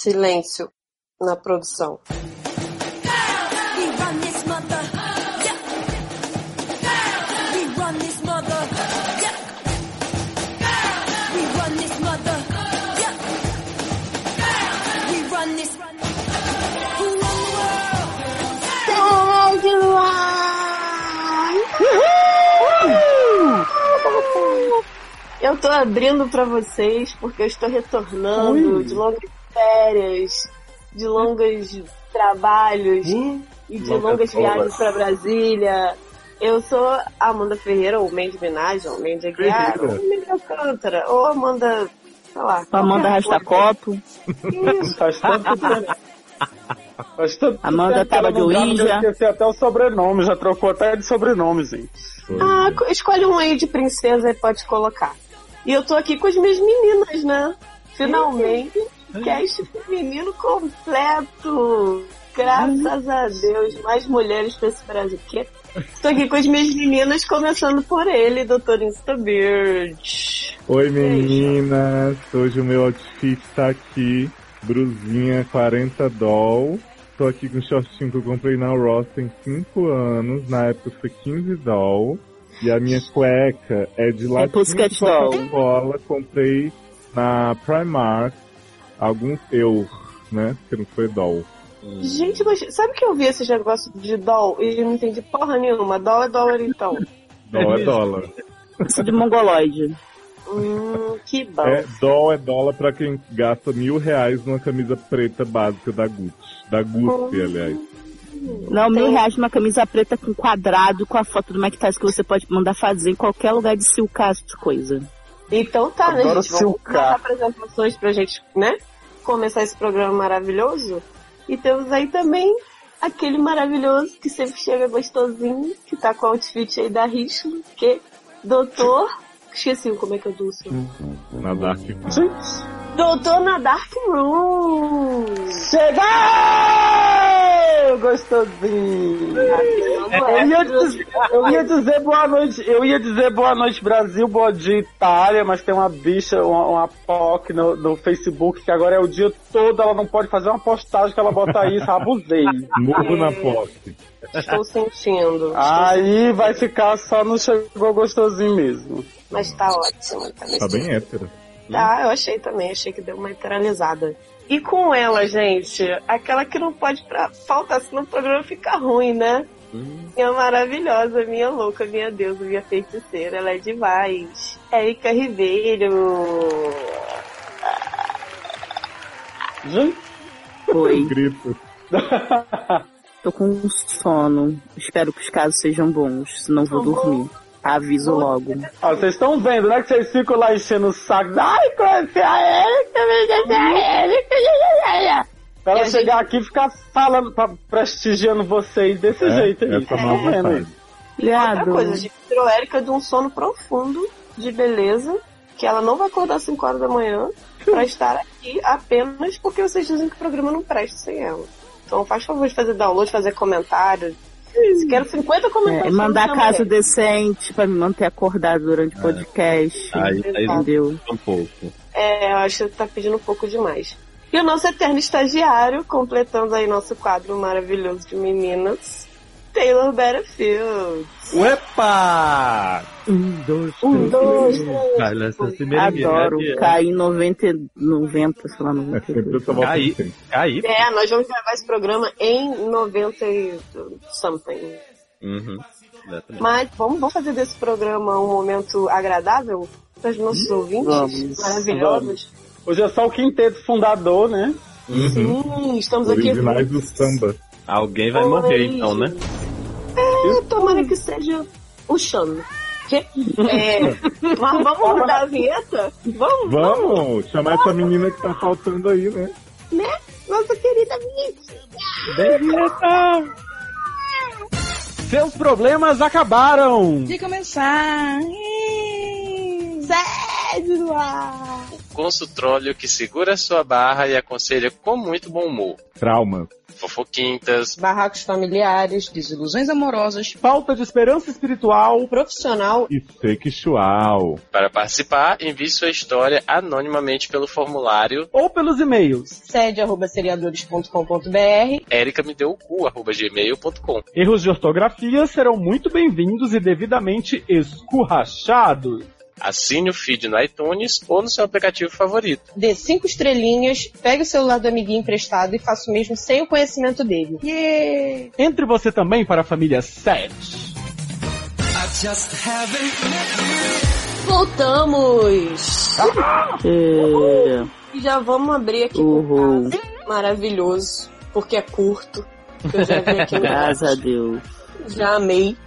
silêncio na produção Eu tô abrindo para vocês porque eu estou retornando Ui. de longas férias, de longos trabalhos hum, e de longas viagens para Brasília. Eu sou Amanda Ferreira, ou Mandy Minaj, ou Mandy Aguiar, ou Mandy Alcântara, ou Amanda, sei lá. Amanda Rastacopo. Isso. Faz tanto tempo. Faz tanto Amanda tava de Ouija. Esqueci até o sobrenome, já trocou até de sobrenome, gente. Ah, escolhe um aí de princesa e pode colocar. E eu tô aqui com as minhas meninas, né? Finalmente, cast feminino completo. Graças a Deus, mais mulheres pra esse Brasil. Que? Tô aqui com as minhas meninas, começando por ele, Dr. Instabird. Oi, meninas. Hoje o meu outfit tá aqui. Bruzinha 40 doll. Tô aqui com um shortinho que eu comprei na Ross tem 5 anos. Na época foi 15 doll. E a minha cueca é de lá é de Coca-Cola. Comprei na Primark alguns eu, né? Porque não foi doll. Gente, mas sabe que eu vi esses negócios de doll e eu não entendi porra nenhuma? Doll é dólar então. doll é dólar. Isso é de mongoloide. Hum, que bom. É, dó é dólar pra quem gasta mil reais numa camisa preta básica da Gucci. Da Gucci, hum. aliás. Não, mil reais numa camisa preta com quadrado, com a foto do Mike Tyson que você pode mandar fazer em qualquer lugar de silcar, de coisa. Então tá, né, Adoro gente? Silcar. Vamos apresentações pra gente, né? Começar esse programa maravilhoso. E temos aí também aquele maravilhoso que sempre chega gostosinho, que tá com o outfit aí da Richmond, que doutor... Esqueci como é que eu dou o seu. Na Dark Room. Doutor na Dark Room! Chegou! Gostosinho! Eu ia, dizer, eu ia dizer boa noite, eu ia dizer boa noite Brasil, boa dia Itália, mas tem uma bicha, uma, uma POC no, no Facebook que agora é o dia todo, ela não pode fazer uma postagem que ela bota isso, abusei. Murro na POC. Estou sentindo. Aí sentindo. vai ficar só no chegou gostosinho mesmo. Mas tá ótimo. Tá, tá bem hétero. Tá, eu achei também. Achei que deu uma heteralizada. E com ela, gente, aquela que não pode pra, faltar, senão o programa fica ruim, né? Hum. Minha maravilhosa, minha louca, minha deusa, minha feiticeira, ela é demais. Érica Ribeiro. Gente, foi. Um grito. Tô com sono. Espero que os casos sejam bons, senão vou dormir. Aviso logo. Ó, vocês estão vendo, né? Que vocês ficam lá enchendo o saco. Ai, conheci a Erika, Pra ela chegar aqui e ficar falando, pra, prestigiando vocês desse é, jeito aí. Tá Essa é, vendo E outra coisa, a gente tirou a Erika de um sono profundo de beleza, que ela não vai acordar às 5 horas da manhã, pra estar aqui apenas porque vocês dizem que o programa não presta sem ela. Então faz favor de fazer download, fazer comentários. Se quero 50 comentários. É, mandar casa mulher. decente pra me manter acordado durante o é. podcast. Aí, aí entendeu? Um pouco. É, eu acho que tá pedindo um pouco demais. E o nosso eterno estagiário, completando aí nosso quadro maravilhoso de meninas, Taylor Battlefield. Uepa! Um, dois, três. Um, dois, três. né? três. Adoro. Cair 90, 90, sei lá, 92. Cair. Cair. É, nós vamos gravar esse programa em 90 e something. Uhum. Mas vamos, vamos fazer desse programa um momento agradável para os nossos uhum. ouvintes vamos. maravilhosos. Vamos. Hoje é só o quinteto fundador, né? Uhum. Sim, estamos Originais aqui. do samba. Alguém vai Tomara morrer, então, né? É, tomara que seja o Xano. É, mas vamos mudar a vinheta? Vamos, vamos! Vamos chamar essa menina que tá faltando aí, né? Né? Nossa querida vinheta! Vinheta! Seus problemas acabaram! De começar! Sério! consultório que segura sua barra e aconselha com muito bom humor. Trauma. Fofoquintas, Barracos familiares, desilusões amorosas, Falta de esperança espiritual. profissional E sexual. para participar, envie sua história anonimamente pelo formulário Ou pelos e-mails. sede arroba seriadores.com.br erica me deu o cu, arroba gmail.com. Erros de ortografia serão muito bem-vindos e devidamente escurrachados. Assine o feed no iTunes ou no seu aplicativo favorito. dê cinco estrelinhas, pegue o celular do amiguinho emprestado e faça o mesmo sem o conhecimento dele. Yay! Entre você também para a família 7. Voltamos! É, E já vamos abrir aqui Uhul. com o caso é maravilhoso, porque é curto. que Eu já vi aqui no graças a Deus. Já amei.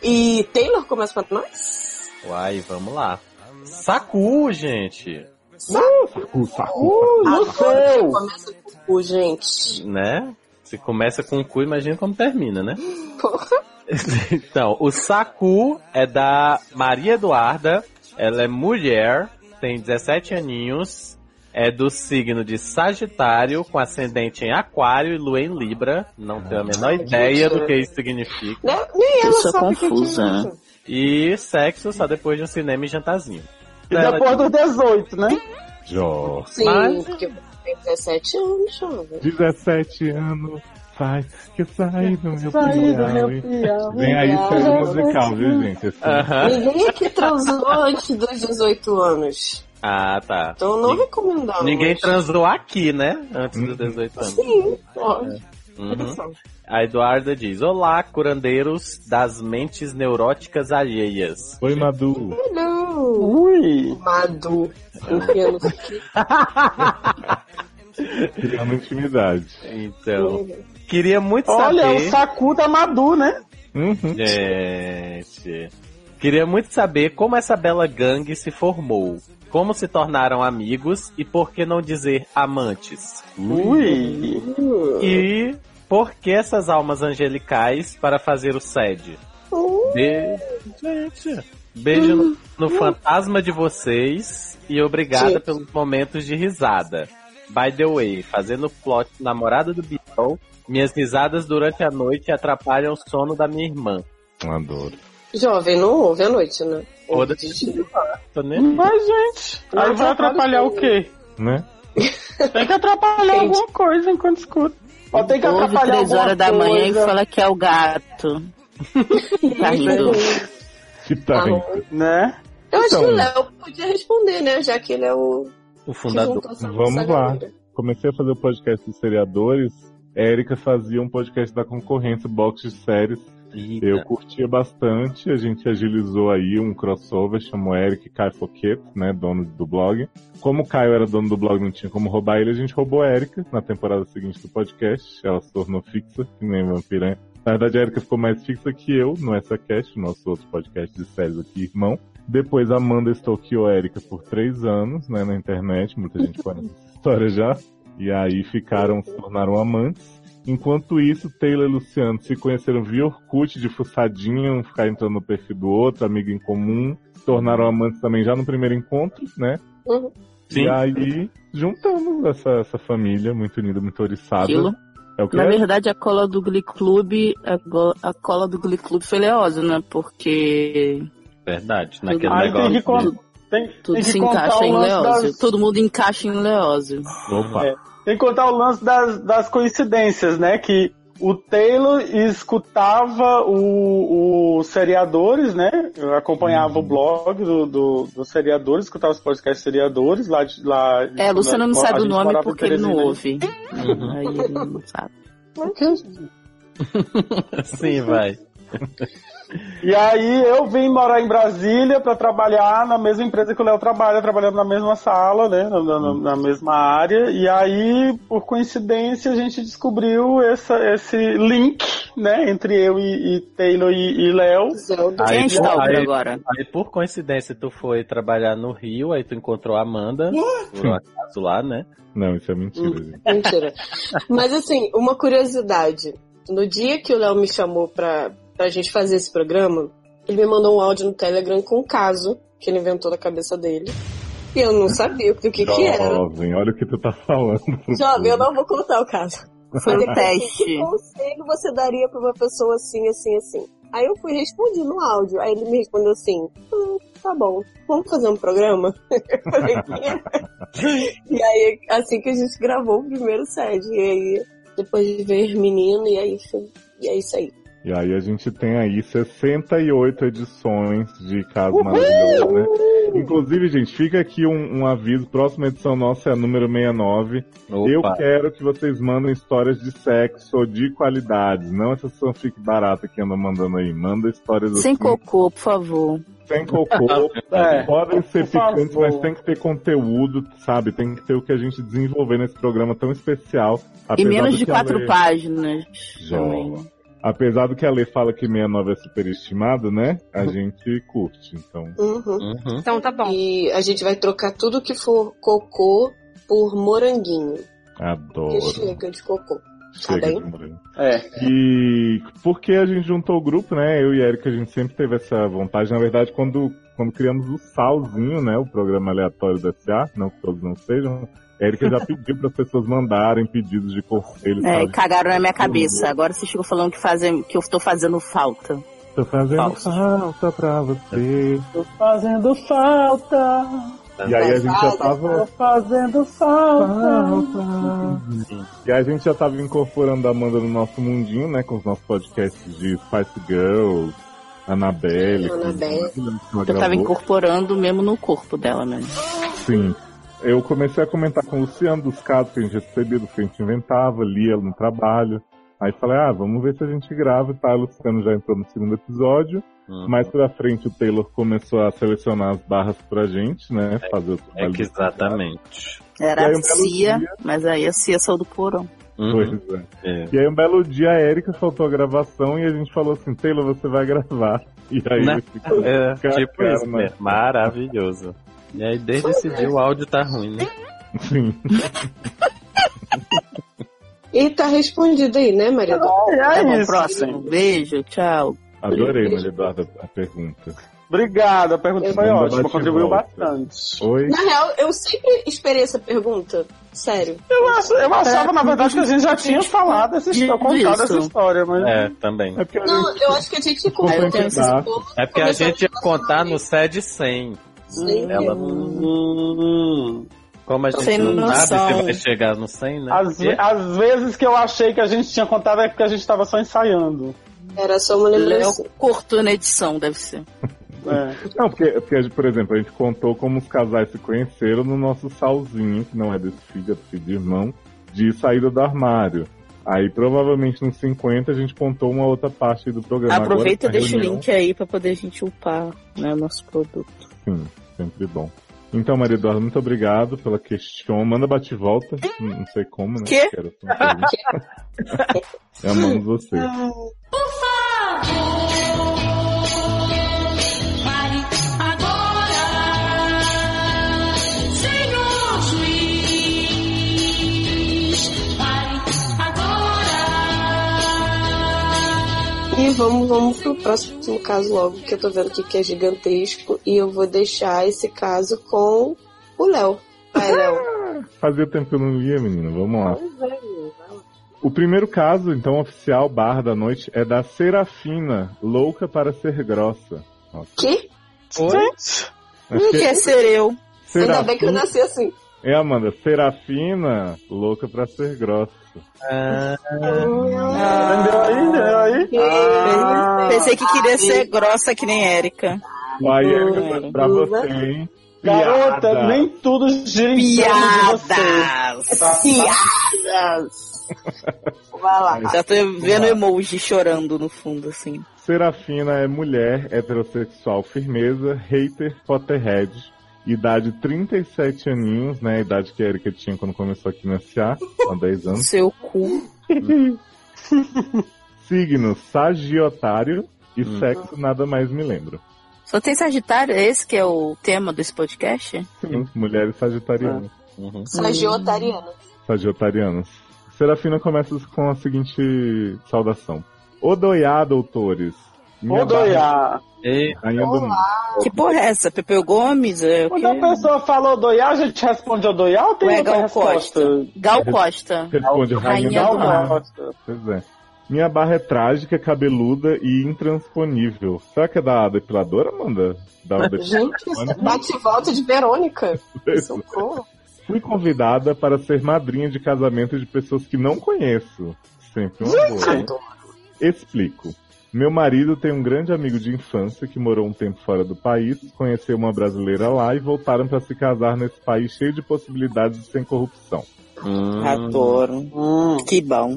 E Taylor começa pra nós? Uai, vamos lá. Sacu, gente. Sacu, sacu. Uh, Ah, no Agora já seu! começa com o cu, gente. Né? Se começa com o cu, imagina como termina, né? Então, o Sacu é da Maria Eduarda. Ela é mulher, tem 17 aninhos, é do signo de Sagitário, com ascendente em Aquário e lua em Libra. Não tenho a menor ideia do que isso significa. Né? Nem Eu ela sou sabe o que que é confusa. isso. E sexo só depois de um cinema e jantarzinho. E depois do 18, né? Jó. Sim, Mas- porque tem 17 anos, jovem. 17 anos. Faz que eu saí do meu Saí do meu piau, hein? pião. Vem aí piau. série musical, viu, gente? Assim, Aham. Ninguém aqui transou antes dos 18 anos. Ah, tá. Então não Ni- recomendamos. Ninguém transou aqui, né? Antes dos 18 anos. Sim, pode. Uhum. A Eduarda diz: Olá, curandeiros das mentes neuróticas alheias. Oi, Madu. Não. Ui! Madu. Enfiando isso aqui. Criando intimidade. Então, queria muito Olha, o saber. sacu da Madu, né? Uhum. Gente, queria muito saber como essa bela gangue se formou. Como se tornaram amigos e por que não dizer amantes? Ui! E por que essas almas angelicais para fazer o sede? Hum, Be- Gente, beijo no, no fantasma de vocês e obrigada Gente. pelos momentos de risada. By the way, fazendo plot namorada do Biel, minhas risadas durante a noite atrapalham o sono da minha irmã. Adoro. Jovem, não ouve à noite, né? Ouve Foda-se. de dia. Tô nem aí. Mas, gente, Não aí vai atrapalha atrapalhar o quê? Né? Tem que atrapalhar Gente. alguma coisa enquanto escuta. Ó, tem que Ouve atrapalhar três alguma horas da manhã e coisa. é fala que é o gato. tá rindo. Tipo, tá vendo? Né? Eu acho Então. que o Léo podia responder, né? Já que ele é o O que fundador. juntou essa Vamos essa lá. galera. Comecei a fazer o podcast dos seriadores. Érica fazia um podcast da concorrência, box de séries. Eita. Eu curtia bastante, a gente agilizou aí um crossover, chamou Eric e Caio Foquet, né, dono do blog. Como o Caio era dono do blog não tinha como roubar ele, a gente roubou a Erika na temporada seguinte do podcast. Ela se tornou fixa, que nem uma piranha. Na verdade, a Erika ficou mais fixa que eu no Essa Cast, nosso outro podcast de séries aqui, irmão. Depois a Amanda stalkeou a Erika por três anos, né, na internet. Muita gente conhece essa história já. E aí ficaram, se tornaram amantes. Enquanto isso, Taylor e Luciano se conheceram via Orkut de fuçadinha, um ficar entrando no perfil do outro, amigo em comum, se tornaram amantes também já no primeiro encontro, né? Uhum. Sim. E aí juntamos essa, essa família muito unida, muito oriçada. Aquilo. É o que Na é? verdade, a cola do Glee Club, a, go- a cola do Glee Club foi leosa, né? Porque é Verdade, naquele Aí tem que, negócio. con- tem, tudo tem que se contar encaixa o em lance Leózio. das... Todo mundo encaixa em Leózio. Opa. É. Tem que contar o lance das, das coincidências, né? Que o Taylor escutava o, o Seriadores, né? Eu acompanhava o blog do, do, do Seriadores, escutava os podcasts Seriadores lá de lá. É, Luciano não sabe a o gente nome morava em porque ele não Teresina. ouve. Aí ele não sabe. É. Sim, vai. E aí eu vim morar em Brasília para trabalhar na mesma empresa que o Léo trabalha, trabalhando na mesma sala, né, na, na- na mesma área. E aí, por coincidência, a gente descobriu essa, esse link, né, entre eu e, e Taylor e, e Léo. Zelda. Aí, Quem está ouvindo agora? Aí, por coincidência, tu foi trabalhar no Rio, aí tu encontrou a Amanda, por um acaso lá, né? Não, isso é mentira, gente. Mentira. Mas assim, uma curiosidade. No dia que o Léo me chamou pra, pra gente fazer esse programa, ele me mandou um áudio no Telegram com um caso que ele inventou da cabeça dele. Eu não sabia do que que era. Jovem, olha o que tu tá falando. Jovem, eu não vou contar o caso. Foi um Que teste. conselho você daria pra uma pessoa assim, assim, assim? Aí eu fui respondi no áudio. Aí ele me respondeu assim: "Hum, tá bom, vamos fazer um programa? Eu falei, "Quê?" e aí, assim que a gente gravou o primeiro set. E aí, depois veio o menino, e aí foi. E é isso aí. E aí a gente tem aí 68 edições de Caso Maravilhoso, né? Inclusive, gente, fica aqui um, um aviso. Próxima edição nossa é a número 69. Eu Opa. quero que vocês mandem histórias de sexo ou de qualidades. Não essa fanfic barata que anda mandando aí. Manda histórias Sem assim, cocô, por favor. sem cocô. É. Podem ser Por favor. picantes, mas tem que ter conteúdo, sabe? Tem que ter o que a gente desenvolver nesse programa tão especial. E apesar menos do de que a quatro Lê- páginas. Jola. Apesar do que a lei fala que 69 é superestimado, né? A gente curte, então. Uhum. Uhum. Então tá bom. E a gente vai trocar tudo que for cocô por moranguinho. Porque Adoro. chega é de cocô. tá Chega bem? de morango. É. E porque a gente juntou o grupo, né? Eu e a Erika, a gente sempre teve essa vontade. Na verdade, quando, quando criamos o Salzinho, né? O programa aleatório da SA, não que todos não sejam, a Erika já pediu para as pessoas mandarem pedidos de conselho. É, e sabe? cagaram na minha cabeça. Agora vocês ficam falando que, fazem, que eu tô fazendo falta. Tô fazendo Falsos. falta pra você. Tô fazendo falta. E aí a gente já tava. Tô fazendo falta. E a gente já tava incorporando a Amanda no nosso mundinho, né? Com os nossos podcasts de Spice Girls, Annabelle. Annabelle. que ela Eu tava gravou. incorporando mesmo no corpo dela mesmo. Sim. Eu comecei a comentar com o Luciano dos casos que a gente recebia, que a gente inventava, lia no trabalho. Aí falei, ah, vamos ver se a gente grava e tal. O Luciano já entrou no segundo episódio. Uhum. Mais pra frente o Taylor começou a selecionar as barras pra gente, né? Fazer o É trabalho. que exatamente. E Era aí, a um belo Cia, dia- mas aí a Cia saiu do porão. Uhum. Pois é. É. E aí um belo dia a Erika faltou a gravação e a gente falou assim, Taylor, você vai gravar. E aí Né? eu fiquei, É, Cara, tipo cara, isso né? mesmo. Maravilhoso. E aí, desde esse dia, o áudio tá ruim, né? sim. E tá respondido aí, né, Maria? Ah, Eduarda? tá bom, é É, isso. próximo. Beijo, tchau. Adorei, Maria Eduarda, a pergunta. Obrigado, a pergunta foi Manda ótima, bate contribuiu volta. bastante. Oi? Na real, eu sempre esperei essa pergunta. Sério. Eu, ach- eu achava, na verdade, que a gente já tinha falado essa história, contado essa Isso. história, mas. É, também. É porque a gente Não, eu acho que a gente Aí eu contou tenho esse que dar. pouco. É porque a gente ia contar um no SED 100. Sim. Ela- Hum, Como a gente Sem não noção. sabe se vai chegar no 100, né? Às, ve- às vezes que eu achei que a gente tinha contado é porque a gente tava só ensaiando. Era só uma Léo lembrança. É cortou na edição, deve ser. É. Não, porque, porque, por exemplo, a gente contou como os casais se conheceram no nosso salzinho, que não é desse filho, é do filho de irmão, de saída do armário. Aí provavelmente nos 50 a gente contou uma outra parte do programa. Agora, Aproveita e essa deixa o reunião, link aí pra poder a gente upar né, o nosso produto. Sim, sempre bom. Então, Maria Eduarda, muito obrigado pela questão. Manda bate-volta. Não não sei como, né? Quê? Que era só uma pergunta. Amamos você. Pare agora, senhor juiz. Pare agora. E vamos, vamos pro próximo caso logo, que eu tô vendo aqui que é gigantesco. E eu vou deixar esse caso com o Léo. Vai, Léo. Fazia tempo que eu não lia, menina. Vamos lá. O primeiro caso, então, oficial barra da noite é da Serafina, louca para ser grossa. Nossa. Que? Oi? né? Acho que é ser eu? Ainda bem que eu nasci Serafina- assim. É, Amanda, Serafina, louca para ser grossa. Ah, Entendeu aí? Entendeu aí? Ah, Pensei que queria ser grossa que nem Érica. Vai, Erika, pra- pra Uva. você, hein? Garota, Piada. nem tudo gira em torno de você. Piadas! Tá? Piadas! Vai lá. Já tô vendo emoji chorando no fundo, assim. Serafina é mulher, heterossexual, firmeza, hater, Potterhead, idade 37 aninhos, né? A idade que a Erika tinha quando começou aqui no SA, há 10 anos. Seu cu. Signo Sagiotário e Hum. sexo nada mais me lembro. Só tem Sagitário? É esse que é o tema desse podcast? Sim, mulheres sagitarianas. uhum. Sagiotariana. Sagiotarianas. Serafina começa com a seguinte saudação. Odoiá, doutores. Minha barra Odoiá. E ainda não. Que porra é essa? Pepeu Gomes? É, o Quando a quê? pessoa fala odoiá, a gente responde odoiá ou tem Ou é outra Gal resposta? Gal Costa. Responde rainha, Rainha da Gal do Mar. barra. Costa. Pois é. Minha barra é trágica, cabeluda e intransponível. Será que é da depiladora, Amanda? Da Gente, isso é bate e volta de Verônica. Socorro. Fui convidada para ser madrinha de casamento de pessoas que não conheço. Sempre uma boa. Explico. Meu marido tem um grande amigo de infância que morou um tempo fora do país, conheceu uma brasileira lá e voltaram para se casar nesse país cheio de possibilidades e sem corrupção. Adoro. Que bom.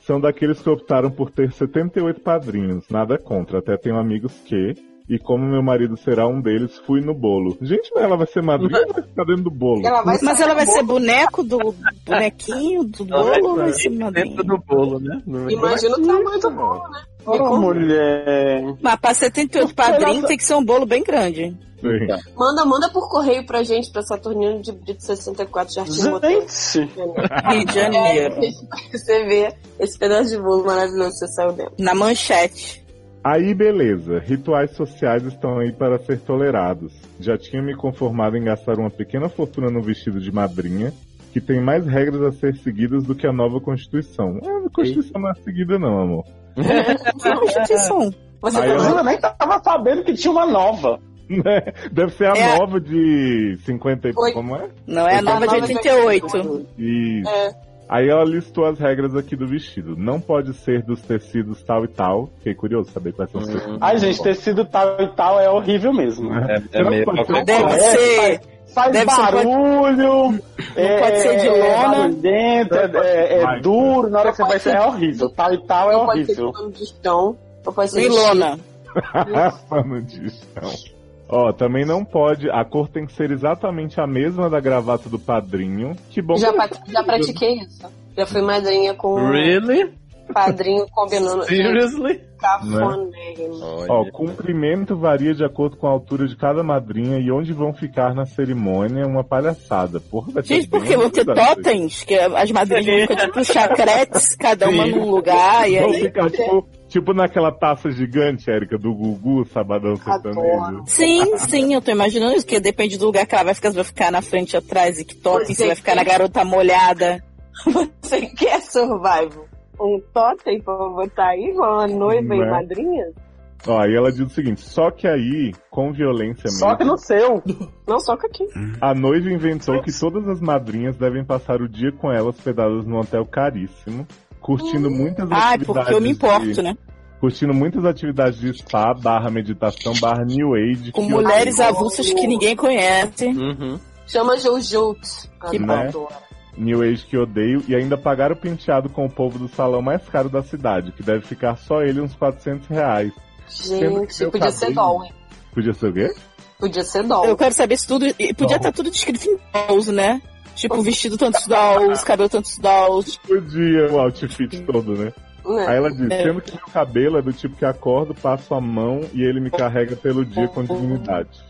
São daqueles que optaram por ter 78 padrinhos, nada contra, até tenho amigos que. E como meu marido será um deles, fui no bolo. Gente, mas ela vai ser madrinha ou vai ficar dentro do bolo? Ela vai Mas ela vai ser boneco do bonequinho do bolo ou vai ser dentro madrinha? do bolo, né? No- Imagina o tamanho do bolo. né? Ô, mulher. Mas pra 78 padrinho tem que ser um bolo bem grande. Sim. Manda, manda por correio pra gente, pra Saturnino de Brito 64 Jardim Botânico. Gente, Rio de Janeiro. Você vê esse pedaço de bolo maravilhoso que você saiu dentro. Na manchete. Aí beleza, rituais sociais estão aí para ser tolerados. Já tinha me conformado em gastar uma pequena fortuna no vestido de madrinha, que tem mais regras a ser seguidas do que a nova Constituição. É, a Constituição não é seguida não, amor. Isso é Constituição. você Aí eu- eu... nem tava sabendo que tinha uma nova. Deve ser a É. nova de 50 e Foi. como é? Não é a nova de 88. E aí ela listou as regras aqui do vestido. Não pode ser dos tecidos tal e tal. Fiquei curioso saber quais são os tecidos. Ai, gente, tecido tal e tal é horrível mesmo. É. É, é meio qualquer Deve coisa. ser. Faz Deve ser- um barulho. é, pode ser de é lona. barulhento, é, é, é né? duro. Na hora que você vai sair é horrível. Tal e tal é Ou pode ser de horrível. nome de chão, ou pode ser de Milona. Mano disso, não. Ó, também não pode. A cor tem que ser exatamente a mesma da gravata do padrinho. Que bom Já, que pat- já pratiquei isso. Já fui madrinha com Really? um padrinho combinando Seriously? cafonérrimo. Ó, cumprimento varia de acordo com a altura de cada madrinha e onde vão ficar na cerimônia é uma palhaçada. Porra, vai ter Gente, porque bem vão ter cuidado. totens, que as madrinhas vão ficar tipo chacretes, cada uma Sim. num lugar, e Vão aí... ficar tipo, tipo naquela taça gigante, Érica, do Gugu, Sabadão Sertanejo. Sim, sim, eu tô imaginando isso, porque depende do lugar que ela vai ficar, se vai ficar na frente, atrás, e que totem, se vai ficar na garota molhada. Você quer survival? Um totem pra botar aí com uma noiva Né? Não e é? madrinha? Ó, e ela diz o seguinte: só que aí, com violência Só que mesmo, no seu. Não, só com aqui. a noiva inventou que todas as madrinhas devem passar o dia com ela hospedadas num hotel caríssimo, curtindo muitas Hum. Ai, atividades. porque eu me importo, de, né? Curtindo muitas atividades de spa, barra meditação, barra new age. Com que- mulheres avulsas que ninguém conhece. Uhum. Chama Jojout. Ah, Que Né? bom. New Age que odeio e ainda pagar o penteado com o povo do salão mais caro da cidade, que deve ficar só ele uns 400 reais. Lembra que Gente, meu podia ser cabelo- dol, hein? Podia ser o quê? Podia ser dol. Eu quero saber se tudo. e Podia estar tudo descrito em dolls, né? Tipo, vestido tantos dolls, cabelo tantos dolls. Podia, o outfit todo, né? Aí Né? ela diz, É. sendo que meu cabelo é do tipo que acordo, passo a mão e ele me carrega pelo dia com dignidade.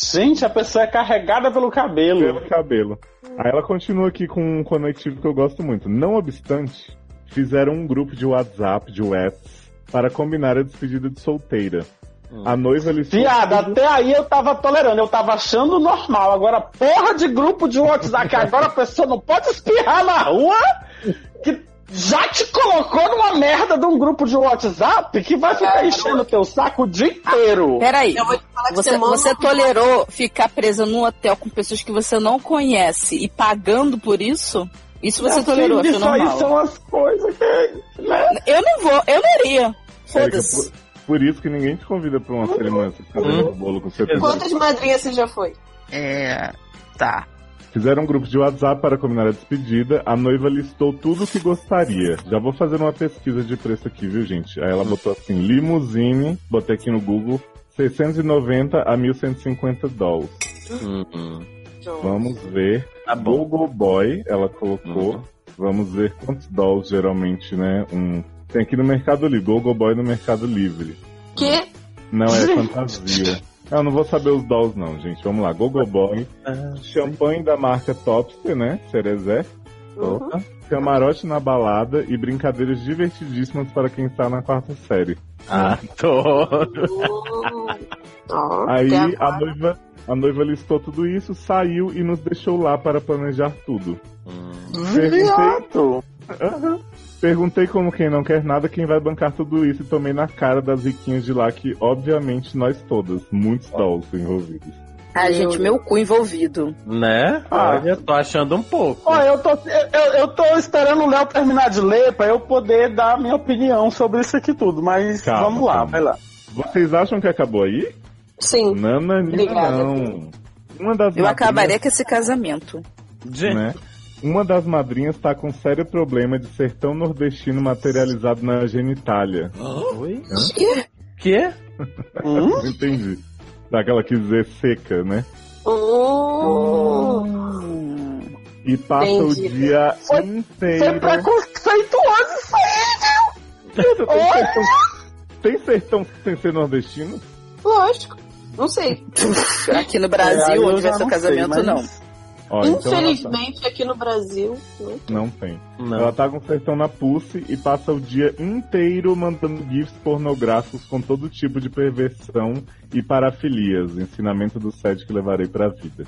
Gente, a pessoa é carregada pelo cabelo. Pelo cabelo. Aí ela continua aqui com um conectivo que eu gosto muito. Não obstante, fizeram um grupo de WhatsApp, de webs, para combinar a despedida de solteira. A noiva É, listou... Viada, até aí eu tava tolerando, eu tava achando normal. Agora, porra de grupo de WhatsApp, que agora a pessoa não pode espirrar na rua, que já te colocou numa merda de um grupo de WhatsApp que vai ficar enchendo teu saco o dia inteiro. Peraí. Eu vou te falar que Você, manda você tolerou ficar presa num hotel com pessoas que você não conhece e pagando por isso? Isso você tolerou, Gente, Isso achou aí normal. são as coisas que. né? Eu não vou, eu não iria. Érica, Foda-se. por, por isso que ninguém te convida pra uma cerimônia. Você fica dentro do bolo com 70 Quantas madrinhas você já foi? É. Tá. Fizeram um grupo de WhatsApp para combinar a despedida. A noiva listou tudo o que gostaria. Já vou fazer uma pesquisa de preço aqui, viu, gente? Aí ela botou assim: limusine, botei aqui no Google, 690 a 1150 dólares. Uhum. Vamos ver. Tá bom. Uhum. Google Boy, ela colocou. Vamos ver quantos dólares geralmente, né? Um. Tem aqui no Mercado Livre, Google Boy no Mercado Livre. Que? Não é fantasia. Eu não vou saber os dolls, não, gente. Vamos lá. Gogo Boy. Ah, champanhe da marca Topster, né? Cerezé. Opa. Camarote tá na balada e brincadeiras divertidíssimas para quem está na quarta série. Adoro. Hum, Ó, Aí até agora. a noiva, a noiva listou tudo isso, saiu e nos deixou lá para planejar tudo. Hum. Viado! Aham. Perguntei como quem não quer nada quem vai bancar tudo isso e tomei na cara das riquinhas de lá que, obviamente, nós todas, muitos dolls envolvidos. Ah, gente, meu cu envolvido. Né? Ah. Olha, tô achando um pouco. Ó, eu tô, eu, eu tô esperando o Léo terminar de ler pra eu poder dar a minha opinião sobre isso aqui tudo, mas Calma, vamos lá, calma. vai lá. Vocês acham que acabou aí? Sim. Nananina Obrigada, não. Uma das Eu madrinhas- acabaria com esse casamento. Gente, né? Uma das madrinhas tá com sério problema de ser tão nordestino materializado na genitália. Oi? Que? Hum? Não entendi. Daquela que dizer seca, né? Hum. E passa o Entendi. dia Foi- inteiro. Você é preconceituoso isso aí! Tem sertão, tem sertão sem ser nordestino? Lógico. Não sei. Aqui É, no aí Brasil, eu onde vai já ser o não casamento, sei, mas- não. Ó, então ela tá- Infelizmente, aqui no Brasil. né? não tem. Não. Ela tá com sertão na pulse e passa o dia inteiro mandando gifs pornográficos com todo tipo de perversão e parafilias. Ensinamento do sede que levarei pra vida.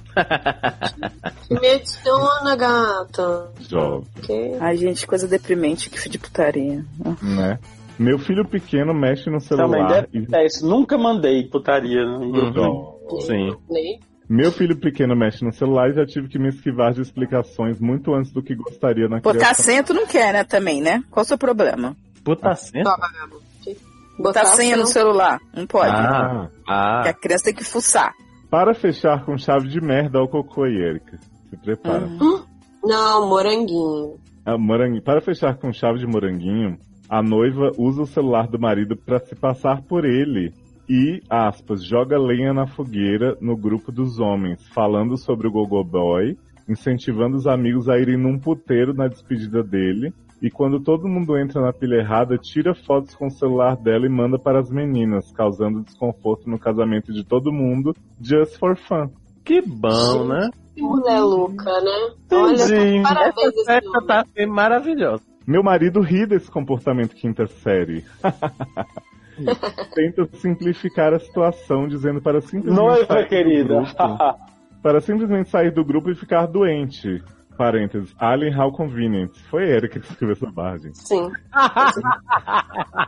Me adiciona, gata. Jovem. Ok. Ai, gente, coisa deprimente, que filho de putaria. né? Meu filho pequeno mexe no celular. Também E... É isso, nunca mandei putaria Uhum. no grupo. Dó. Sim. Nem Meu filho pequeno mexe no celular e já tive que me esquivar de explicações muito antes do que gostaria na Botar criação. senha tu não quer, né, também, né? Qual o seu problema? Ah. Puta cena. Só, vagabundo. Botar, senha no celular, não pode. Ah. Ah, Ah, Porque a criança tem que fuçar. para fechar com chave de merda ao cocô e Erika. Se prepara. Hum, Não, moranguinho. A É, morangu- Para fechar com chave de moranguinho, a noiva usa o celular do marido para se passar por ele e, aspas, joga lenha na fogueira no grupo dos homens, falando sobre o Gogo Boy, incentivando os amigos a irem num puteiro na despedida dele. E quando todo mundo entra na pilha errada, tira fotos com o celular dela e manda para as meninas, causando desconforto no casamento de todo mundo, just for fun. que bom, né? Que mulher louca, né? Olha, parabéns esse Hum. Essa homem. tá assim, maravilhosa. Meu marido ri desse comportamento quinta série. Tenta simplificar a situação, dizendo para simplesmente, Noiva, sair querida. Do grupo, para simplesmente sair do grupo e ficar doente. Parênteses. Alien How Convenient. Foi Eric que escreveu essa barra, gente. Sim.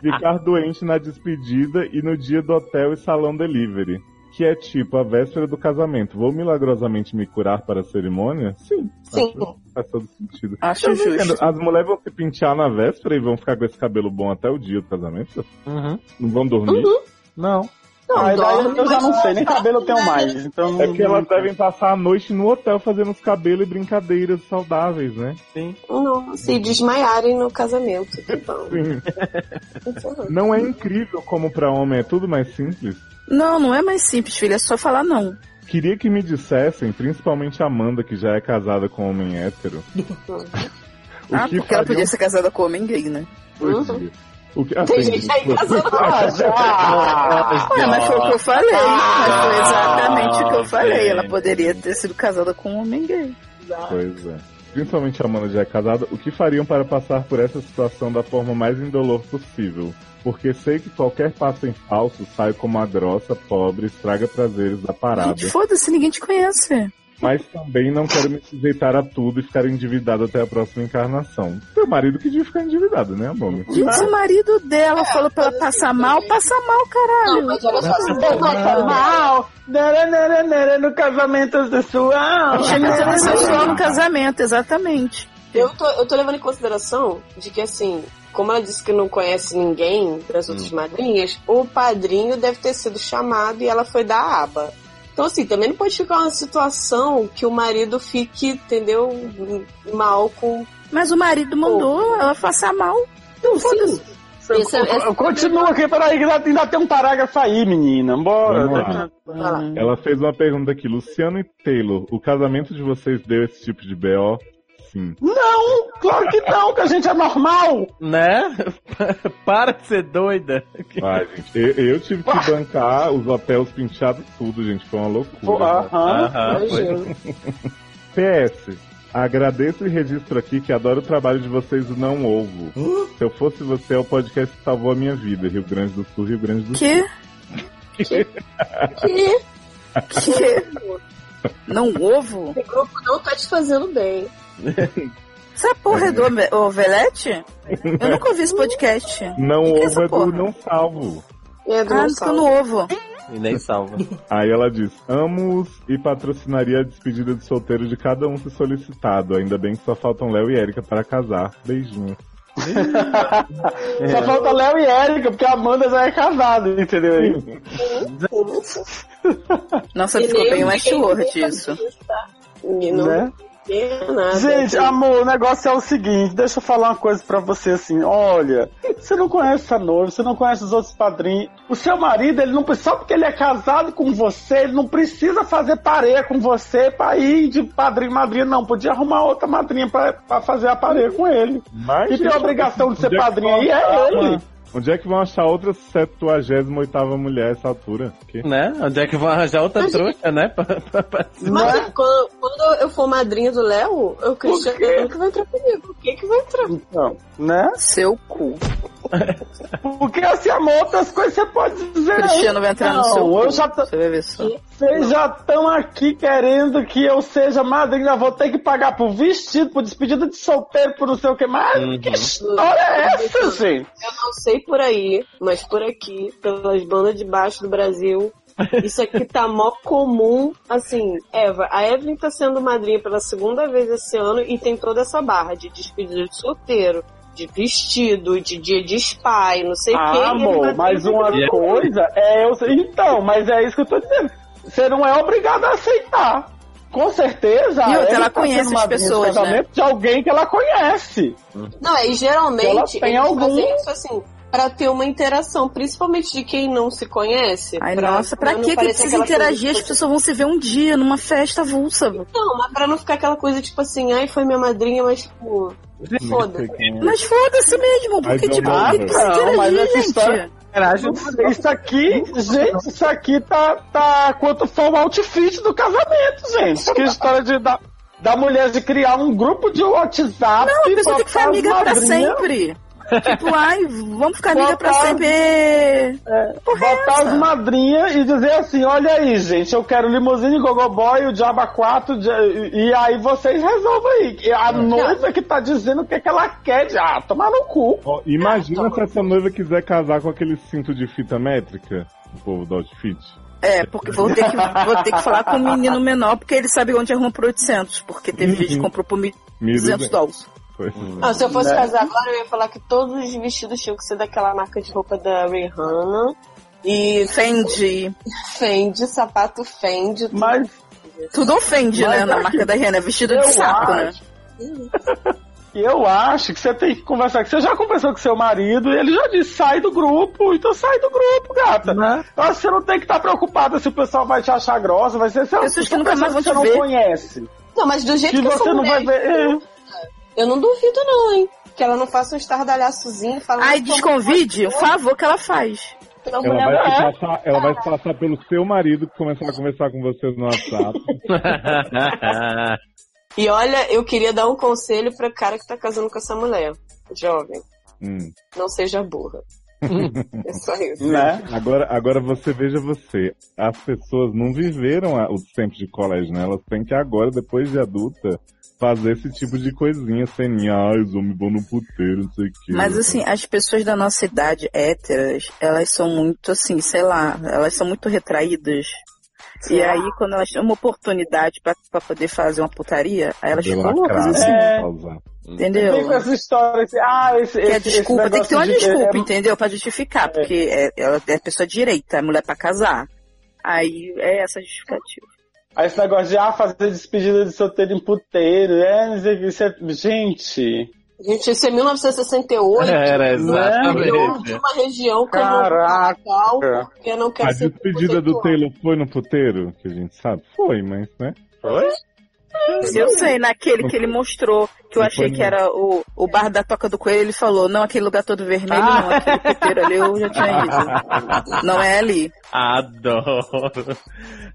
Ficar doente na despedida e no dia do hotel e salão delivery. Que é tipo a véspera do casamento. Vou milagrosamente me curar para a cerimônia? Sim. Sim. Faz todo sentido. Acho Eu não entendo, justo. As mulheres vão se pentear na véspera e vão ficar com esse cabelo bom até o dia do casamento? Uhum. Não vão dormir? Não. Não, Ah, dorme, eu já mas não sei, nem cabelo eu tenho mais. Então É que não- elas devem passar a noite no hotel fazendo os cabelos e brincadeiras saudáveis, né? Não, se desmaiarem no casamento. Que bom. Sim. Por favor. Não é incrível como pra homem é tudo mais simples? Não, não é mais simples, filha, é só falar não. Queria que me dissessem, principalmente a Amanda, que já é casada com um homem hétero. o Ah, que porque ela podia faria ser casada com homem gay, né? um Uhum. por dia? O que... Ah, Tem tem gente aí isso. casando com Ah, já! Ah. Ué, mas foi o que eu falei. mas foi Ah, exatamente o que eu falei. gente. Ela poderia ter sido casada com um homem gay. Pois é. Principalmente a Amanda já é casada, o que fariam para passar por essa situação da forma mais indolor possível? Porque sei que qualquer passo em falso sai como a grossa, pobre, estraga prazeres da parada. Gente, foda-se, ninguém te conhece. Mas também não quero me sujeitar a tudo e ficar endividado até a próxima encarnação. Teu marido que devia ficar endividado, né, amor? Gente, o marido dela Ah, falou pra ela passar mal, passa mal, Não, caralho. mas olha só, se for uma Passa casada, mal! Nara, nara, nara, no casamento sexual! Chama sexual no casamento, exatamente. eu tô, eu tô levando em consideração de que, assim, como ela disse que não conhece ninguém das outras madrinhas, o padrinho deve ter sido chamado e ela foi dar a aba. Então, assim, também não pode ficar uma situação que o marido fique, entendeu, mal com... Mas o marido mandou ela passar mal. Não, sim. Essa- essa- Continua aqui, peraí, que ainda- ainda tem um parágrafo aí, menina. Vamos lá. Bora. Ah. Ah, Vai lá. Ela fez uma pergunta aqui. Luciano e Taylor, o casamento de vocês deu esse tipo de BO? Sim. Não, claro que não, que a gente é normal. Né? Para de ser doida. Vai, gente. Eu, eu tive que bancar os hotéis Uhum. Ah, pinchados tudo, gente. Foi uma loucura. Aham. Aham, Imagina. PS. Agradeço e registro aqui que adoro o trabalho de vocês do Não Ovo. Se eu fosse você, é o podcast que salvou a minha vida. Rio Grande do Sul, Rio Grande do Sul. Que? Que? Que? Não ovo? Esse grupo não tá te fazendo bem. Essa porra é do ome- ovelete? Eu nunca ouvi esse podcast. Hum. Não que é ovo essa é do porra? Não Salvo. Eu Ah, não tô no ovo. E nem salva. Aí ela diz: Amo-os e patrocinaria a despedida de solteiro de cada um se solicitado. Ainda bem que só faltam Léo e Érica para casar. Beijinho. Ah, é. Só falta Léo e Érica, porque a Amanda já é casada, entendeu? Nossa, E ficou nem bem mais ninguém short isso. Não né? tem nada. é Gente, amor, o negócio é o seguinte, deixa eu falar uma coisa pra você assim, olha, você não conhece a noiva, você não conhece os outros padrinhos, o seu marido, ele não só porque ele é casado com você, ele não precisa fazer pareia com você pra ir de padrinho e madrinha, não, podia arrumar outra madrinha pra, pra fazer a pareia com ele. Mas, E tem a obrigação de ser onde é que padrinho vão aí, é achar ele. uma- Onde é que vão achar outra 78 mulher a essa altura? Que? né? Onde é que vão arranjar outra trouxa, né? Pra- pra- pra- é? Mas é- assim, quando, quando eu for madrinha do Léo, o Cristiano que vai entrar comigo. O que que vai entrar? Então, né? Seu cu. Porque assim, amor, outras coisas você pode dizer aí. Cristiano vai entrar no Não, seu eu cu. já tô- Você vai ver só. Vocês já estão aqui querendo que eu seja madrinha, vou ter que pagar por vestido, por despedida de solteiro, por não sei o que mais. Hum. Que história é Uhum. essa, gente? Eu não sei por aí, mas por aqui, pelas bandas de baixo do Brasil, isso aqui tá mó comum. Assim, Eva, a Evelyn tá sendo madrinha pela segunda vez esse ano e tem toda essa barra de despedida de solteiro, de vestido, de dia de spa e não sei o que. Ah, amor, mais uma coisa é eu. Então, mas é isso que eu tô dizendo. Você não é obrigado a aceitar. Com certeza. E outra, a Eve ela tá conhece sendo as madrinha de pessoas, né? casamento De alguém que ela conhece. Não, e Ela geralmente tem eles algum- fazem isso assim, pra ter uma interação, principalmente de quem não se conhece. Ai, nossa, É pra não que que parecer precisa aquela coisa interagir? As tipo assim, pessoas vão se ver um dia numa festa avulsa. Não, mas pra não ficar aquela coisa tipo assim, ai, foi minha madrinha, mas tipo, foda-se. Mas foda-se mesmo, porque Mas tipo, eu pra que que precisa não, mas essa interagir, história- gente? Isso aqui, gente, isso aqui tá, tá quanto foi o outfit do casamento, gente. Que história de, da, da mulher de criar um grupo de WhatsApp. Não, a pessoa tem que botar ficar amiga as pra madrinhas, sempre. Tipo, ai, vamos ficar amiga pra Botar- sempre. É. Botar as madrinhas e dizer assim: olha aí, gente, eu quero limusine, gogoboy, o Diaba 4, de- e, e aí vocês resolvam aí. E A noiva que tá dizendo o que, que ela quer, de, ah, tomar no cu. Ó, imagina se essa noiva quiser casar com aquele cinto de fita métrica, o povo do outfit. É, porque vou ter, que, vou ter que falar com o menino menor, porque ele sabe onde arruma por 800, porque teve gente que Uhum. comprou por 1.200 dólares. Pois. Ah, se eu fosse Né? casar agora, eu ia falar que todos os vestidos tinham que ser daquela marca de roupa da Rihanna. E Fendi. Fendi, sapato Fendi. tudo. Mas Tudo ofende, Mas né? Na aqui- marca da Rihanna, vestido Eu de saco, né? acho. Eu acho que você tem que conversar. que Você já conversou com seu marido e ele já disse: sai do grupo. Então sai do grupo, gata. Eu acho que você não tem que estar preocupada se o pessoal vai te achar grossa. Vai ser seu. Pessoas que nunca mais vão você te não ver. conhece. Não, mas do jeito Que que, eu você sou não vai mulher, ver. é. eu não duvido não, hein. Que ela não faça um estardalhaçozinho falando... é Ai, "Pô, desconvide, o favor que ela faz. então, Ela mulher, vai, se vai- passar, né? ela vai se passar pelo seu marido que começar a conversar com você no WhatsApp. E olha, eu queria dar um conselho pra cara que tá casando com essa mulher, jovem. Hum. Não seja burra. é só isso. Né? Agora, agora você veja você. As pessoas não viveram a- os tempos de colégio, né? Elas têm que agora, depois de adulta, fazer esse tipo de coisinha, ceninha, ai, os homens vão no puteiro, não sei o quê. Mas assim, as pessoas da nossa idade héteras, elas são muito assim, sei lá, elas são muito retraídas. E aí, quando elas têm uma oportunidade pra, pra poder fazer uma putaria, aí elas ficam loucas, Lacrado, assim, É. pra usar. Tem com entendeu? essa história. Assim, ah, esse, Que esse, é esse desculpa, tem que ter uma negócio de- desculpa, é- entendeu? Pra justificar, porque é, ela é pessoa direita, é mulher pra casar. Aí é essa a justificativa. Aí esse negócio de ah, fazer despedida de solteiro em puteiro, é, não sei o que, isso é- gente, Gente, isso é 1968. Uhum. É. Era, criou de exatamente. uma região como Caraca. Natal, porque eu não quero A ser é despedida do preconceituosa. Taylor foi no puteiro, que a gente sabe? Foi, mas, né? Foi? Eu sei, naquele que ele mostrou, que eu achei que era o, o bar da Toca do Coelho, ele falou, não, aquele lugar todo vermelho, não, aquele puteiro ali eu já tinha ido. Não é ali. Adoro.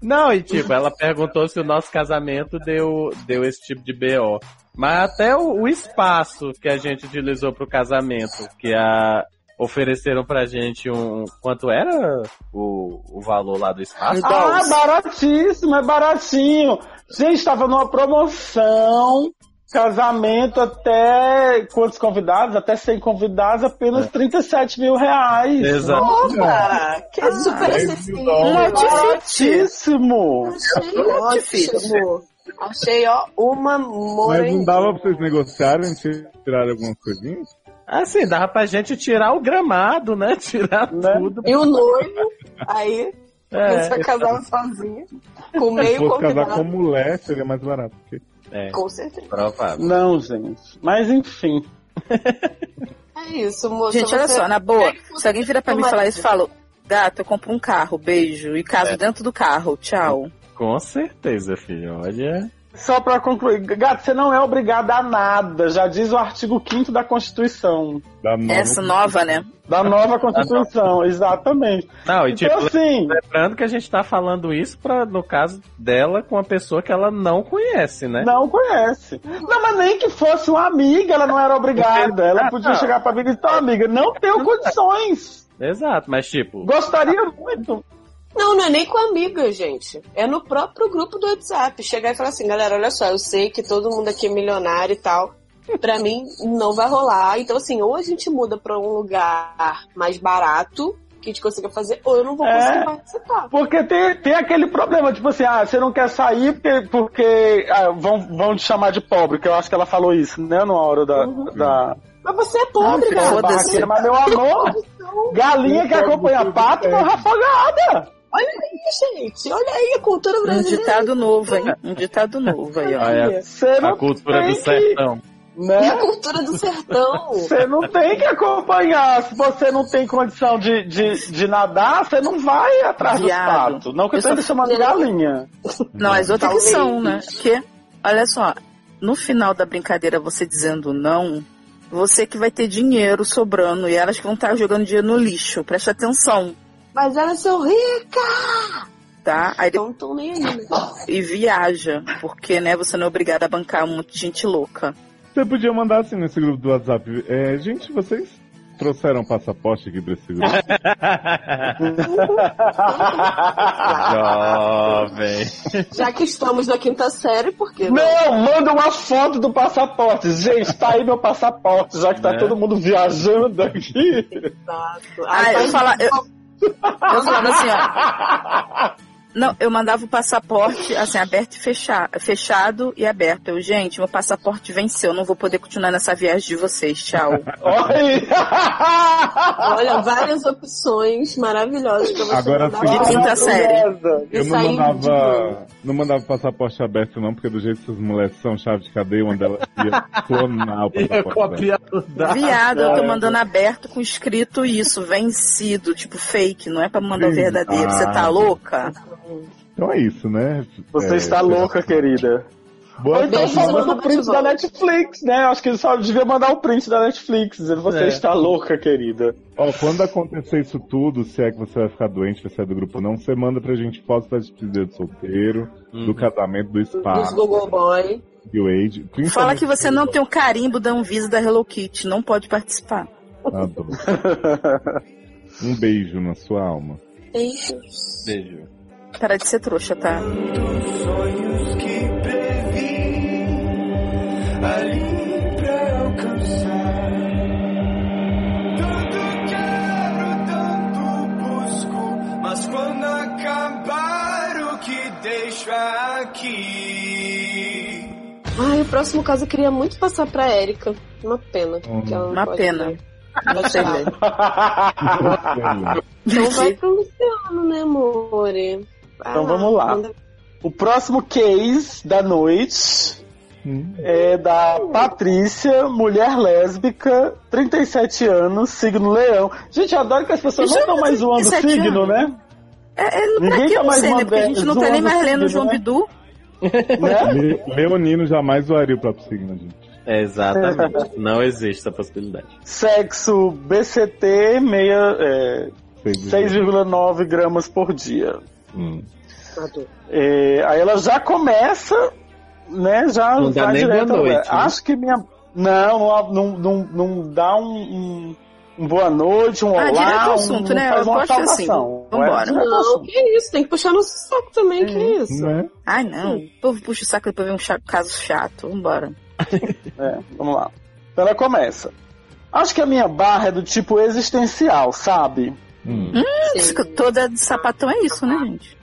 Não, e tipo, ela perguntou se o nosso casamento deu, deu esse tipo de BO. Mas até o, o espaço que a gente utilizou pro casamento, que a, ofereceram pra gente um. Quanto era o, o valor lá do espaço? Ah, baratíssimo, é baratinho. Gente, tava numa promoção. Casamento até quantos convidados? Até 100 convidados, apenas 37 mil reais. É Exato. né? Opa! Que é super 10 mil dólares. acessível. Baratíssimo! Achei ótimo. Achei, ó, uma né? um- Mas não moranguinha. dava pra vocês negociarem, tiraram alguma coisinha? Assim, dava pra gente tirar o gramado, né? Tirar Né? tudo. E o noivo, aí, É, começou a casar sozinho, com Se meio fosse casar com convidado. mulher, seria mais barato. Porque... é, Com certeza. provável. Não, gente. Mas enfim. É isso, moça. Gente, olha você- só, na boa, se alguém vira pra mim Tomara. falar isso, eu falo, gato, eu compro um carro, beijo, e caso dentro do carro, tchau. Com certeza, filho. Olha. Só pra concluir, gato, você não é obrigado a nada. Já diz o artigo 5 da Constituição. Da mão. Essa nova, né? Da nova Constituição, exatamente. Não, e tipo, Então, assim, lembrando que a gente tá falando isso pra, no caso dela, com uma pessoa que ela não conhece, né? não conhece. Não, mas nem que fosse uma amiga, ela não era obrigada. Ela podia chegar pra amiga e dizer, "Então, amiga, não tenho condições. Exato, mas tipo. Gostaria muito. Não, não é nem com amiga, gente. É no próprio grupo do WhatsApp. Chegar e falar assim, galera, olha só, eu sei que todo mundo aqui é milionário e tal. Pra mim, não vai rolar. Então, assim, ou a gente muda pra um lugar mais barato, que a gente consiga fazer, ou eu não vou É. conseguir participar. Porque tem, tem aquele problema, tipo assim, ah, você não quer sair porque, porque, ah, vão, vão te chamar de pobre, que eu acho que ela falou isso, né, na hora da... da... Mas você é Uhum. pobre, Ah, galera. foda-se. Você é Mas, meu amor, Então, galinha que acompanha pato não rafogada. olha aí, gente. Olha aí a cultura Um brasileira. ditado novo, hein? Um ditado novo aí, ó. Olha, Você Ah, é a não cultura do tem que, sertão. E né? a cultura do sertão. Você não tem que acompanhar. Se você não tem condição de, de, de nadar, você não vai atrás do Viado. pato. Não que eu Eu sou esteja chamando de galinha. Não, as outras que Talvez. são, né? Porque, olha só, no final da brincadeira, você dizendo não, você que vai ter dinheiro sobrando e elas que vão estar jogando dinheiro no lixo. Presta atenção, Mas elas são ricas. tá? Aí Então, não tão nem aí, né? depois- e viaja, porque, né, você não é obrigada a bancar um monte de gente louca. Você podia mandar assim nesse grupo do WhatsApp. É, gente, vocês trouxeram passaporte aqui pra esse grupo? Ah, Jovem. Já que estamos na quinta série, por quê? né? Não, manda uma foto do passaporte. Gente, tá aí meu passaporte, já que tá Né? todo mundo viajando aqui. Exato. Ah, Aí eu, faz fala, eu, eu falava assim, ó. Não, eu mandava o passaporte, assim, aberto e fecha- fechado e aberto. Eu, gente, meu passaporte venceu, não vou poder continuar nessa viagem de vocês, tchau. Olha aí. Olha, várias opções maravilhosas pra você Agora mandar sim. pra De quinta série. Maravilhosa. Eu Eu não saí de mandava, novo. não mandava passaporte aberto, não, porque do jeito que essas mulheres são chave de cadeia, uma delas ia clonar o Ia passaporte. copiar o Tá dado. Viado, eu tô cara. mandando aberto com escrito isso, vencido, tipo fake, não é pra mandar o Sim. verdadeiro. Você tá Ah. louca? Então é isso, né? Você É, está louca, querida. Ou Boa então Beijo, só manda Bruno o print Bate-Volta. da Netflix, né? Acho que ele só devia mandar o print da Netflix. dizendo, Você É. está louca, querida. Ó, quando acontecer isso tudo, se é que você vai ficar doente, vai sair do grupo ou não, você manda pra gente foto da despedida do solteiro, do casamento, do Dos spa, Google Boy. do age. Então, principalmente- Fala que você não tem o carimbo da Anvisa da Hello Kitty, não pode participar. Ah, dor. Um beijo na sua alma. Beijo. Beijo. Para de ser trouxa, tá? Mas quando acabar o que deixo aqui. Ai, o próximo caso eu queria muito passar pra Érica. Uma pena. Hum. que ela não Uma pode pena. ver. Pode sei falar. ler. Então vai pro Luciano, né, Ah, amor? Então vamos lá. O próximo case da noite Hum. é da Patrícia, mulher lésbica, 37 anos, signo leão. Gente, eu adoro que as pessoas não Gente, estão mais zoando 37 signo, né? É, é, pra Ninguém que tá eu mais sei, né? Porque a mandando- gente não tá zoando nem mais lendo signo, o João né? Bidu. Le- Leonino jamais zoaria o próprio signo, gente. Exatamente. Não existe essa possibilidade. Sexo BCT, meia, é, Seis- 6,9 gramas por dia. Hum. É, aí ela já começa, né? Já Não dá vai nem boa direto. ao- noite, né? Acho que minha. Não, não, não, não dá um, um- um boa noite, um olá. Ah, direto ao um- assunto, né? faz Eu uma gosto assim. saudação. Vambora. É, direto ao Não, assunto. que isso, tem que puxar no saco também, que É. isso. Né? Ai, não. O povo puxa o saco depois vem um cha- caso chato. Vambora. É, vamos lá. Então ela começa. Acho que a minha barra é do tipo existencial, sabe? Hum. Isso, Toda de sapatão é isso, né, gente?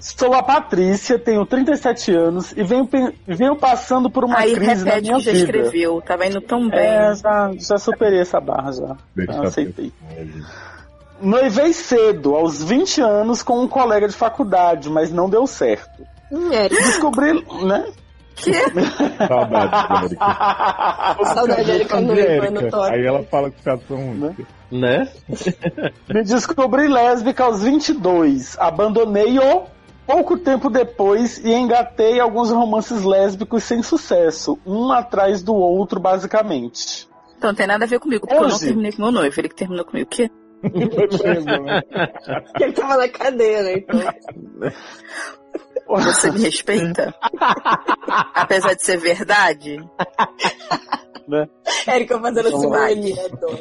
Sou a Patrícia, tenho 37 anos e venho, pen- venho passando por uma Aí crise na repete o minha que já vida. escreveu. Tá vendo tão bem. É, já, já superei essa barra já. Deixa Já eu É, aceitei. ver. Noivei cedo, aos 20 anos, com um colega de faculdade, mas não deu certo. Hum, é. Descobri, né? Saudades, Erika. Saudade da Erika noiva no Erika. toque. Aí ela fala que casos são ruins. Né? Me descobri lésbica aos 22. Abandonei-o pouco tempo depois e engatei alguns romances lésbicos sem sucesso, um atrás do outro, basicamente. Então, não tem nada a ver comigo, porque eu não Hoje. terminei com meu noivo. Ele que terminou comigo. O quê? Porque ele tava na cadeira, então. Você me respeita? Apesar de ser verdade? Então Érica fazendo Então assim Vai. com é ele, adoro.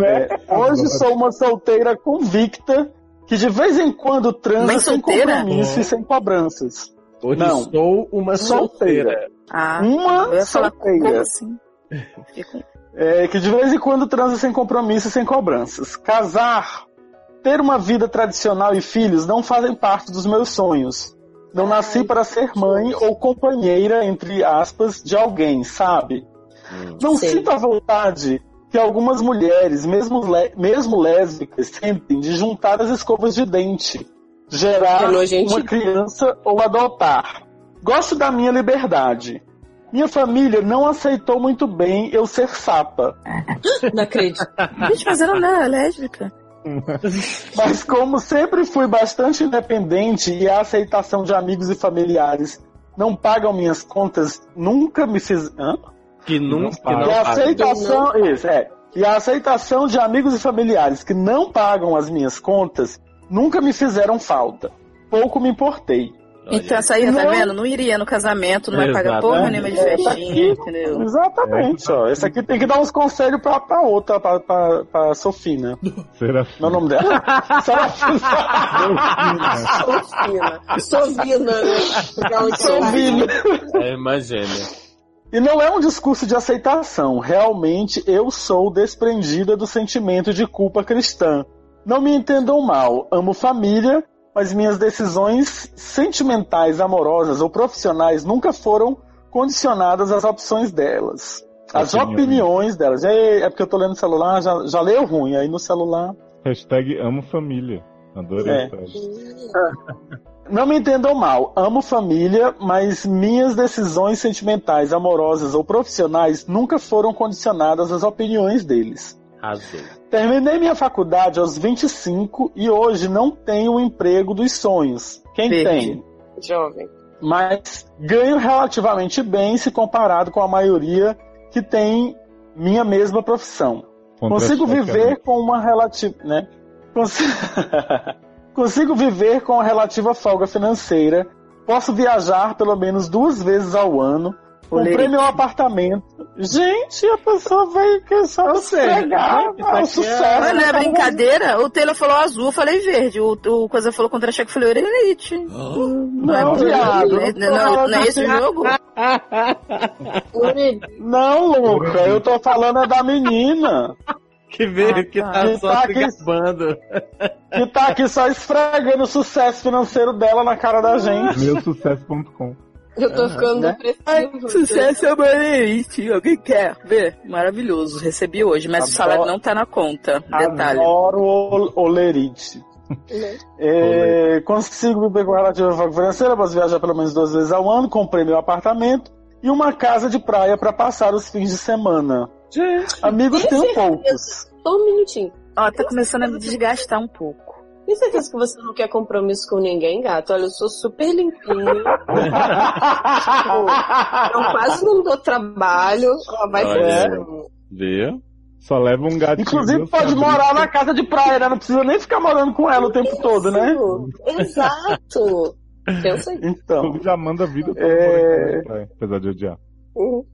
Né? Hoje sou uma solteira convicta que de vez em quando transa Mãe sem solteira? compromisso e sem cobranças. Hoje Não. né? sou uma solteira. Ah, Hum? eu Uma ia falar como solteira. assim? É, que de vez em quando transa sem compromisso e sem cobranças. Casar, ter uma vida tradicional e filhos não fazem parte dos meus sonhos. Não nasci para ser mãe ou companheira, entre aspas, de alguém, sabe? não sei. sinto a vontade que algumas mulheres, mesmo, lé- mesmo lésbicas, sentem de juntar as escovas de dente, gerar É nojento. uma criança ou adotar. Gosto da minha liberdade. Minha família não aceitou muito bem eu ser sapa, Não acredito. Gente, mas ela não era lésbica. mas como sempre fui bastante independente e a aceitação de amigos e familiares não pagam minhas contas, nunca me fiz. Hã? Que nunca. que e a não faz. aceitação, isso, é. E a aceitação de amigos e familiares que não pagam as minhas contas nunca me fizeram falta. Pouco me importei. Olha então, essa aí, tá Não. vendo? Não iria no casamento, não vai pagar Exatamente. porra nenhuma de É, tá festinha, entendeu? Exatamente, ó. Esse aqui tem que dar uns conselhos pra, pra outra, pra, pra, pra Sofina. Será Não é o nome dela? Ah. que Sofina. Sovina, né? Sofina. É uma gêmea. E não é um discurso de aceitação. Realmente eu sou desprendida do sentimento de culpa cristã. Não me entendam mal, amo família, mas minhas decisões sentimentais, amorosas ou profissionais nunca foram condicionadas às opções delas. As Opiniões. opiniões delas. É, é porque eu tô lendo no celular, já, já leu ruim, aí no celular. Hashtag amo família. Adorei. É. essa. Não me entendam mal, amo família, mas minhas decisões sentimentais, amorosas ou profissionais nunca foram condicionadas às opiniões deles. Arrasou. Terminei minha faculdade aos 25 e hoje não tenho o emprego dos sonhos. Quem Verde. tem? Jovem. Mas ganho relativamente bem se comparado com a maioria que tem minha mesma profissão. Consigo um. viver com uma relativa. Né? Consi- Consigo viver com a relativa folga financeira. Posso viajar pelo menos duas vezes ao ano. Comprei Oleric. meu apartamento. Gente, a pessoa vai que só chegar. isso aqui é- o sucesso. Mas não é tá bom. brincadeira? O Taylor falou azul, eu falei verde. O, o Coisa falou contra-cheque, eu falei orelite. Não, é Não, viado, não, não tô não, não é falando esse o jogo? Não, Luca, eu tô falando é da menina Que veio que Ah, tá tá. só se Que tá aqui- gabando. que tá aqui só esfregando o sucesso financeiro dela na cara da um. gente. Meusucesso.com. Eu tô ficando né? depressivo. Sucesso é Marerite, alguém quer ver? Maravilhoso, recebi hoje, mas o Adoro. salário não tá na conta. Detalhe. Ah, Adoro o olerite. É, consigo me preparar de uma financeira, posso viajar pelo menos duas vezes ao ano, comprei meu apartamento e uma casa de praia para passar os fins de semana. Amigos tenho poucos. Só um minutinho. Ó, tá começando a me desgastar um pouco. Tem certeza que você não quer compromisso com ninguém, gato? Olha, eu sou super limpinho. tipo, eu quase não dou trabalho. Ó, vai Olha. fazer. Viu? Só leva um gatinho. Inclusive eu pode sabe. morar na casa de praia, né? Não precisa nem ficar morando com ela o tempo todo, né? Exato. Pensa aí. Então. Tudo já manda vida pra É. é... apesar de odiar. Uhum.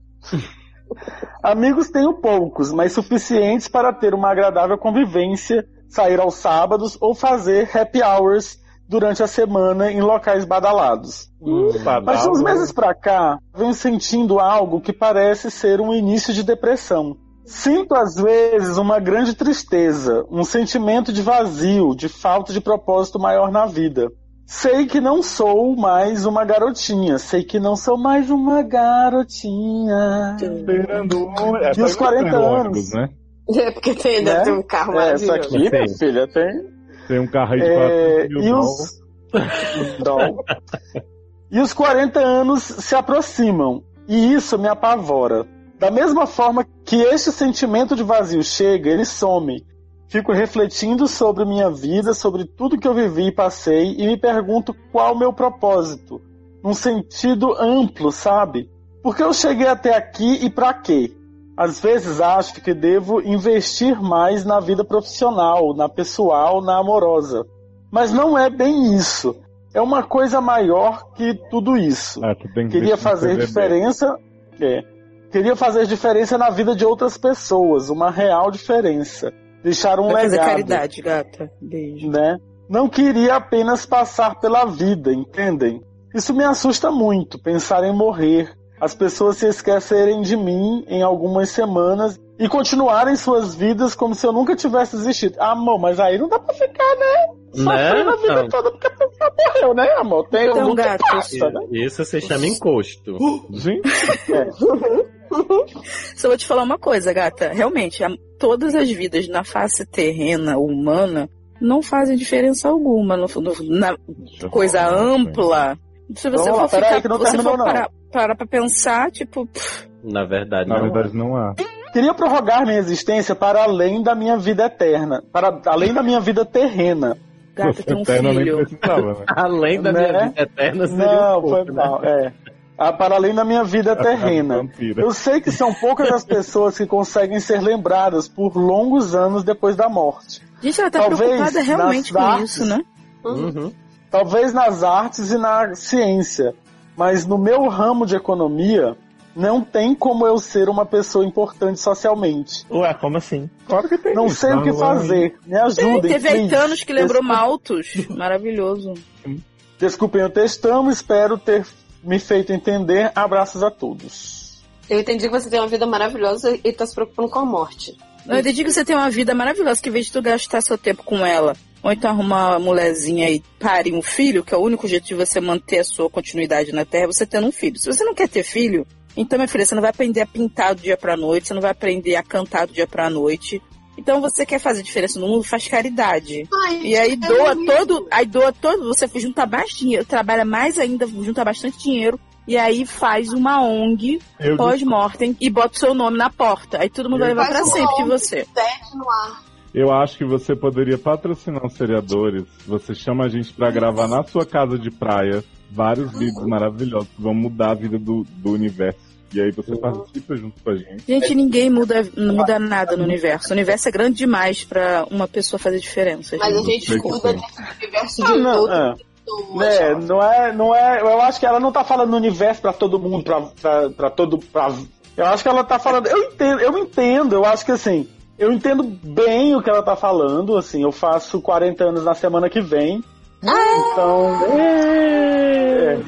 Amigos tenho poucos, mas suficientes para ter uma agradável convivência, sair aos sábados ou fazer happy hours durante a semana em locais badalados. Tá, Mas de Hum. uns meses pra cá, venho sentindo algo que parece ser um início de depressão. Sinto às vezes uma grande tristeza, um sentimento de vazio, de falta de propósito maior na vida. Sei que não sou mais uma garotinha, sei que não sou mais uma garotinha. Esperando um... é, Tinha uns pra ele 40 não tem um anos. ônibus, né? É porque tem, ainda Né? tem um carro É, essa maravilhoso. aqui, Tem. filha, tem. Tem um carro aí de 400 É, mil e dólares. os. Dol. E os 40 anos se aproximam. E isso me apavora. Da mesma forma que este sentimento de vazio chega, ele some. Fico refletindo sobre minha vida, sobre tudo que eu vivi e passei, e me pergunto qual o meu propósito. Num sentido amplo, sabe? Por que eu cheguei até aqui e pra quê? Às vezes acho que devo investir mais na vida profissional, na pessoal, na amorosa. Mas não é bem isso. É uma coisa maior que tudo isso. Ah, tu tem que Queria ver se você fazer vê bem. diferença. É. Queria fazer diferença na vida de outras pessoas, uma real diferença. Deixar um Vai fazer legado, caridade, gata. Beijo. né? Não queria apenas passar pela vida, entendem? Isso me assusta muito, pensar em morrer, as pessoas se esquecerem de mim em algumas semanas e continuarem suas vidas como se eu nunca tivesse existido. Ah, amor, mas aí não dá pra ficar, né? Sofrendo a vida então. toda porque a pessoa morreu, né, amor? Tem Então, luto e gato, passa, né? Isso se chama encosto. Gente, Só vou te falar uma coisa, gata. Realmente, a- todas as vidas na face terrena, humana, não fazem diferença alguma. No, no- na coisa ampla. Se você Vamos lá, for peraí, ficar, que não você terminou, for não. parar, parar pra pensar, tipo, pff, Na verdade, na não. verdade não há. Queria prorrogar minha existência para além da minha vida eterna, para além da minha vida terrena. gata tem um Eterna nem filho. precisava, né? Além da Né? minha vida eterna, seria Não, um foi pouco, né? Tá mal, é. Ah, para além da minha vida terrena. é Vampira. Eu sei que são poucas as pessoas que conseguem ser lembradas por longos anos depois da morte. Gente, ela tá Talvez preocupada nas realmente com artes. isso, né? Uhum. Talvez nas artes e na ciência, mas no meu ramo de economia, não tem como eu ser uma pessoa importante socialmente. Ué, como assim? Claro que tem. Não sei o que fazer. Me Tem, ajudem, teve please. Aitanos que lembrou Maltos. Maravilhoso. Desculpem o textão, espero ter me feito entender. Abraços a todos. Eu entendi que você tem uma vida maravilhosa e tá se preocupando com a morte. Não, eu entendi que você tem uma vida maravilhosa, que em vez de tu gastar seu tempo com ela, ou então arrumar uma mulherzinha e parir um filho, que é o único jeito de você manter a sua continuidade na Terra, é você tendo um filho. Se você não quer ter filho, então, minha filha, você não vai aprender a pintar do dia pra noite, você não vai aprender a cantar do dia pra noite. Então, você quer fazer diferença no mundo, faz caridade. E aí doa todo, aí doa todo, você junta mais dinheiro, trabalha mais ainda, junta bastante dinheiro, e aí faz uma ONG Eu pós-mortem e bota o seu nome na porta. Aí todo mundo vai levar pra Faz uma sempre de ONG. você. no ar. Eu acho que você poderia patrocinar os seriadores. Você chama a gente pra gravar na sua casa de praia vários vídeos maravilhosos que vão mudar a vida do, do universo. E aí Uhum. você participa junto com a gente. Gente, ninguém muda, não muda nada no universo. O universo é grande demais pra uma pessoa fazer diferença. Mas a gente. gente Sei que cuida sim. desse universo assim, de Ah, não, outras é. pessoas. É, não é, não é. Eu acho que ela não tá falando universo pra todo mundo, pra, pra, pra todo. Pra, eu acho que ela tá falando. Eu entendo, eu entendo, eu acho que assim. Eu entendo bem o que ela tá falando, assim. Eu faço 40 anos na semana que vem. Ah, Então. É.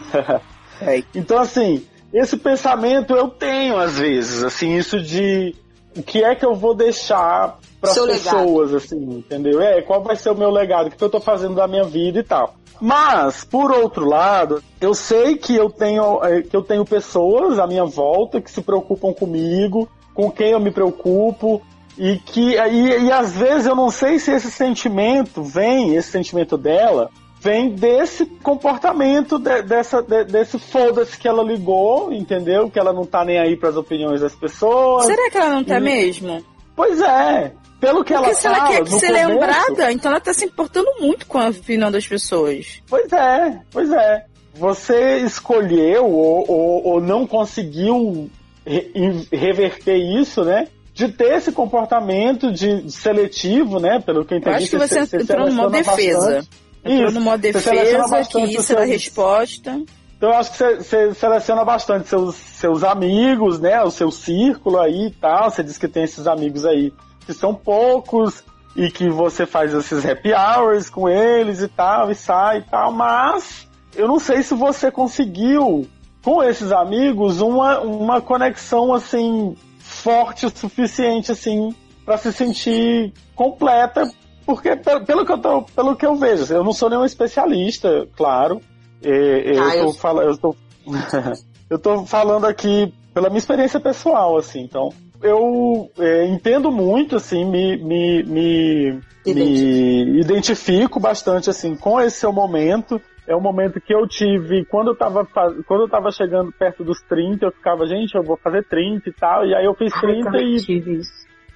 É. Então, assim, esse pensamento eu tenho às vezes, assim, isso de o que é que eu vou deixar para Seu pessoas, assim, entendeu? É, qual vai ser o meu legado, o que eu tô fazendo da minha vida e tal. Mas, por outro lado, eu sei que eu tenho, eh, que eu tenho pessoas à minha volta que se preocupam comigo, com quem eu me preocupo, e que e, e às vezes eu não sei se esse sentimento vem, esse sentimento dela, vem desse comportamento, de- dessa, de- desse foda-se que ela ligou, entendeu? Que ela não tá nem aí pras opiniões das pessoas. Será que ela não tá Hum. mesmo? Pois é. Pelo que ela Porque se ela fala, quer que no ser começo- lembrada, então ela tá se importando muito com a opinião das pessoas. Pois é, pois é. Você escolheu ou, ou, ou não conseguiu re- em- reverter isso, né? De ter esse comportamento de, de seletivo, né? Pelo que eu Eu entendi. acho que você entrou seleciona numa defesa. bastante. Entrou Isso, numa seleciona defesa que bastante os isso era a seus- resposta. Então eu acho que você, você seleciona bastante seus, seus amigos, né? O seu círculo aí e tal. Você diz que tem esses amigos aí que são poucos e que você faz esses happy hours com eles e tal, e sai e tal, mas eu não sei se você conseguiu com esses amigos uma, uma conexão assim forte o suficiente assim para se sentir completa, porque pe- pelo que eu tô, pelo que eu vejo, eu não sou nenhum especialista, claro. É, é, Ah, eu, eu- tô fala- eu tô- eu tô falando aqui pela minha experiência pessoal, assim, então eu é, entendo muito, assim, me, me, me, me identifico bastante, assim, com esse seu momento. É um momento que eu tive, quando eu tava, fa- quando eu tava chegando perto dos 30, eu ficava, gente, eu vou fazer 30 e tal, e aí eu fiz 30 e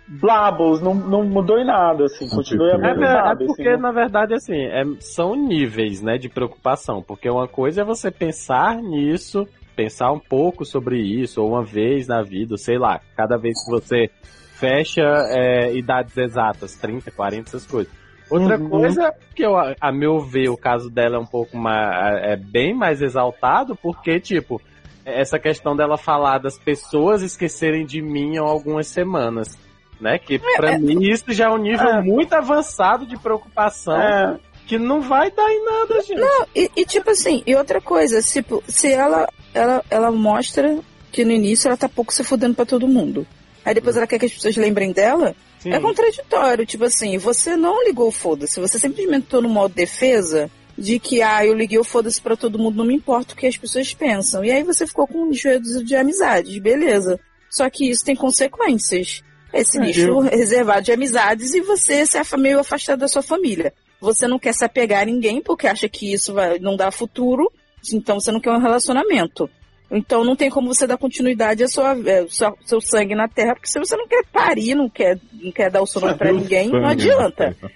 blabos, não, não mudou em nada, assim, continuei a É, É, mesma, é sabe, porque, assim, não- na verdade, assim, é- são níveis, né, de preocupação. Porque uma coisa é você pensar nisso, pensar um pouco sobre isso, ou uma vez na vida, ou sei lá, cada vez que você fecha é, idades exatas, 30, 40, essas coisas. Outra Uhum. coisa que eu, a a meu ver, o caso dela é um pouco mais, é bem mais exaltado, porque, tipo, essa questão dela falar das pessoas esquecerem de mim há algumas semanas, né? Que pra mim isso já é um nível É. muito avançado de preocupação é, que não vai dar em nada, gente. E, e, tipo assim, e outra coisa, tipo, se ela, ela, ela mostra que no início ela tá pouco se fudendo pra todo mundo. Aí depois ela quer que as pessoas lembrem dela, Sim. É contraditório, tipo assim, você não ligou o foda-se, você simplesmente tô no modo defesa de que, ah, eu liguei o foda-se pra todo mundo, não me importa o que as pessoas pensam. E aí você ficou com um lixo reduzido de amizades, beleza. Só que isso tem consequências. Esse lixo reservado de amizades e você se afa- meio afastado da sua família. Você não quer se apegar a ninguém porque acha que isso vai, não dá futuro, então você não quer um relacionamento. Então não tem como você dar continuidade ao sua, é, sua- seu sangue na terra, porque se você não quer parir, não quer, não quer dar o seu nome pra Meu ninguém, sangue, não adianta. né?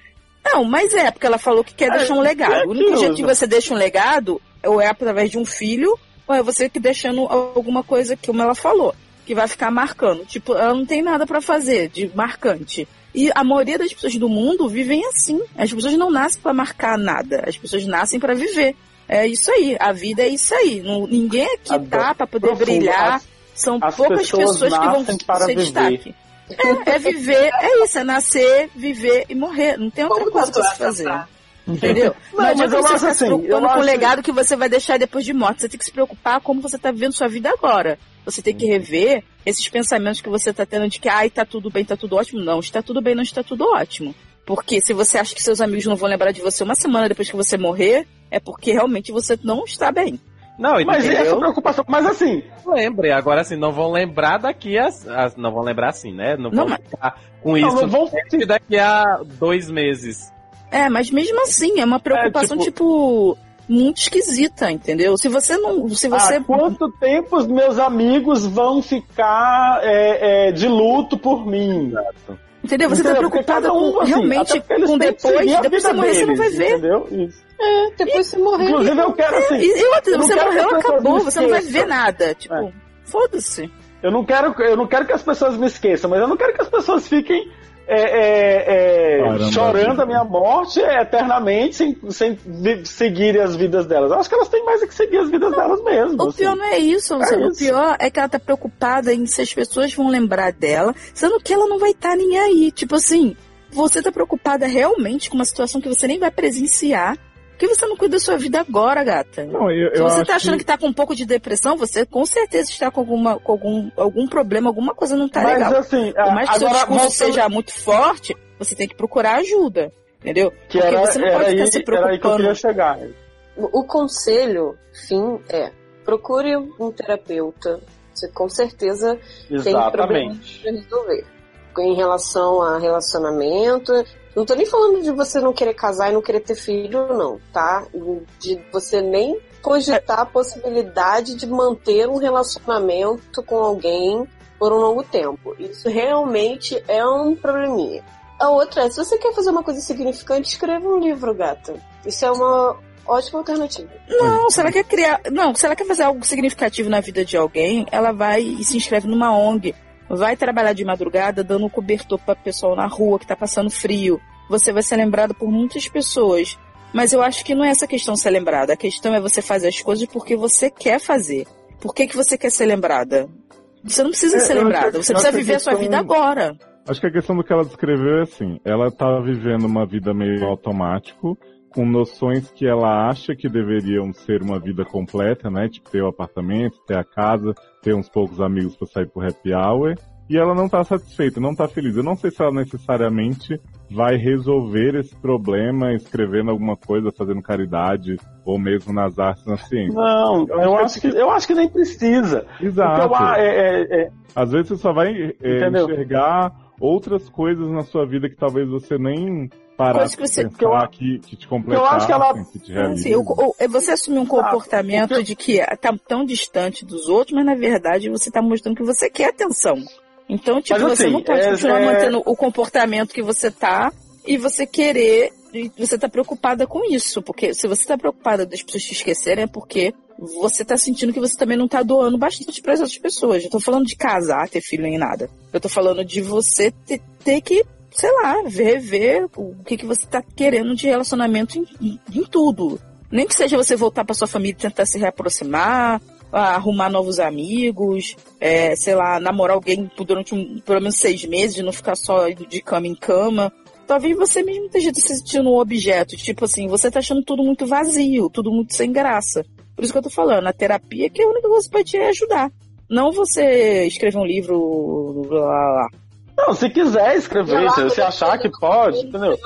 Não, mas é, porque ela falou que quer deixar um legado. O único aquilo, jeito que você deixa um legado ou é através de um filho, ou é você que deixando alguma coisa que como ela falou, que vai ficar marcando. Tipo, ela não tem nada pra fazer de marcante. E a maioria das pessoas do mundo vivem assim. As pessoas não nascem pra marcar nada. As pessoas nascem pra viver. É isso aí. A vida é isso aí. Não- ninguém aqui Adoro. tá pra poder Profundo. brilhar. As- São as poucas pessoas pessoas, que vão nascem para ser viver. destaque. É, é viver, é isso, é nascer, viver e morrer. Não tem outra coisa pra se fazer. Entendeu? Não, mas adianta eu você acho ficar se assim, preocupando eu com o acho- legado que você vai deixar depois de morte. Você tem que se preocupar como você tá vivendo sua vida agora. Você tem que rever esses pensamentos que você tá tendo de que, ai, tá tudo bem, tá tudo ótimo. Não, está tudo bem, não está tudo ótimo. Porque se você acha que seus amigos não vão lembrar de você uma semana depois que você morrer, é porque realmente você não está bem. Não, mas entendeu? essa é preocupação, mas assim, lembrem. Agora, assim, não vão lembrar daqui a... a- não vão lembrar assim, né? Não vão Não, mas- ficar com não, isso não vão daqui a dois meses. É, mas mesmo assim, é uma preocupação, tipo... muito esquisita, entendeu? Se você não. Se você. Há "Ah, quanto tempo os meus amigos vão ficar é, é, de luto por mim? Entendeu? Você tá Porque preocupada cada um, com, assim, realmente até porque eles com têm que seguir depois. a Depois vida você morrer, você não vai deles, ver. é Entendeu? Isso. Depois você morrer. Inclusive, eu quero assim. E, e outra, Eu não você quero que morreu, as pessoas acabou, me você não vai esqueçam. ver nada. Tipo, É. foda-se. Eu não quero, eu não quero que as pessoas me esqueçam, mas eu não quero que as pessoas fiquem é, é, é, Caramba, chorando vida. a minha morte eternamente sem, sem vi- seguir as vidas delas. Eu acho que elas têm mais é que seguir as vidas delas mesmo. O assim. pior não é isso, É Luciano. O isso. pior é que ela tá preocupada em se as pessoas vão lembrar dela, sendo que ela não vai estar nem aí. Tipo assim, você tá preocupada realmente com uma situação que você nem vai presenciar, que você não cuida da sua vida agora, gata. Não, eu, Se eu você acho tá achando que... tá com um pouco de depressão, você com certeza está com, alguma, com algum, algum problema, alguma coisa não tá mas legal. assim, Por mais que agora seu discurso voltando- seja muito forte, você tem que procurar ajuda. Entendeu? que porque era, você não era pode aí, ficar se era aí que eu preocupando. queria chegar. O conselho, fim, é procure um terapeuta. Você com certeza tem problemas Exatamente. pra resolver. Em relação a relacionamento, não tô nem falando de você não querer casar e não querer ter filho, não, tá? De você nem cogitar a possibilidade de manter um relacionamento com alguém por um longo tempo. Isso realmente é um probleminha. A outra é, se você quer fazer uma coisa significante, escreva um livro, gata. Isso é uma ótima alternativa. Não, se ela quer criar. Não, se ela quer fazer algo significativo na vida de alguém, ela vai e se inscreve numa ONG. Vai trabalhar de madrugada dando um cobertor para pessoal na rua que tá passando frio. Você vai ser lembrado por muitas pessoas. Mas eu acho que não é essa questão ser lembrada. A questão é você fazer as coisas porque você quer fazer. Por que, que você quer ser lembrada? Você não precisa É, ser eu acho lembrada. que- Você eu acho precisa que a viver a sua questão- vida agora. Acho que a questão do que ela descreveu é assim, ela tá vivendo uma vida meio automático, com noções que ela acha que deveriam ser uma vida completa, né? Tipo, ter o apartamento, ter a casa, ter uns poucos amigos pra sair pro happy hour. E ela não tá satisfeita, não tá feliz. Eu não sei se ela necessariamente vai resolver esse problema escrevendo alguma coisa, fazendo caridade, ou mesmo nas artes, na ciência. Não, eu acho que, eu acho que nem precisa. Exato. Porque eu- ah, é- é- é- Às vezes você só vai é, Entendeu? enxergar outras coisas na sua vida que talvez você nem parar Coisas de que você- pensar que eu- que, que te completassem, acho que ela- que te realizem. Assim, o- o- é você Ah, assumir um comportamento de que tá tão distante dos outros, mas na verdade você tá mostrando que você quer atenção. Então, tipo, Mas, você assim, não pode é- continuar é- mantendo o comportamento que você tá e você querer, e você tá preocupada com isso, porque se você tá preocupada das pessoas te esquecerem é porque você tá sentindo que você também não tá doando bastante para outras pessoas. Eu tô falando de casar, ter filho nem nada. Eu tô falando de você ter, ter que, sei lá, rever o que, que você tá querendo de relacionamento em, em- em tudo. Nem que seja você voltar pra sua família e tentar se reaproximar, a- arrumar novos amigos, é, sei lá, namorar alguém por- durante um- pelo menos seis meses, não ficar só indo de cama em cama. Talvez você mesmo esteja se sentindo um objeto. Tipo assim, você tá achando tudo muito vazio, tudo muito sem graça. Por isso que eu tô falando, a terapia que é a única coisa que vai te ajudar. Não você escrever um livro. Blá, blá, blá. Não, se quiser escrever, se você achar que pode, entendeu?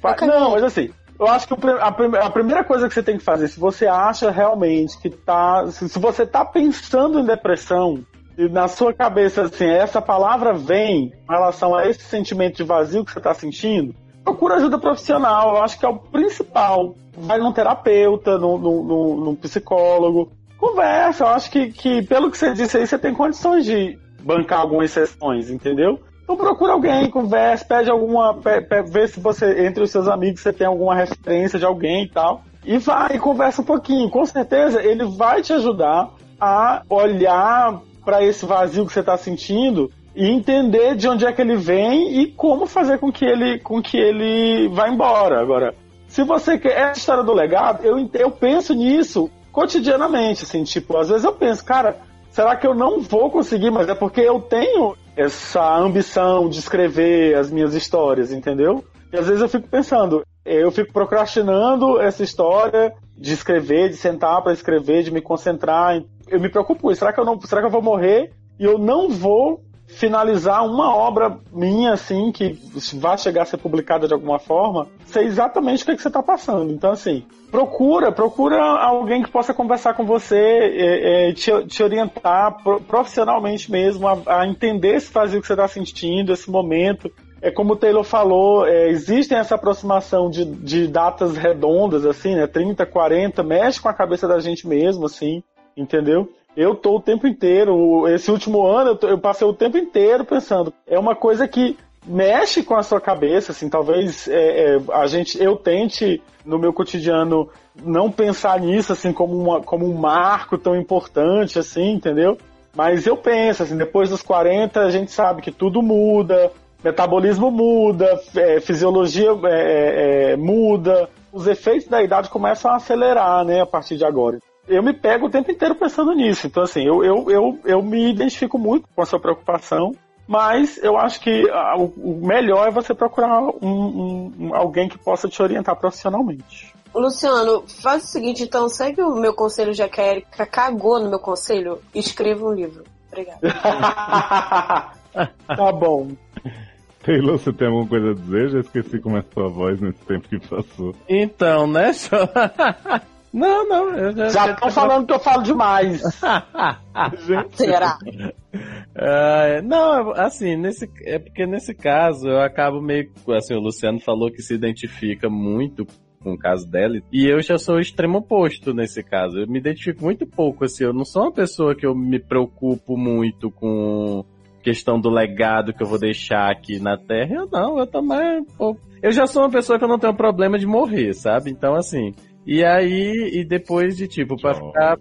Fa- Não, mas assim, eu acho que o prim- a, prim- a primeira coisa que você tem que fazer, se você acha realmente que tá. Se, se você tá pensando em depressão, e na sua cabeça, assim, essa palavra vem em relação a esse sentimento de vazio que você tá sentindo, procura ajuda profissional. Eu acho que é o principal. Vai num terapeuta, num, num- num- num psicólogo. Conversa, eu acho que, que pelo que você disse aí, você tem condições de bancar algumas sessões, entendeu? Então procura alguém, conversa, pede alguma. pe- pe- vê se você, entre os seus amigos, você tem alguma referência de alguém e tal. E vai, conversa um pouquinho. Com certeza ele vai te ajudar a olhar para esse vazio que você está sentindo e entender de onde é que ele vem e como fazer com que ele, com que ele vá embora. Agora, se você quer essa história do legado, eu, ent- eu penso nisso cotidianamente, assim, tipo, às vezes eu penso, cara, será que eu não vou conseguir? Mas é porque eu tenho essa ambição de escrever as minhas histórias, entendeu? E às vezes eu fico pensando, eu fico procrastinando essa história de escrever, de sentar pra escrever, de me concentrar. Eu me preocupo, com isso. será que eu não, será que eu vou morrer e eu não vou finalizar uma obra minha assim que vai chegar a ser publicada de alguma forma, sei exatamente o que, é que você está passando. Então assim, procura, procura alguém que possa conversar com você, é, é, te, te orientar pro- profissionalmente mesmo a, a entender esse vazio que você está sentindo, esse momento. É como o Taylor falou, é, existem essa aproximação de, de datas redondas, assim, né? 30, 40, mexe com a cabeça da gente mesmo, assim, entendeu? Eu tô o tempo inteiro, o- esse último ano eu, tô- eu passei o tempo inteiro pensando. É uma coisa que mexe com a sua cabeça, assim, talvez é, é, a gente, eu tente no meu cotidiano não pensar nisso, assim, como, uma, como um marco tão importante, assim, entendeu? Mas eu penso, assim, depois dos 40 a gente sabe que tudo muda, metabolismo muda, é, fisiologia é, é, é, muda, os efeitos da idade começam a acelerar, né, a partir de agora. Eu me pego o tempo inteiro pensando nisso, então assim, eu, eu, eu, eu me identifico muito com essa preocupação, mas eu acho que ah, o, o melhor é você procurar um- um- um- alguém que possa te orientar profissionalmente. Luciano, faz o seguinte, então, segue o meu conselho, já que a Erika cagou no meu conselho, e escreva um livro. Obrigada. tá bom. Taylor, você tem alguma coisa a dizer? Já esqueci como é a sua voz nesse tempo que passou. Então, né? só- não, não. Eu Já estão falando que eu falo demais. Será? Ah, não, assim, nesse, é porque nesse caso eu acabo meio. Assim, o Luciano falou que se identifica muito com o caso dela, e eu já sou o extremo oposto nesse caso. Eu me identifico muito pouco, assim, eu não sou uma pessoa que eu me preocupo muito com questão do legado que eu vou deixar aqui na Terra. Eu não, eu também. pô, Eu já sou uma pessoa que eu não tenho problema de morrer, sabe? Então, assim. E aí, e depois de tipo, pra ficar.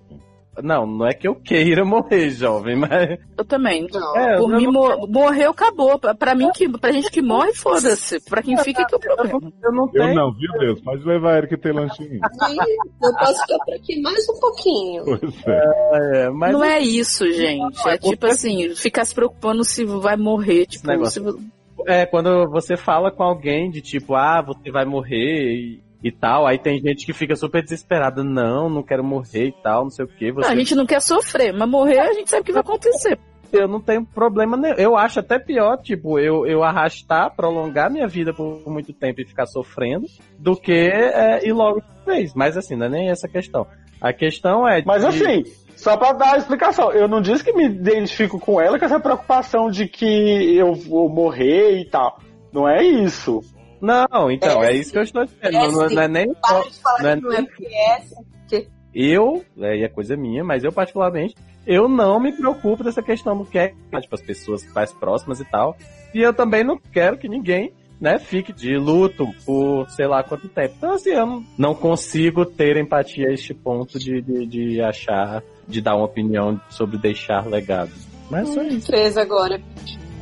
Não, não é que eu queira morrer, jovem, mas. Eu também. É, Por eu mim, não- mo- morreu, acabou. Pra, pra mim, que, pra gente que morre, foda-se. Pra quem fica, que é o problema. Eu não Eu não, viu, Deus? Pode levar ele que tem lanchinho. Eu posso ficar por aqui mais um pouquinho. Pois é. É, mas Não é isso, gente. É tipo assim, ficar se preocupando se vai morrer. Tipo, negócio. se... É, quando você fala com alguém de tipo, ah, você vai morrer e, e tal, aí tem gente que fica super desesperada, não, não quero morrer e tal, não sei o que. Não, Você... a gente não quer sofrer, mas morrer a gente sabe que vai acontecer. Eu não tenho problema nenhum. Eu acho até pior, tipo, eu, eu arrastar, prolongar minha vida por muito tempo e ficar sofrendo, do que é, ir logo de vez. Mas assim, não é nem essa a questão. A questão é. Mas de- assim, só pra dar a explicação, eu não disse que me identifico com ela com essa preocupação de que eu vou morrer e tal. Não é isso. Não, então, é isso que eu estou dizendo. Não, não- não é nem só. Para de falar Não é que não é PS. Eu, aí é coisa minha, mas eu particularmente, eu não me preocupo dessa questão do que é, tipo, as pessoas mais próximas e tal. E eu também não quero que ninguém, né, fique de luto por sei lá quanto tempo. Então, assim, eu não- não consigo ter empatia a este ponto de, de, de achar, de dar uma opinião sobre deixar legado. Mas só isso. Três agora.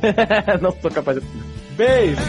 não sou capaz de. Beijo.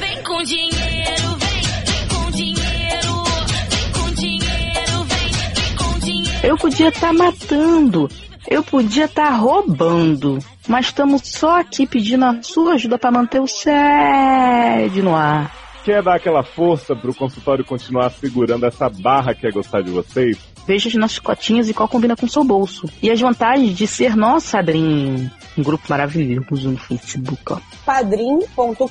Vem com dinheiro, vem, vem com dinheiro, vem com dinheiro, vem, vem com dinheiro. Eu podia estar matando, eu podia estar roubando, mas estamos só aqui pedindo a sua ajuda para manter o sede no ar. Quer dar aquela força pro consultório continuar segurando essa barra que é gostar de vocês? Veja as nossas cotinhas e qual combina com o seu bolso. E as vantagens de ser nosso padrinho. Um grupo maravilhoso no Facebook, ó. padrim.com.br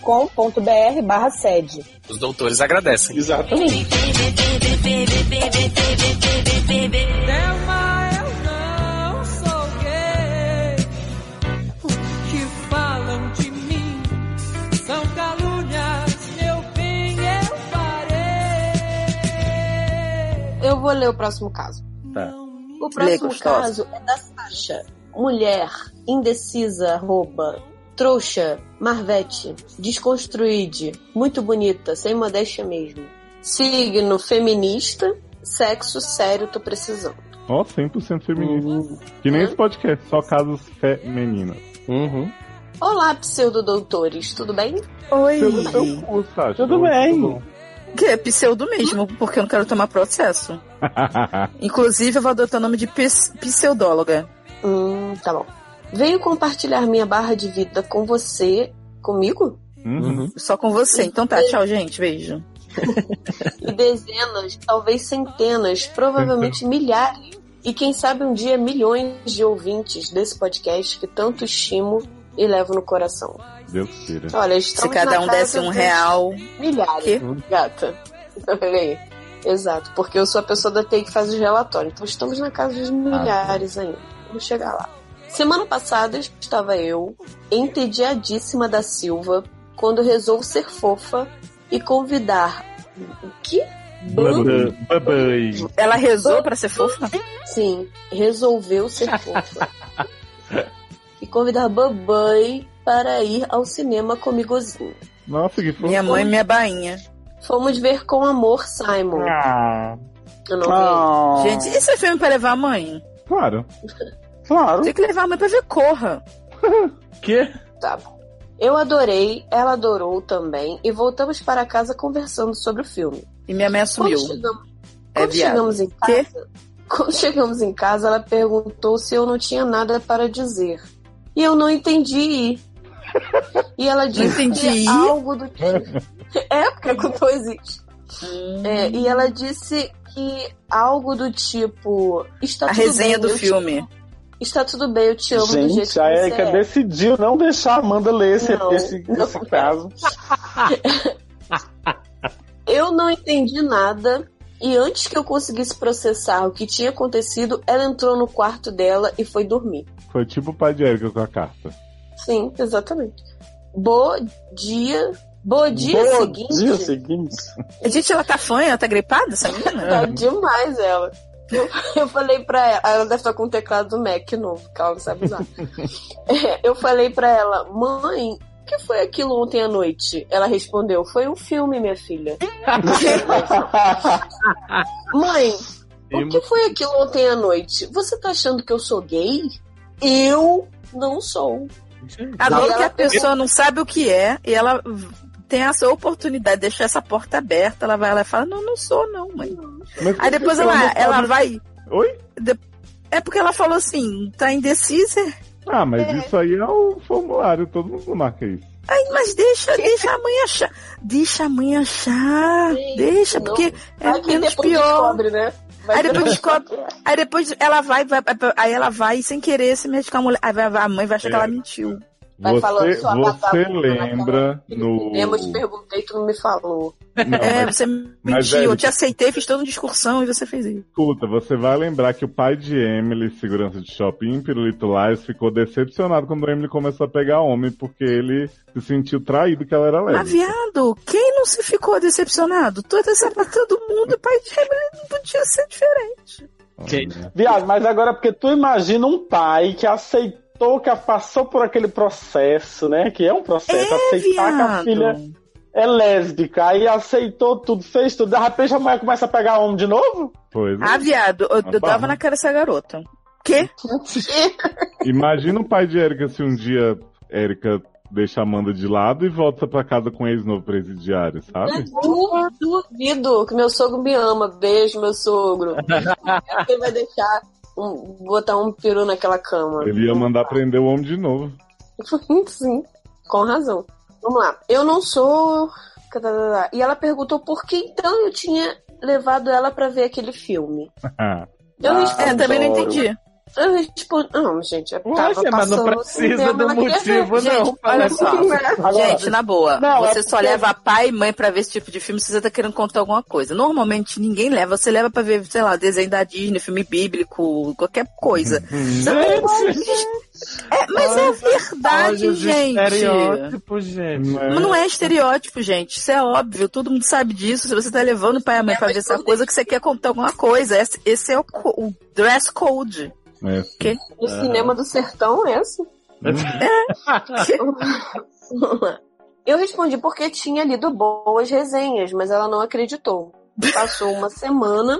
barra sede. Os doutores agradecem. Exatamente. Delma, eu não sou gay. O que falam de mim são calúnias, meu bem, eu farei. Eu vou ler o próximo caso. Tá. O próximo gostosa. caso é da Sasha. Mulher, indecisa, rouba, trouxa, marvete, desconstruíde, muito bonita, sem modéstia mesmo. Signo feminista, sexo sério, tô precisando. Ó, 100% feminino. Uhum. Que nem esse podcast, só casos femininos. Uhum. Olá, pseudodoutores, tudo bem? Oi. Pelo seu cu, Sasha. Tudo bem. Tudo bom. Que é pseudo mesmo, porque eu não quero tomar processo. Inclusive, eu vou adotar o nome de pis- pseudóloga. Hum, tá bom. Venho compartilhar minha barra de vida com você. Comigo? Uhum. Só com você. Então tá, tchau, gente. Beijo. e dezenas, talvez centenas, provavelmente milhares, e quem sabe um dia milhões de ouvintes desse podcast que tanto estimo e levo no coração. Deus tira. Olha, estamos Se cada na um casa desse um dos real. Milhares, Quê? gata. Olha aí. Exato, porque eu sou a pessoa da TI que faz os relatórios. Então estamos na casa dos milhares ainda. Vamos chegar lá. Semana passada estava eu, entediadíssima da Silva, quando resolvo ser fofa e convidar. O quê? Babã, Babai. Ela rezou pra ser fofa? Sim, resolveu ser fofa. e convidar Babai para ir ao cinema comigozinho. Nossa, que fofo. Minha mãe e minha bainha. Fomos ver com amor Simon. Ah. Eu não vi. Ah. Gente, isso é filme pra levar a mãe? Claro. Claro. Tem que levar a mãe pra ver Corra. Que? Tá bom. Eu adorei, ela adorou também, e voltamos para casa conversando sobre o filme. E minha mãe Quando, assumiu. chegamos, É quando viado. chegamos em casa, quando chegamos em casa, ela perguntou se eu não tinha nada para dizer. E eu não entendi. E ela disse entendi. que é algo do tipo. É, porque com dois is. Hum. É, e ela disse que algo do tipo. Está A tudo resenha bem, do eu te- filme. Está tudo bem, eu te amo do jeito Gente, que a você Erika é. decidiu não deixar a Amanda ler esse, Não, esse, não. esse caso. Eu não entendi nada E antes que eu conseguisse processar o que tinha acontecido, ela entrou no quarto dela e foi dormir. Foi tipo o pai de Erika com a carta. Sim, exatamente. Bo dia. Bo dia Bom seguinte. Dia seguinte. Gente, ela tá fanha, ela tá gripada, essa Tá menina? demais ela. Eu, eu falei pra ela, ah, ela deve estar com o teclado do Mac novo, que ela não sabe usar. É, eu falei pra ela, mãe, o que foi aquilo ontem à noite? Ela respondeu, foi um filme, minha filha. mãe, o que foi aquilo ontem à noite? Você tá achando que eu sou gay? Eu não sou. Agora Ela- que a pessoa não sabe o que é e ela tem essa oportunidade de deixar essa porta aberta, ela vai lá e fala: Não, não sou, não, mãe. Mas Aí depois ela, não sabe- ela vai. Oi? De- É porque ela falou assim: Tá indecisa. Ah, mas isso aí é o formulário, todo mundo marca isso. Ai, mas deixa, deixa a mãe achar. Deixa a mãe achar. deixa, não. porque Vai é que menos depois pior. descobre, né? Vai aí depois que- descobre. Aí depois ela vai, vai- aí ela vai sem querer se meter com a mulher. Aí vai- a mãe vai achar que ela mentiu. Vai falando Você, só você vagabunda na lembra no. Eu te perguntei, tu não me falou. é, mas- você mas, mentiu, eu Érica- te aceitei, fiz toda uma discussão e você fez isso. Escuta, você vai lembrar que o pai de Emily, segurança de shopping, Pirulito Lies, ficou decepcionado quando a Emily começou a pegar homem, porque ele se sentiu traído que ela era Mas, lésbica. viado, quem não se ficou decepcionado? Toda essa todo mundo, o pai de Emily não podia ser diferente. Viado, mas agora é porque tu imagina um pai que aceitou, que passou por aquele processo, né? Que é um processo, aceitar que a viado. filha é lésbica, aí aceitou tudo, fez tudo, de repente a mulher começa a pegar homem de novo? Pois é. Ah, viado, eu, eu barra. dava na cara dessa garota. Quê? Imagina o pai de Erika se um dia Erika deixa a Amanda de lado e volta pra casa com ex novo presidiário, sabe? Du- Uh, Duvido que meu sogro me ama. Beijo, meu sogro. Acho que ele vai deixar um- botar um peru naquela cama. Ele ia mandar prender o homem de novo. Sim, com razão. Vamos lá. Eu não sou. tá, cadadadá. E ela perguntou por que então eu tinha levado ela pra ver aquele filme. Eu respondi. É, também não entendi. Eu respondi. Não, gente, eu Ué, tava mas não passando precisa cinema, do ela queria motivo, ver. não, Gente, para olha essa- como é. Gente, na boa, Não, você é só porque- leva pai e mãe pra ver esse tipo de filme se você tá querendo contar alguma coisa. Normalmente ninguém leva, você leva pra ver, sei lá, desenho da Disney, filme bíblico, qualquer coisa. Você não É, mas é a verdade, Olha os gente. estereótipos, gente. Mas não é estereótipo, gente. Isso é óbvio, todo mundo sabe disso. Se você tá levando o pai e a mãe pra ver essa coisa, que você quer contar alguma coisa. Esse, esse é o, co- o dress code. É. Que? No cinema do sertão, é essa? Eu respondi porque tinha lido boas resenhas, mas ela não acreditou. Passou uma semana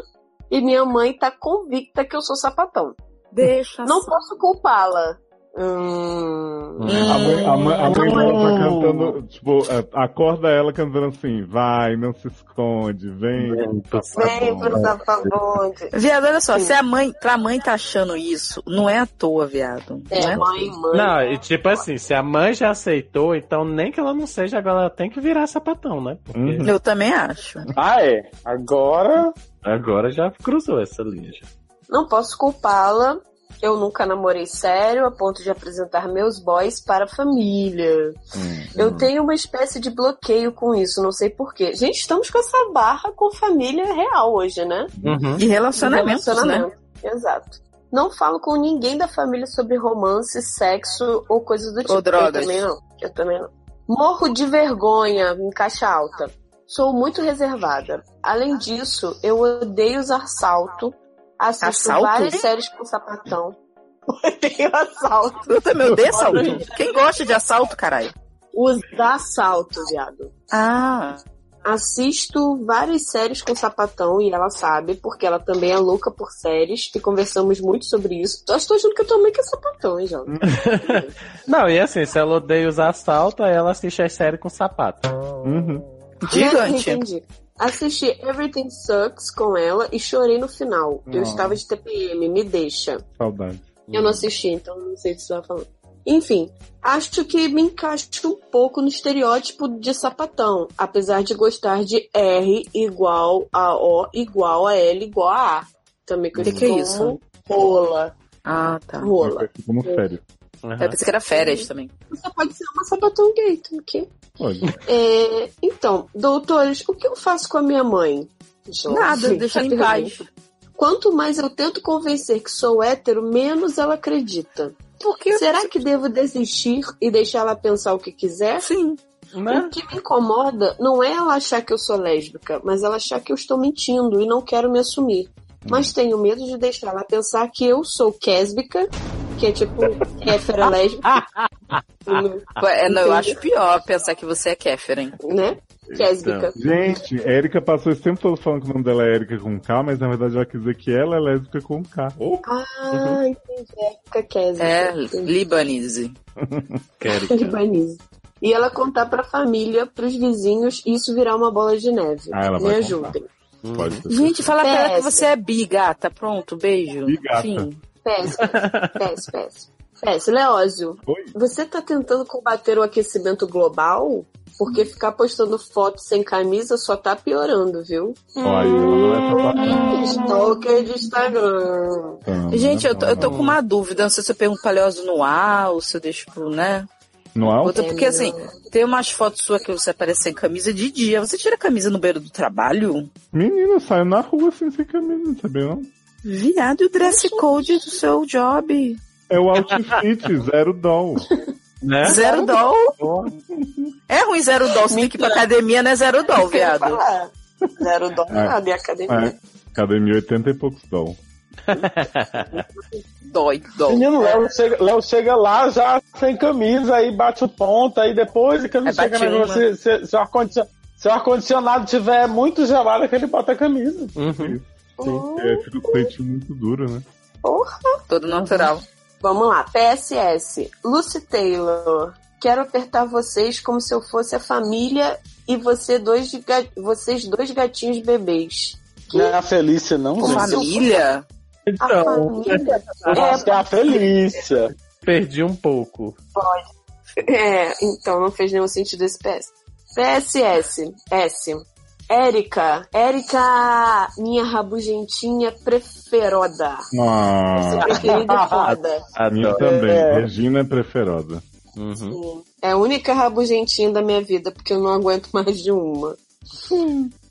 e minha mãe tá convicta que eu sou sapatão. Deixa. Não posso culpá-la. Hum. A mãe, a mãe, a mãe dela tá cantando, tipo, é, acorda ela cantando assim, vai, não se esconde, vem. Vem pro sapabonde. Viado, olha só, se a mãe, pra mãe tá achando isso, não é à toa, viado. É, não é à mãe, mãe. Não, e tipo assim, se a mãe já aceitou, então nem que ela não seja, agora ela tem que virar sapatão, né? Porque toa. é? Eu também acho. Ah, é. Agora. agora já cruzou essa linha. já. Não posso culpá-la. Eu nunca namorei sério a ponto de apresentar meus boys para a família. Eu tenho uma espécie de bloqueio com isso, não sei porquê. Gente, estamos com essa barra com família real hoje, né? De relacionamentos, né? Relacionamento, Exato. Não falo com ninguém da família sobre romance, sexo ou coisas do tipo. drogas. Eu também não. Eu também não. Morro de vergonha em caixa alta. Sou muito reservada. Além disso, eu odeio usar salto. Assisto Assalto? várias séries com sapatão. Odeio assalto. Eu também odeio assalto. Quem gosta de assalto, caralho? Usar salto, viado. Ah, Assisto várias séries com sapatão e ela sabe, porque ela também é louca por séries e conversamos muito sobre isso. Eu estou achando que eu tô meio que sapatão, hein, João? Não, e assim, se ela odeia usar salto, aí ela assiste as séries com sapato. Uhum. gigante. Entendi. Assisti Everything Sucks com ela e chorei no final. Eu estava de TPM, me deixa. Saudade. Eu não assisti, então não sei o que você vai falando. Enfim, acho que me encaixo um pouco no estereótipo de sapatão, apesar de gostar de R igual a O igual a L igual a A. Também que eu Que que é como isso? Rola, Ah, tá. rola. Como sério. Uhum. Eu pensei que era férias também. Você pode ser uma sapatão gay, tá ok? Pode. É, então, doutores, o que eu faço com a minha mãe? Nada, deixa ela em paz. é Quanto mais eu tento convencer que sou hétero, menos ela acredita. Será que devo desistir e deixar ela pensar o que quiser? Sim. Né? O que me incomoda não é ela achar que eu sou lésbica, mas ela achar que eu estou mentindo e não quero me assumir. Hum. Mas tenho medo de deixar ela pensar que eu sou quésbica, que é tipo héfera lésbica, Ué, é, não, eu acho pior pensar que você é Kéfera, hein? né? Quésbica. Então. Gente, Erika passou esse tempo todo falando que o nome dela é Erika com K, mas na verdade ela quis dizer que ela é lésbica com K. Ô, Ah, entendi. Época quésbica. É, Entendi. libanese. Libanesa. E ela contar pra família, pros vizinhos, e isso virar uma bola de neve. Ah, ela Me vai ajudem. Pode ter Gente, fala pra ela que Péssimo. você é bi, gata. Pronto, beijo. Bi, gata. Fim. Péssimo, péssimo, péssimo. Péssimo. Leózio, Oi? você tá tentando combater o aquecimento global? Porque ficar postando foto sem camisa só tá piorando, viu? Olha, ela não é sapatão. Stalker de Instagram. Gente, né? é eu tô, eu tô com uma dúvida. Não sei se eu pergunto palhoso no ar ou se eu deixo pro, né? No alto? Outra, porque assim, tem umas fotos suas que você aparece sem camisa de dia. Você tira a camisa no beiro do trabalho? Menina, eu saio na rua assim sem camisa, não sabia não? Viado, e o dress code do seu job? É o outfit, zero doll. Né? Zero doll? É ruim zero doll. Se tem que ir pra academia, não é zero doll, viado. Falar. Zero dó É. nada, e academia. É, academia 80 e poucos doll. Dói, doll. Menino, Léo chega, Léo chega lá já sem camisa, aí bate o ponto, aí depois que ele É, chega bate na uma. se, se, se o arcondi- se o ar-condicionado tiver muito gelado, é que ele bota a camisa. Uhum. É, fica o peito muito duro, né? Todo natural. Vamos lá, PSS. Lucy Taylor, quero apertar vocês como se eu fosse a família e você dois de ga- vocês dois gatinhos bebês. Não é a Felícia, não, gente. Família? Então, A família. Eu acho que é a Felícia. Perdi um pouco. É, então não fez nenhum sentido esse PS. PSS. S. Érica. Érica, minha rabugentinha preferoda. Sua Ah, preferida e foda. a minha Adoro. também. É. Regina é preferosa. Uhum. Sim. É a única rabugentinha da minha vida, porque eu não aguento mais de uma.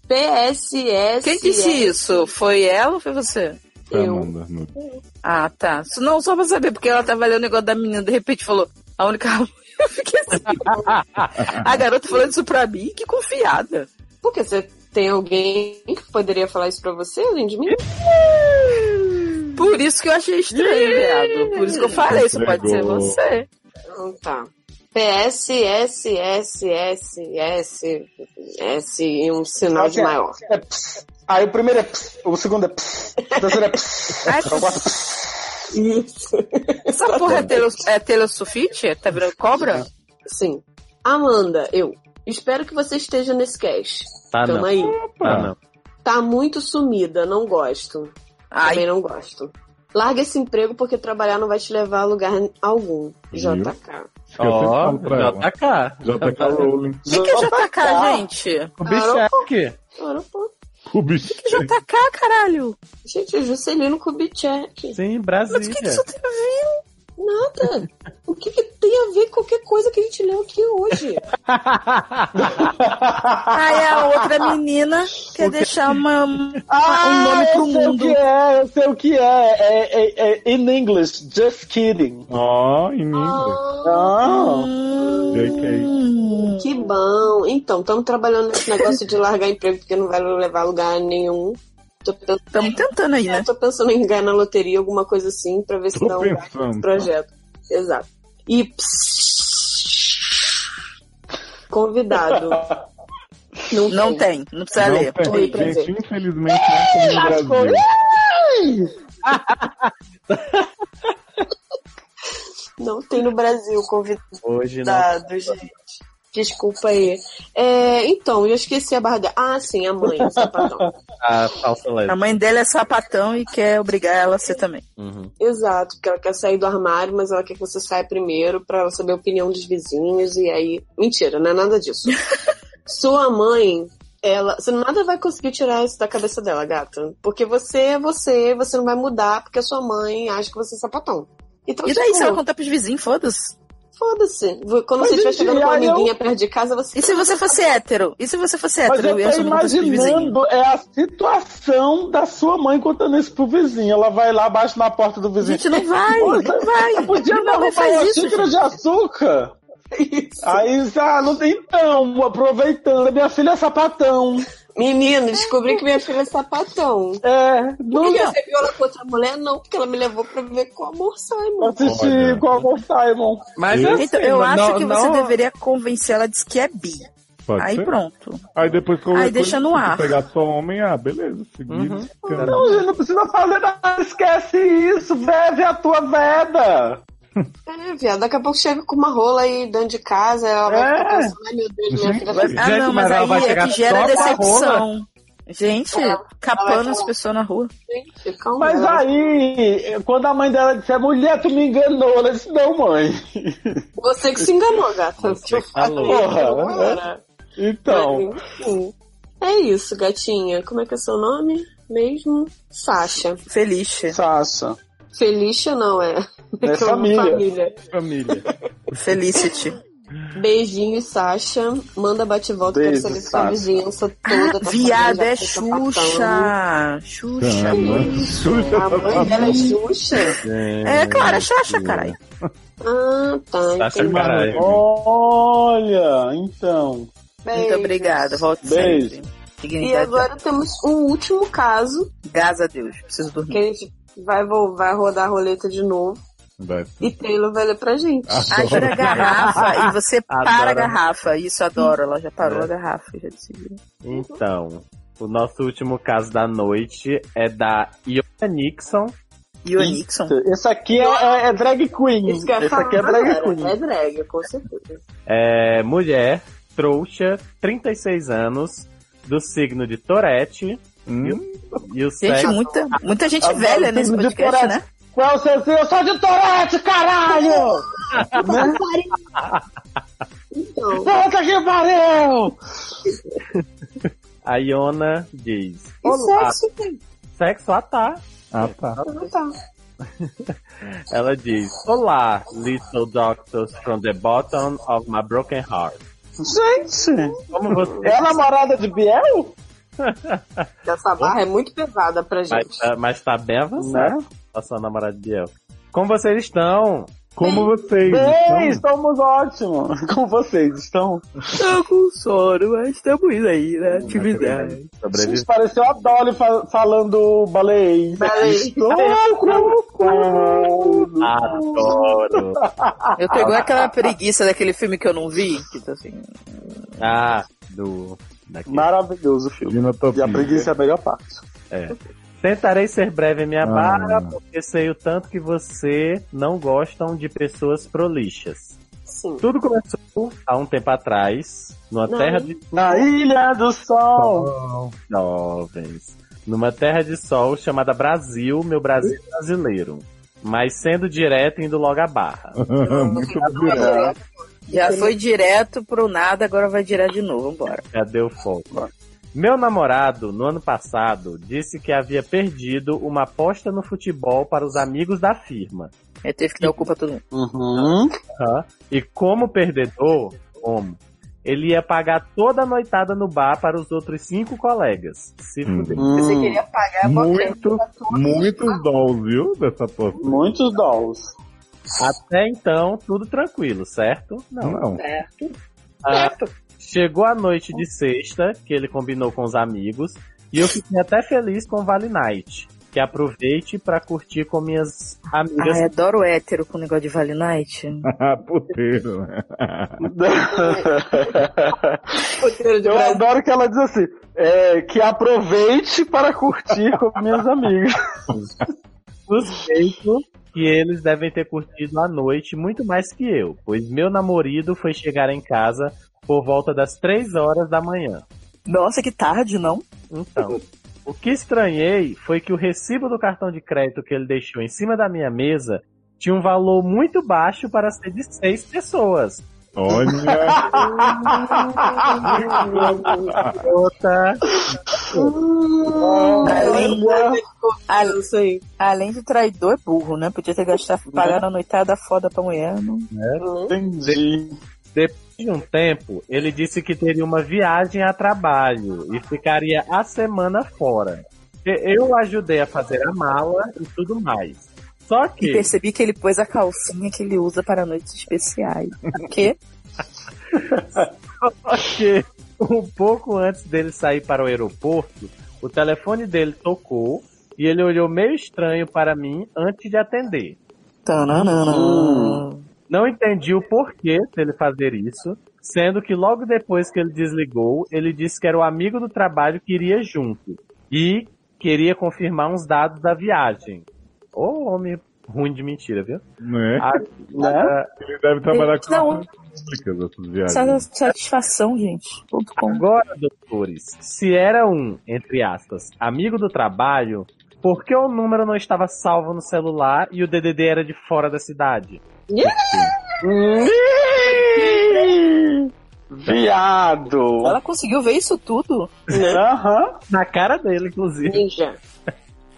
PSS. Hum. Quem disse isso? Foi ela ou foi você? Foi Eu. Tá, Amanda. no- Ah, tá. Isso Não, só pra saber, porque ela tava lendo o negócio da menina, de repente falou, a única. Eu fiquei assim. a garota falando isso pra mim, que confiada. Porque você tem alguém que poderia falar isso pra você, além de mim? Por isso que eu achei estranho, viado. Por isso que eu falei, isso pode ser Entregou. você. Então tá. PS, S, S, S, S, S e um sinal de maior. É ps. Aí o primeiro é ps, o segundo é ps, o terceiro é ps. Ai, o quarto é ps. Isso. Essa porra é Taylor, é Taylor Swift? Tá virando cobra? Sim. Amanda, eu espero que você esteja nesse cast. Ah, Tá Tamo Então, não. aí. Tá não. Tá muito sumida, não gosto. Ai, Também não gosto. Larga esse emprego porque trabalhar não vai te levar a lugar algum. Viu? JK. Isso que eu sempre Ó, tá falo pra ela. JK. JK Rowling. o que, que é JK, gente? O bicho é aqui. Ora, pô. O bicho. JK, caralho. Gente, Juscelino Kubitschek. Sim, Mas o que, que Brasília. isso tem a ver? Nada. O que, que tem a ver qualquer coisa que a gente leu aqui hoje? Aí a outra menina quer deixar uma. Ah, nome pro eu sei mundo. o que é, eu sei o que é. É, é, é in English, just kidding. Ó, em inglês. Ah, JK. Hum, Que bom. Então, estamos trabalhando nesse negócio de largar emprego porque não vai levar a lugar nenhum. Tô pensando, Estamos tentando aí, né? tô pensando em ganhar na loteria, alguma coisa assim, pra ver se dá Tô um lugar nesse pensando. projeto. Exato. E convidado. Não, Não tem, não precisa ler. Não, Oi, tem. prazer. Gente, infelizmente não tem no Brasil. Não tem no Brasil convidado. Hoje não. Dados, gente. Desculpa aí. É, então, eu esqueci a barra dela. Ah, sim, a mãe, o sapatão. A falsa A leve. mãe dele é sapatão e quer obrigar ela a ser também. Uhum. Exato, porque ela quer sair do armário, mas ela quer que você saia primeiro pra ela saber a opinião dos vizinhos e aí. Mentira, não é nada disso. Sua mãe, ela. Você nada vai conseguir tirar isso da cabeça dela, gata. Porque você é você, você não vai mudar porque a sua mãe acha que você é sapatão. Então, E daí, tipo, se ela contar pros vizinhos, foda-se. Foda-se. Quando Mas, você estiver gente, chegando com uma aí eu- amiguinha perto de casa, você. E se você fosse hétero? E se você fosse Mas hétero? eu tô sou muito dos vizinhos. imaginando é a situação da sua mãe contando isso pro vizinho. Ela vai lá, bate na porta do vizinho. Gente, não vai, não vai. Você podia Não me vai, arrumar faz uma isso, xícara gente. de açúcar? Aí, ah, não tem então, aproveitando. Minha filha é sapatão. é- Menino, descobri que minha filha é sapatão. É, Por que você viu ela com outra mulher? Não, porque ela me levou pra ver com o amor Simon. Assistir com o Simon. Mas eu- Então, eu não- acho que você não- deveria convencer ela de que é bi. Pode Aí ser. pronto. Aí depois qualquer Aí deixa coisa, no se ar. Uhum. Pegar só homem, ah, beleza. Seguindo. Não, gente, não precisa fazer nada. Esquece isso. Bebe a tua veda. É, viado, daqui a pouco chega com uma rola aí dentro de casa, ela vai É. ficar tá pensando, ai meu Deus, minha filha tá Ah, não, mas aí é que gera decepção. Gente, capando as pessoas na rua. Gente, calma. Mas aí, quando a mãe dela disser, mulher, tu me enganou, ela disse, não, mãe. Você que se enganou, gata. Você Porra, Então. É isso, gatinha. Como é que é seu nome? Mesmo? Sasha. Felicia. Sasha. Felicia não é. É Que eu amo família. família. Família. Felicity. Beijinho, Sasha. Manda bate-volta, quero Beijo, saber sua Sasha. vizinhança toda. tá Viado, falando, já é que tá Xuxa. Xuxa. Chama. Xuxa. A mãe dela é Xuxa? É, claro, é Xaxa, caralho. Ah, tá. Sasha, é entendi. caralho. Olha, então. Muito obrigada. Volte Beijo. sempre. É E Dignidade. agora temos o último caso, Graças a Deus. Preciso dormir. que a gente vai, vo- vai rodar a roleta de novo. Vai. E Taylor vai ler pra gente. Ajuda a garrafa e você para a Adoro. garrafa. Isso, adoro. Ela já parou É. a garrafa, já decidiu. Então, o nosso último caso da noite é da Iona Nixon. E o Nixon? Esse aqui é, é- é drag queen. Isso que eu ia Esse falar, aqui é drag cara, queen. Hum. É drag, com certeza. É mulher, trouxa, 36 anos, do signo de Torete. Hum? E, o- e o Gente, sexo... muita, muita gente Adoro velha signo nesse de podcast, Tourette. né? Qual é o seu signo? Eu sou de Tourette, caralho! Né? Então, Puta que pariu! A Iona diz... e "Olá, sexo tem. Sexo, ah tá. Ah, tá. Ah, tá. Ela diz: Olá, little doctors from the bottom of my broken heart. Gente! Como você. É a namorada de Biel? Essa barra é muito pesada pra mas, gente. Né? tá, mas tá bem avançada a sua namorada de Biel. Como vocês estão? Como vocês? Ei, então? estamos ótimos. Com vocês, estão? Tô com sono, mas estamos indo aí, né? Atividade. Sobrevive. Pareceu a Dolly fa- falando baleia. Baleia. Estou com sono. Adoro. Eu tô igual aquela preguiça daquele filme que eu não vi, que tá assim. Ah, do. Daqui. Maravilhoso o filme. E Ginotopia. a preguiça é a melhor parte. Tentarei ser breve em minha Ah. barra, porque sei o tanto que você não gostam de pessoas prolixas. Sim. Tudo começou há um tempo atrás, numa Não. terra de Na Ilha do Sol. jovens. Numa terra de sol chamada Brasil, meu Brasil é brasileiro. Mas sendo direto, indo logo à barra. Muito É. obrigado. né? Já foi direto pro nada, agora vai direto de novo. Vambora. Já deu foco. Meu namorado, no ano passado, disse que havia perdido uma aposta no futebol para os amigos da firma. Aí teve que dar o culpa a todo mundo. Uhum. Tá? E como perdedor, como? Ele ia pagar toda a noitada no bar para os outros cinco colegas. Se Hum. fuder. Você Hum. queria pagar a Muito, muitos dolls, viu? Dessa aposta. Muitos dolls. Até então, tudo tranquilo, certo? Não, não. Ah, chegou a noite de sexta, que ele combinou com os amigos, e eu fiquei até feliz com o Vale Night, que aproveite pra curtir com minhas amigas. Ai, adoro hétero com negócio de Vale Night. Ah, Puteiro, né? Roteiro de Eu Brasil. adoro que ela diz assim: é, que aproveite para curtir com minhas amigas. Suspeito que eles devem ter curtido a noite muito mais que eu, pois meu namorado foi chegar em casa por volta das três horas da manhã. Nossa, que tarde, não? Então, o que estranhei foi que o recibo do cartão de crédito que ele deixou em cima da minha mesa tinha um valor muito baixo para ser de seis pessoas. Olha. Outra Hum. Ah, Além, além, além de traidor, é burro, né? Podia ter gastado, pagado a noitada foda pra mulher. Não. Entendi. Depois de um tempo, ele disse que teria uma viagem a trabalho e ficaria a semana fora. Eu ajudei a fazer a mala e tudo mais. Só E que percebi que ele pôs a calcinha que ele usa para noites especiais. O quê? Porque um pouco antes dele sair para o aeroporto, o telefone dele tocou e ele olhou meio estranho para mim antes de atender. Tananana. Não entendi o porquê dele fazer isso, sendo que logo depois que ele desligou, ele disse que era o amigo do trabalho que iria junto e queria confirmar uns dados da viagem. Ô, homem ruim de mentira, viu? Né? Ah, né? Ele deve trabalhar com Não. as públicas dessas viagens. Sa- Satisfação, gente. Ponto com. Agora, doutores, se era um, entre aspas, amigo do trabalho, por que o número não estava salvo no celular e o DDD era de fora da cidade? Viado! Ela conseguiu ver isso tudo? Aham. Na cara dele, inclusive. Ninja.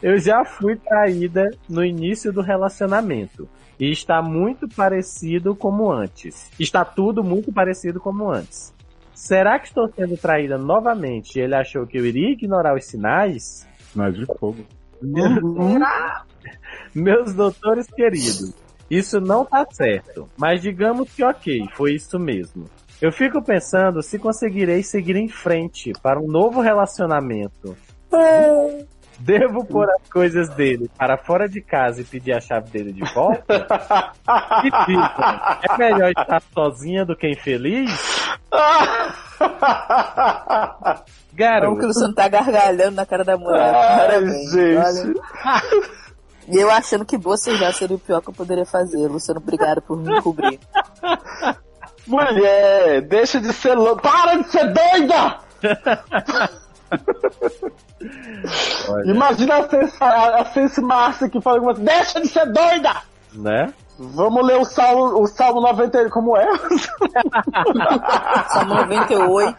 Eu já fui traída no início do relacionamento. E está muito parecido como antes. Está tudo muito parecido como antes. Será que estou sendo traída novamente e ele achou que eu iria ignorar os sinais? Sinais de fogo. Meus doutores queridos, isso não tá certo, mas digamos que ok, foi isso mesmo. Eu fico pensando se conseguirei seguir em frente para um novo relacionamento. É. Devo pôr as coisas dele para fora de casa e pedir a chave dele de volta? E diga, é melhor estar sozinha do que infeliz? Então que o Garoto, Luciano tá gargalhando na cara da mulher. Ai, Parabéns. gente. E eu achando que bocejar seria o pior que eu poderia fazer. Luciano, obrigado por me cobrir. Mulher, deixa de ser louca. Para de ser doida! Imagina a Sense, a, a Sense Márcia que fala com você, deixa de ser doida! né? Vamos ler o Salmo, o Salmo 90, como é? Salmo 98.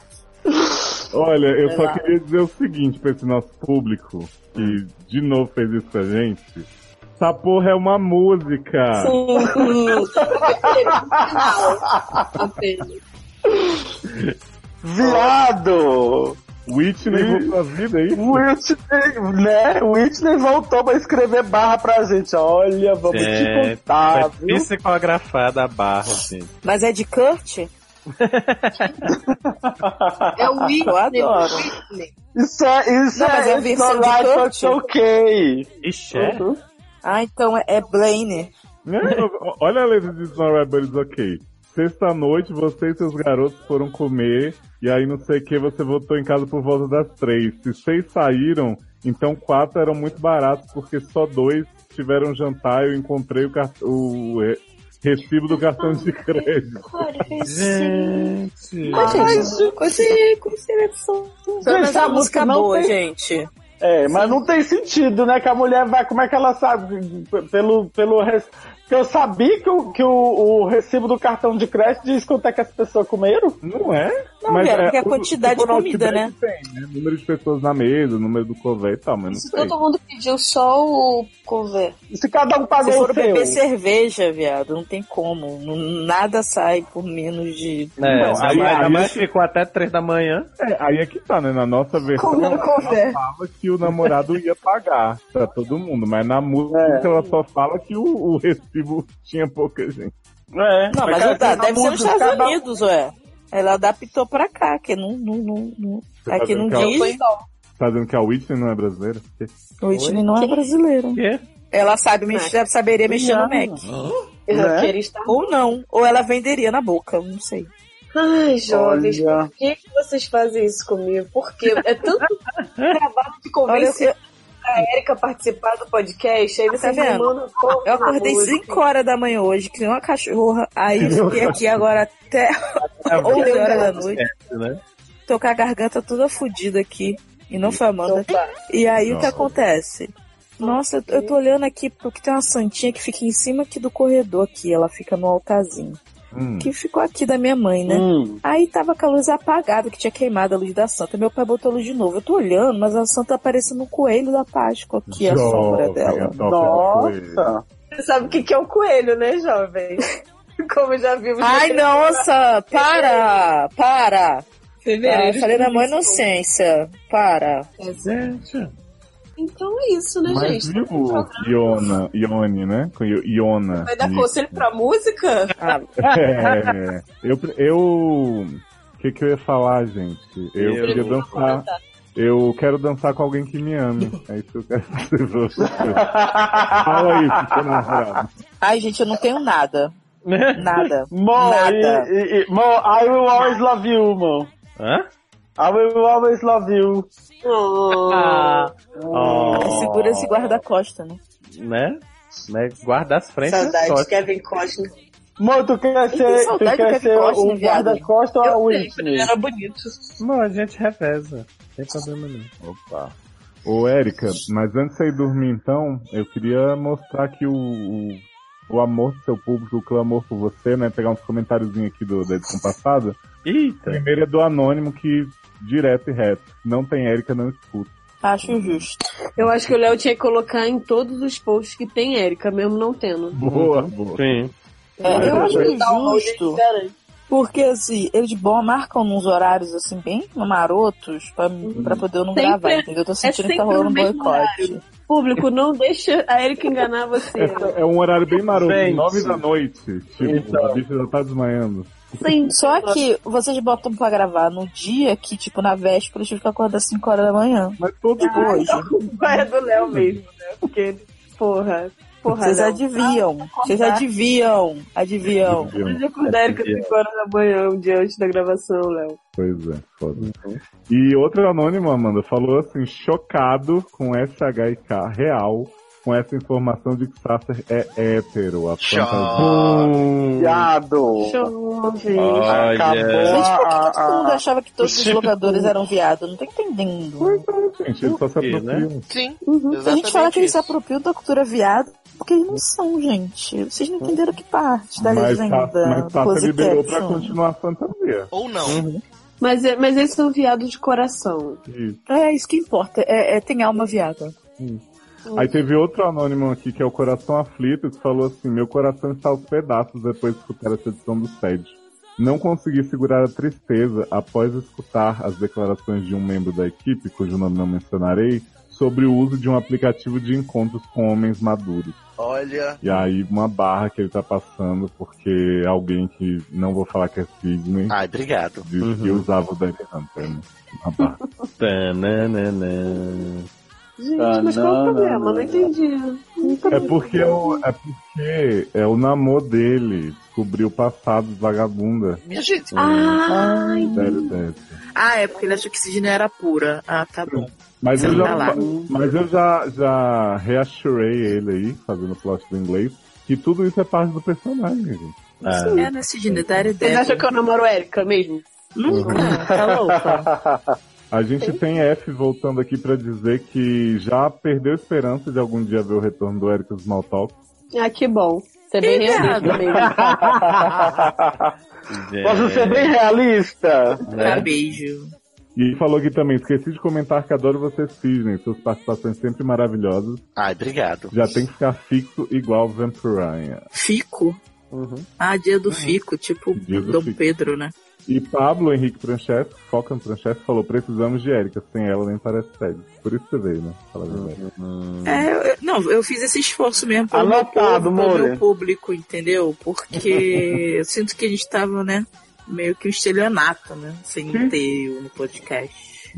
Olha, eu Sei só lá. queria dizer o seguinte pra esse nosso público, que de novo fez isso com a gente. Essa porra é uma música. Viado! Whitney voltou à vida é aí. Whitney, né? Whitney voltou pra escrever barra pra gente. Olha, vamos te É, contar, foi viu? psicografada a barra, assim. gente. Mas é de Kurt? É o Whitney. Eu adoro. Isso é, isso Não, mas é é, a isso versão de tipo. Kurt. ok. Ixi, é? Ah, então é- é Blaine. Né? O- Olha a letra de Snow Buddies, ok. Sexta-noite, você e seus garotos foram comer, e aí não sei o que, você voltou em casa por volta das três. Se seis saíram, então quatro eram muito baratos, porque só dois tiveram jantar, eu encontrei o, car- o re- recibo do cartão de crédito. Gente. Gente, conheci, conheci a edição. Gente, Mas é essa uma música música não boa, tem- gente. É, mas não tem sentido, né? Que a mulher vai. Como é que ela sabe? P- Pelo. pelo res- Porque eu sabia que, o, que o, o recibo do cartão de crédito diz quanto é que as pessoas comeram. Não é? Não, cara, porque a quantidade tipo, de no comida, Outback Tem, né? Número de pessoas na mesa, número do cové e tal, mas não Se sei. todo mundo pediu só o cover. Se cada um Se pagou for o seu. beber cerveja, viado, não tem como. Não- Nada sai por menos de. É, ainda aí- mais- ainda aí- mais ficou até três da manhã. É, aí é que tá, né? Na nossa versão, Comendo couvert. ela fala que o namorado ia pagar pra todo mundo, mas na música É. ela só fala que o, o recibo tinha pouca gente. É, Não, mas cada- eu tá, cada deve ser um nos de Estados cada um. Unidos, ué. Ela adaptou pra cá, que não. não, não, não- Você Aqui tá É não vendo que diz. Tá dizendo que a Whitney não é brasileira? O Whitney não é brasileira. Quê? Ela sabe mexer, saberia mexer no Mac. Eu Né? não queria estar. Ou não. Ou ela venderia na boca, não sei. Ai, jovens, um Olha. por que, que vocês fazem isso comigo? Por quê? É tanto trabalho de Olha, convencer eu, a Erika a participar do podcast, aí vocês Tá me vendo? mandam como eu acordei música. 5 horas da manhã hoje, criei uma cachorra, aí fiquei aqui agora até Tá 11 horas da noite. né? Tô com a garganta toda fodida aqui. E não foi a Amanda. E aí o que Nossa. acontece? Nossa, eu- eu tô olhando aqui porque tem uma santinha que fica em cima aqui do corredor aqui. Ela fica no altarzinho. Hum. que ficou aqui da minha mãe, né? Hum. Aí tava com a luz apagada, que tinha queimado a luz da santa. Meu pai botou a luz de novo. Eu tô olhando, mas a santa aparecendo um coelho da Páscoa aqui, é a sombra dela. é Nossa! Você sabe o que, que é um coelho, né, jovem? Como já vimos. Ai, nossa! Para! Para! Fevereiro. Ah, falei na mãe inocência. Para. Gente. Então é isso, né, Mas gente? viu o Iona, Ione, né? Com I- Iona. Vai dar Isso. conselho pra música? É, eu. eu- O que, que eu ia falar, gente? Eu, Eu- queria dançar. Eu quero dançar com alguém que me ame. É isso que eu quero dizer pra você. Fala aí, fica na moral. Ai, gente, eu não tenho nada. Nada. Mo, Nada. e- e- Mo, I will always love you, Mo. Hã? I will always love you. Ah. Segura esse guarda-costa, né? Né? né? Guarda as frentes. Saudade só. de Kevin Costner. Mo, tu quer ser, tu saudade do quer Kevin ser o Costner, viado. guarda-costa ou a Whitney? Era bonito. Bom, a gente reveza. Não tem problema não. Opa. Ô, Érica, mas antes de você ir dormir, então, eu queria mostrar que o, o, o amor do seu público, o clamor por você, né? Pegar uns comentáriozinhos aqui do, da edição passada. Eita! Primeiro é do Anônimo, que direto e reto. Não tem Érica, não escuta. Acho justo. Eu acho que o Léo tinha que colocar em todos os posts que tem Érica, mesmo não tendo. Boa, boa. Sim. É, eu acho que um é justo. Peraí. Porque, assim, eles bom, marcam nos horários, assim, bem marotos, pra, pra poder eu não Uhum. Sempre- é gravar, entendeu? Eu tô sentindo que sempre tá rolando no um mesmo boicote. horário. Público, não deixa a Erika enganar você. Então, É, é um horário bem maroto, Gente. nove da noite. Tipo, Então. a bicha já tá desmaiando. Só que vocês botam pra gravar no dia que, tipo, na véspera, eu tive que acordar às 5 horas da manhã. Mas todo hoje. Vai é do Léo mesmo, né? Porque, porra, porra. Vocês Léo. adiviam. Vocês adiviam. Adiviam. Não podia acordar a Erika 5 horas da manhã, um dia antes da gravação, Léo. Pois é, foda. E outro anônimo, Amanda, falou assim, chocado com SHK real, com essa informação de que Sasser é hétero. A Viado. Jovem. Ah. Olha. Acabou Gente, por que a- que todo a- mundo achava que Ah, todos os tipo- jogadores eram viados? Não tô entendendo. Gente, ele só se Sim, apropria. Sim. Uhum. A gente fala que eles se isso. apropriam da cultura viada porque eles não são, gente. Vocês não entenderam que parte da Mas legenda. Sasser, mas Sasser Close liberou pra caption. continuar a fantasia. Ou não. Mas, é- mas eles são viados de coração. É isso que importa. É, é- tem alma viada. Aí teve outro anônimo aqui, que é o Coração Aflito, que falou assim, meu coração está aos pedaços depois de escutar essa edição do SED. Não consegui segurar a tristeza após escutar as declarações de um membro da equipe, cujo nome não mencionarei, sobre o uso de um aplicativo de encontros com homens maduros. Olha. E aí uma barra que ele tá passando, porque alguém que não vou falar que é Sidney Ai, obrigado. disse que usava o Dead Hunter. né? Uma barra. Tananana. Gente, mas qual é o problema? Não entendi. É porque é o, é porque é o namor dele descobriu o passado de vagabunda. Minha gente. Ah, Sério, sério. ah, é porque ele achou que Sidney era pura. Ah, tá bom. Mas eu, Tá já, lá. mas eu já, já reassurei ele aí, fazendo o plot do inglês, que tudo isso é parte do personagem. gente. Ah. É, né, Sidney? Da área Vocês acham que eu namoro Erika mesmo? Tá louca. A gente tem F voltando aqui pra dizer que já perdeu esperança de algum dia ver o retorno do Eric Smalltalk. Ah, que bom. Você é bem Ih, viado. realista mesmo. Posso ser bem realista? Tá, beijo. E falou aqui também, esqueci de comentar que adoro você, Sidney, suas participações sempre maravilhosas. Ai, obrigado. Já tem que ficar fixo igual Vampirania. Fico? Uhum. Ah, dia do fico, tipo Dia do Dom fico. Pedro, né? E Pablo Henrique Pranchesco, Falcon Pranchesco, falou: precisamos de Erika, sem ela nem parece sério. Por isso você veio, né? Fala a Uhum. verdade. É, eu- eu- não, eu fiz esse esforço mesmo pelo meu, Anotado, povo, pelo More. meu público, entendeu? Porque eu sinto que a gente tava, né, meio que um estelionato, né? Sem ter o podcast.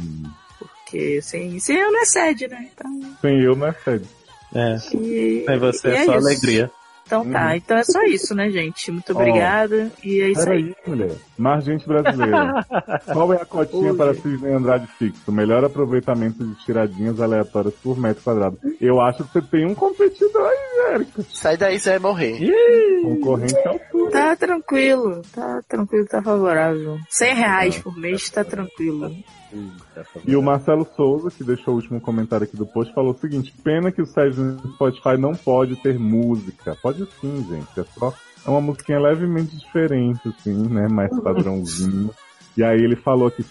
Porque sem, sem eu não é sede, né? Então, Sem eu não é sério. É. e, Sem você e é só isso. alegria. Então tá, então é só isso, né, gente? Muito Ó. obrigada. E é isso aí. Peraí, mulher. Margente brasileira. Qual é a cotinha Ui. para Cisne Andrade fixo? Melhor aproveitamento de tiradinhas aleatórias por metro quadrado. Eu acho que você tem um competidor aí, Erika. Sai daí, você vai morrer. Concorrente é o Tá tranquilo, tá tranquilo, tá favorável. 100 reais por mês tá tranquilo. E o Marcelo Souza, que deixou o último comentário aqui do post, falou o seguinte: pena que o site do Spotify não pode ter música. Pode sim, gente. É só é uma musiquinha levemente diferente, assim, né? Mais padrãozinho. E aí ele falou aqui,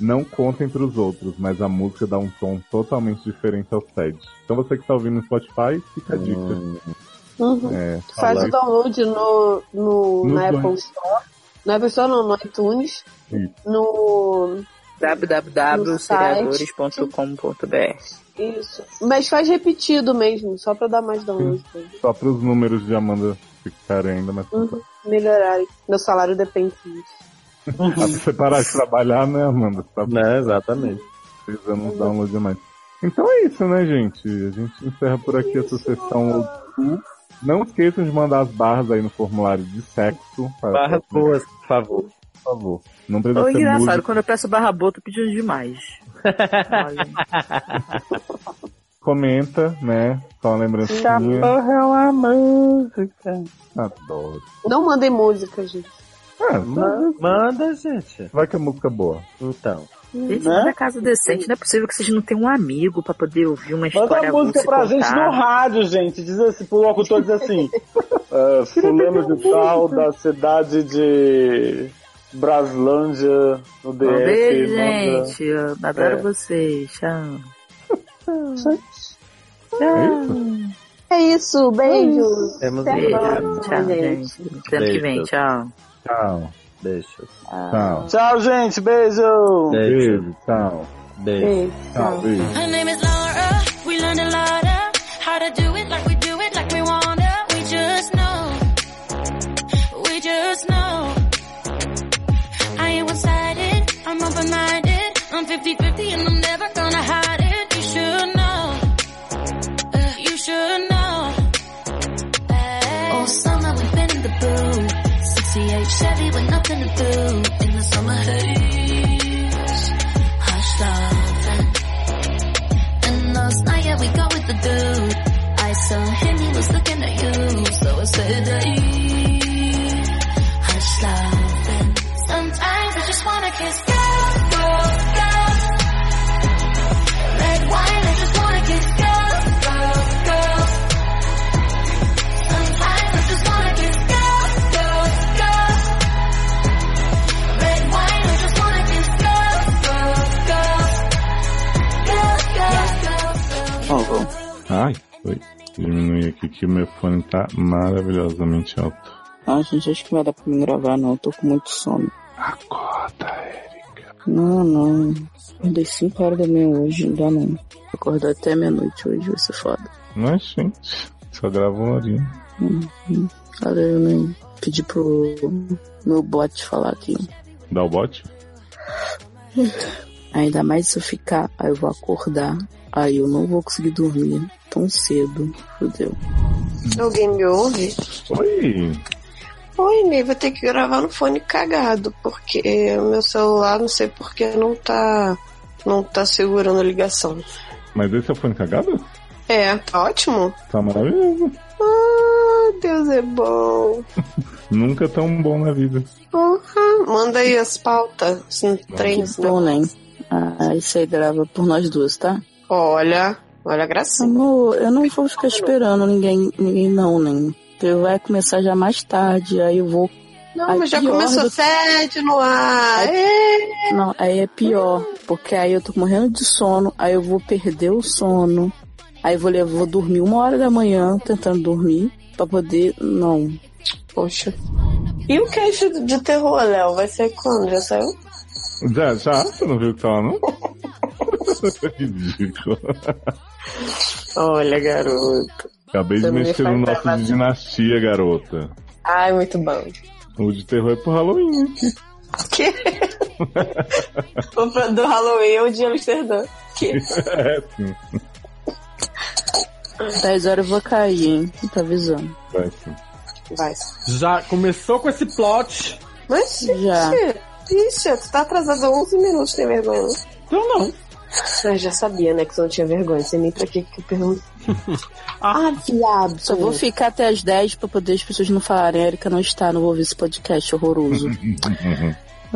não contem pros outros, mas a música dá um tom totalmente diferente ao site. Então você que tá ouvindo no Spotify, fica a dica. Uhum. É, Faz falar- o download no, no, No na Apple. Apple Store. Na Apple Store não, no iTunes. Isso. No. www.seriadores.com.br Isso. Mas faz repetido mesmo, só pra dar mais download. Só pros números de Amanda ficarem ainda mais Uhum. Melhorarem. Meu salário depende disso. Ah, pra você parar de trabalhar, né, Amanda? Tá né, exatamente. Precisando dar um load a mais. Então é isso, né, gente? A gente encerra por aqui essa sessão old school. Não esqueçam de mandar as barras aí no formulário de sexo. para- Barras boas, por favor. por favor. Não precisa Ô, ser engraçado, música. quando eu peço barra boa, tô pedindo demais. Comenta, né? Só uma lembrancinha. Tá Ah, é uma música. Adoro. Não mandem música, gente. Ah, manda, gente. Vai que é música boa. Então. Gente, Né? manda casa decente. Não é possível que vocês não tenham um amigo pra poder ouvir uma Manda história a música avulsa pra contada. gente no rádio, gente. Diz assim, pro locutor diz assim: ah, Fulano de Tal, da cidade de Braslândia, no DF. Um beijo, manda- gente. Eu adoro É. vocês. Tchau. Ah. É isso, beijos. Temos Até um a beijo. próxima, Tchau, gente. gente. Até ano que vem. Beijos. Tchau. Tchau. Beijos. Ah. Tchau. Tchau, gente. Beijo. Beijo. Tchau. Beijo. Tchau. Beijo. Her name is Laura. We learned a lot of how to do it like we do it like we wanna. We just know. We just know. I ain't one sided. I'm open minded. I'm 50 50 and I'm never gonna hide it. You should know. Uh, you should know. All summer we've been in the booth. 68 Chevy with nothing to boot. In the summer haze, hushed off. And last night, yeah, we got with the dude. I saw him, he was looking at you. So I said, hey, hush love. Sometimes I just wanna kiss girls, girls, girls. Red wine, I just wanna kiss girls, girls, girls. Sometimes I just wanna kiss girls, girls, girls. Red wine, I just wanna kiss girls, girls, girls. Girls, girls, girls, girls. Ai, foi. Diminuir aqui que o meu fone tá maravilhosamente alto. Ah, gente, acho que não vai dar pra mim gravar, não. Eu tô com muito sono. Acorda, Erika. Não, não. Acordei 5 horas da manhã hoje, não dá não. Acordei até meia-noite hoje, vai ser foda. Mas, gente, só grava uma horinha. Uhum. Cara, eu nem pedi pro meu bot falar aqui. Dá o bote? Ainda mais se eu ficar, aí eu vou acordar, aí eu não vou conseguir dormir tão cedo. Fudeu. Alguém me ouve? Oi! Oi, Ney, vou ter que gravar no fone cagado, porque o meu celular, não sei porque, não tá, não tá segurando a ligação. Mas esse é o fone cagado? É, tá ótimo. Tá maravilhoso. Ah, Deus é bom. Nunca é tão bom na vida. Porra, manda aí as pautas. Assim, três, né? Bom, né? Ah, Aí você grava por nós duas, tá? Olha, olha a gracinha. Amor, eu não vou ficar esperando ninguém, ninguém não, nem. Porque vai começar já mais tarde, aí eu vou. Não, Aí mas já pior começou do- sede no ar. Ê! Não, aí é pior, porque aí eu tô morrendo de sono, aí eu vou perder o sono, aí eu vou, levar, vou dormir uma hora da manhã tentando dormir pra poder. Não. Poxa. E o queixo de terror, Léo? Vai ser quando? Já saiu? Já, já? Você não viu que tá lá, não? Ridículo. Olha, garoto. Acabei de Você me mexer faz no nosso travar. de dinastia, garota. Ai, muito bom. O de terror é pro Halloween. hein? Que? O pro- do Halloween ou de Amsterdã. Que? É, sim. 10 horas eu vou cair, hein? Tá avisando. Vai sim. Vai. Já começou com esse plot. Mas, Já. Ixi, tu tá atrasado 11 minutos, tem vergonha, né? não? Então não. Eu já sabia, né, que tu não tinha vergonha. Não sei nem pra que que eu perguntei. ah, viado. Só vou ficar até as 10 pra poder as pessoas não falarem, a Erika não está, não vou ouvir esse podcast horroroso.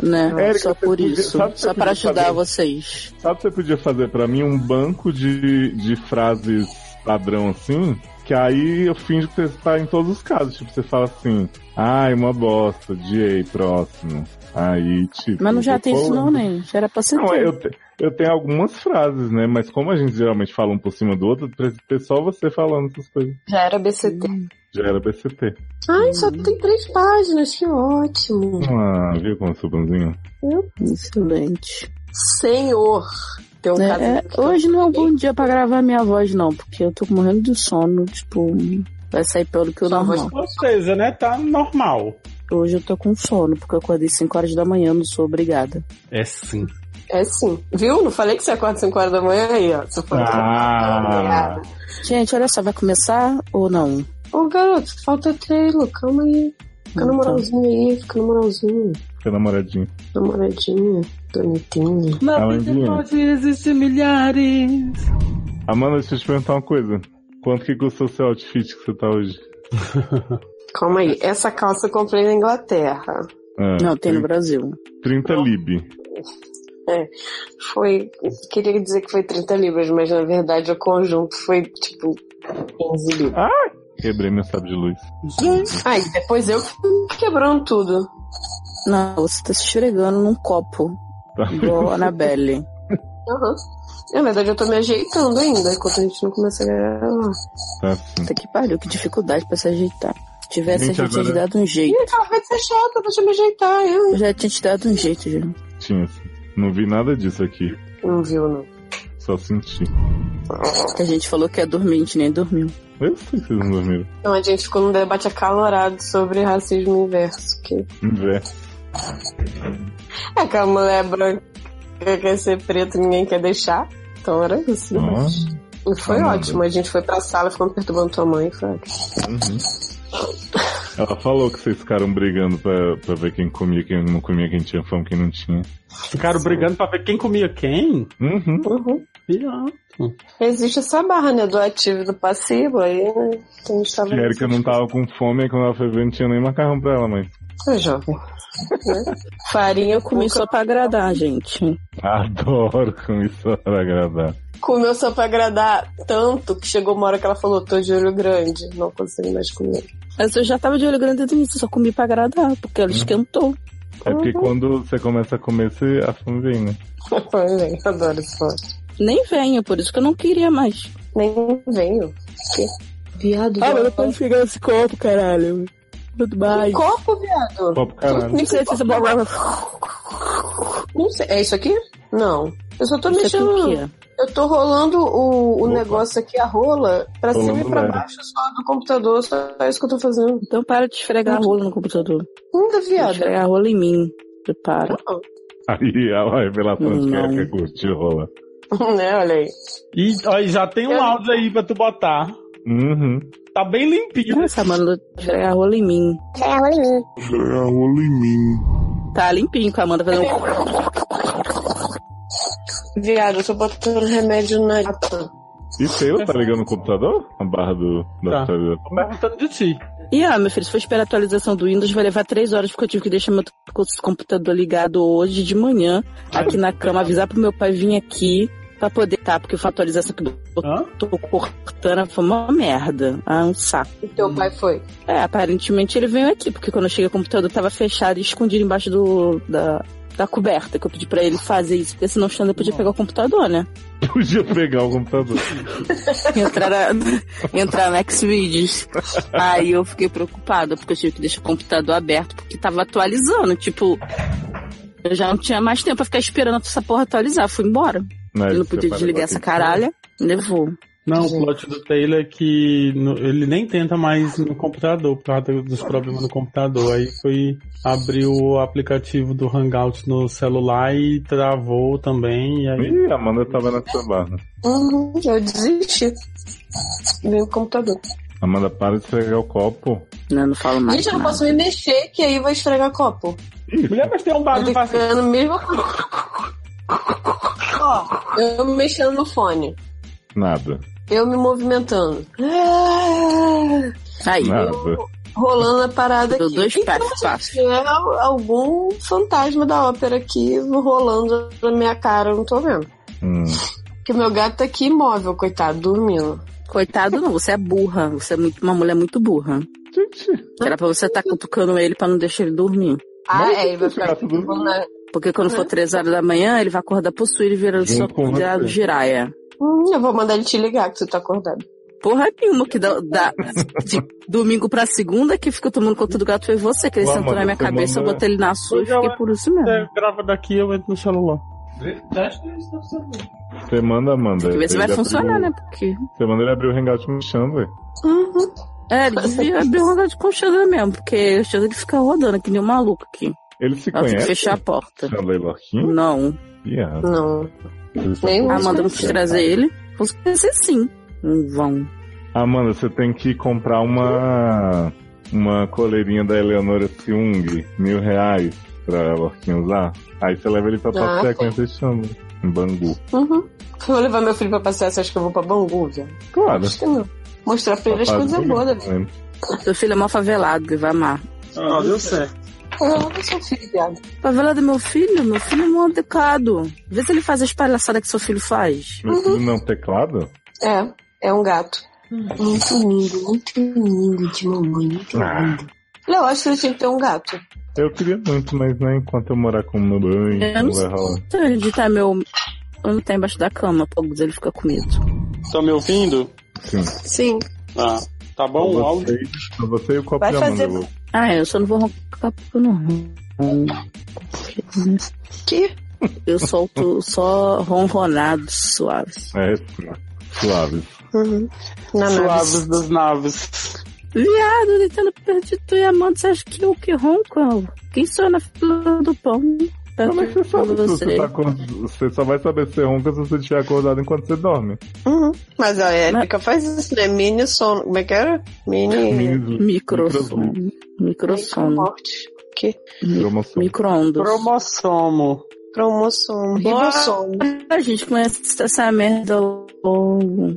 né? Érica, só você por podia- isso. sabe o que Só eu pra queria ajudar saber? vocês. Sabe o que você podia fazer pra mim? Um banco de, de frases padrão assim, que aí eu finjo que você tá em todos os casos. Tipo, você fala assim, ai, uma bosta, odiei, próximo. Aí, tipo... Mas não já eu tem vou isso não, falando. né? Já era pra ser Não, é, ter. eu, te- eu tenho algumas frases, né? Mas como a gente geralmente fala um por cima do outro, é só você falando essas coisas. Já era BCT. Já era BCT. Ai, só tem três páginas, que ótimo. Ah, viu como eu sou bonzinho? Excelente. Senhor. Tem um É, caso é, que- hoje não é um bom dia pra gravar minha voz, não, porque eu tô morrendo de sono, tipo, vai sair pior do que o normal. Ou seja, né? Tá normal. Hoje eu tô com sono, porque eu acordei 5 horas da manhã, não sou obrigada. É sim. É sim. Viu? Não falei que você acorda 5 horas da manhã aí, ó. Você falou. Ah, Gente, olha só, vai começar ou não? Ô, garoto, falta treino. Calma aí. Fica na Então. moralzinha aí. Fica na moralzinha. seu namoradinho. Namoradinha. Bonitinha. Na vida Amandinha. pode existir milhares. Amanda, deixa eu te perguntar uma coisa. Quanto que custou seu outfit que você tá hoje? Calma aí. Essa calça eu comprei na Inglaterra. Ah, Não, tem no Brasil. 30 lib. É, foi. Queria dizer que foi 30 libras, mas na verdade o conjunto foi tipo 15 libras. Quebrei meu sábio de luz. Ai, depois eu que fui quebrando tudo. Não, você tá se esfregando num copo. Tá. Igual a Anabelle. Aham. Na verdade eu tô me ajeitando ainda, enquanto a gente não começa a gravar. Tá Puta que pariu, que dificuldade pra se ajeitar. Se tivesse, Gente, a gente tinha te agora- dado um jeito. Ih, ela Ah, vai ser chata, deixa eu me ajeitar. Eu. Eu já tinha te dado um jeito, já. Tinha assim. Não vi nada disso aqui. Não viu, não. Só senti. A gente falou que ia dormir, a gente nem dormiu. Eu sei que vocês não dormiram. Então a gente ficou num debate acalorado sobre racismo inverso. Que... Inverso. É que a mulher branca quer ser preta e ninguém quer deixar. Então era isso. né? E foi Ah, não, ótimo. A gente foi pra sala, ficou perturbando tua mãe. Foi ótimo. Uhum. Ela falou que vocês ficaram brigando pra, pra ver quem comia, quem não comia, quem tinha fome, quem não tinha. Ficaram brigando pra ver quem comia quem? Uhum. Uhum. Pior. Existe essa barra, né? Do ativo e do passivo. Aí né, a gente tava. Que a Erika não tava com fome, aí quando ela foi ver, não tinha nem macarrão pra ela, mas. Ô, é jovem. né? Farinha eu comi só pra agradar, gente. Adoro como isso era agradar. É Comeu só pra agradar tanto que chegou uma hora que ela falou: tô de olho grande, não consigo mais comer. Mas eu já tava de olho grande desde o início, eu só comi pra agradar, porque Hum. ela esquentou. É porque assim? quando você começa a comer, você, a fome vem, né? Eu adoro esse foto. Nem venho, por isso que eu não queria mais. Nem venho. Que? Viado. Ah, mas eu posso pegar esse copo, caralho. Tudo mais. Copo, viado. Copo, caralho. Não sei se você Não sei. É isso aqui? Não. Eu só tô Isso aqui o mexendo. que é? Eu tô rolando o, o negócio aqui, a rola, pra Rolando cima e pra nada. baixo só do computador. Só é isso que eu tô fazendo. Então para de esfregar a rola no computador. Ainda, viado. Esfregar a rola em mim. Prepara. Aí a revelação de é que a Erika curtiu rola. né, olha aí. E ó, e já tem um áudio aí pra tu botar. Uhum. Tá bem limpinho. Nossa, mano, esfregar é a rola em mim. Esfregar a rola em mim. Esfregar rola em mim. Tá limpinho com a Amanda fazendo. um Viado, eu tô botando remédio na lata. E seu, tá ligando o computador? A barra do, da atualização. Tá perguntando de ti. E ah, meu filho, se for esperar a atualização do Windows, vai levar três horas porque eu tive que deixar meu computador ligado hoje de manhã, aqui na cama, avisar pro meu pai vir aqui pra poder tá, porque foi uma atualização que eu tô cortando, foi uma merda. Ah, um saco. E teu pai foi? É, aparentemente ele veio aqui, porque quando eu cheguei o computador tava fechado e escondido embaixo do. da. Da coberta, que eu pedi pra ele fazer isso, porque senão o Xander podia pegar o computador, né? Podia pegar o computador. entrar na, entrar na Xvideos. Aí eu fiquei preocupada, porque eu tive que deixar o computador aberto, porque tava atualizando. Tipo, eu já não tinha mais tempo pra ficar esperando essa porra atualizar. Fui embora. Mas eu não você podia parou desligar aqui. essa caralha. Levou. Não, o plot do Taylor é que no- ele nem tenta mais no computador, por causa dos problemas do computador. Aí foi abrir o aplicativo do Hangout no celular e travou também. E aí... Ih, a Amanda tava nessa barra. Uhum, eu desisti. Veio o computador. Amanda, para de esfregar o copo. né, Não, não falo Gente, eu não posso me mexer, que aí vai estragar copo. Mulher, mas tem um bagulho pra ficando mesmo. Ó, eu me mexendo no fone. Nada. Eu me movimentando. Ah, Aí. Nada. rolando a parada Deu aqui. dois então, passos, passos. gente, é al- algum fantasma da ópera aqui rolando na minha cara, eu não tô vendo. Hum. Porque meu gato tá aqui imóvel, coitado, dormindo. Coitado não, você é burra. Você é muito, uma mulher muito burra. Era pra você estar cutucando ele pra não deixar ele dormir. Ah, é, ele vai ficar na... Porque quando É. for três horas da manhã, ele vai acordar possuído e virando só Junto com virado você. giraia. Hum, eu vou mandar ele te ligar que tu tá acordado. Porra nenhuma que dá, dá- de domingo pra segunda que fica tomando conta do gato foi você, que Ô, ele sentou Amanda, na minha você cabeça, eu manda- botei ele na sua e Pois é, fiquei ué. por isso mesmo. Você grava daqui eu entro no celular. Você manda, manda. Tem que ver se vai Ele abriu- funcionar, né? Porque. Você manda ele abrir o hangout no chão, velho. Uhum. É, ele devia abrir um negócio com o Xandra mesmo, porque o Xandra ele fica rodando que nem um maluco aqui. Ele se Ela tem que conhece? fechar a porta. Chandler Lorquinho? Não. Viado. Não. A Amanda não quis trazer ele. Os PC sim. Não vão. Amanda, você tem que comprar uma. Uma coleirinha da Eleonora Siung, mil reais, pra Lorquinho usar. Aí você leva ele pra Ah, tá. passear com esse Chandler, em Bangu. Uhum. Eu vou levar meu filho pra passear, você acha que eu vou pra Bangu, velho? Claro. Acho que não. Mostrar pra ele as Safado, coisas bonito, boas da vida. né? Seu filho é mó favelado, ele vai amar. Ah, deu certo. Eu amo seu filho, viado. Favelado é meu filho? Meu filho é mó educado. Vê se ele faz as palhaçadas que seu filho faz. Meu Uhum. filho não é um teclado? É, é um gato. Muito lindo, muito lindo de mamãe, muito Ah, lindo. Não, acho que ele tinha que ter um gato. eu queria muito, mas né, enquanto eu morar com o meu banho, Eu não não vai sei rolar. onde tá meu. Onde tá embaixo da cama, pô, ele fica com medo. Tá me ouvindo? Sim. Sim. Ah, tá bom o áudio? Só você e o copo Vai de Amanda. fazer- Lu. Ah, é, eu só não vou roncar porque eu não ronco. Que? Eu solto só ronronados suaves. É, suave. Na Suaves das naves. Viado, ele tendo perdido tu e Amanda, você acha que eu que ronco? Quem sou eu na fila do pão? Como é que você sabe se Você. você tá acordado? Você só vai saber se você ronca se você estiver acordado enquanto você dorme. Uhum. Mas a Érica faz isso, né? Mini sono. Como é que era? É. Mini. Microsono. Microsono. Que? Microondas. Cromossomo. Cromossomo. Ribossomo. A gente conhece essa merda logo.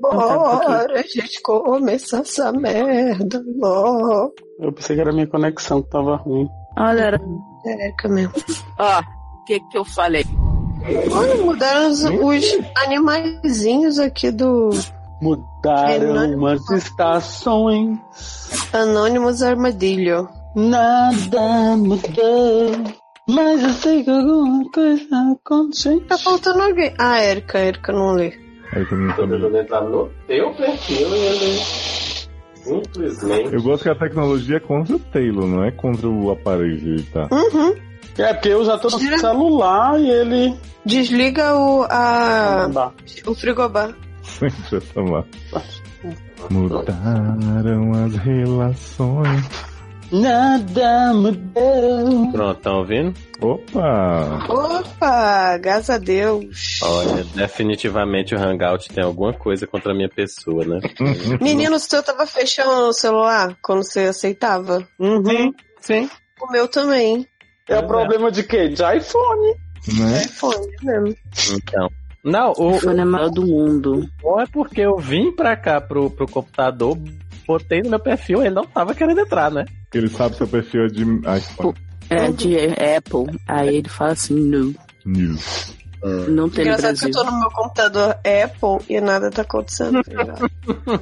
Bora, gente, começa essa merda logo. Eu pensei que era minha conexão que tava ruim. Olha, era... Érica mesmo. Ó, o que que eu falei? Olha, mudaram os, os animaizinhos aqui do Mudaram Renan- umas estações. Anonymous Armadilho. Nada mudou. Mas eu sei que alguma coisa aconteceu. Tá faltando alguém. Ah, Érica, Érica não lê. Aí você não sabe. no teu né? perfil e ele simplesmente. Eu gosto que a tecnologia é contra o Taylor, não é contra o aparelho que ele tá. Uhum. É, porque eu já tô no Tira- celular e ele. Desliga o, Ah. a, o frigobar. Sempre essa lá. Mudaram as relações. Nada mudou. Pronto, tá ouvindo? Opa! Opa, graças a Deus. Olha, definitivamente o Hangout tem alguma coisa contra a minha pessoa, né? Menino, o seu tava fechando o celular quando você aceitava? Uhum, sim. O meu também. É o problema de quê? De iPhone. Né? iPhone mesmo. Então. Não, o, Foi na maior do mundo. Bom, é porque eu vim pra cá pro, pro computador, botei no meu perfil, ele não tava querendo entrar, né? Ele sabe seu perfil é de iPhone. É de Apple. Aí ele fala assim, não, News. não tem no Engraçado que Brasil. eu tô no meu computador Apple e nada tá acontecendo.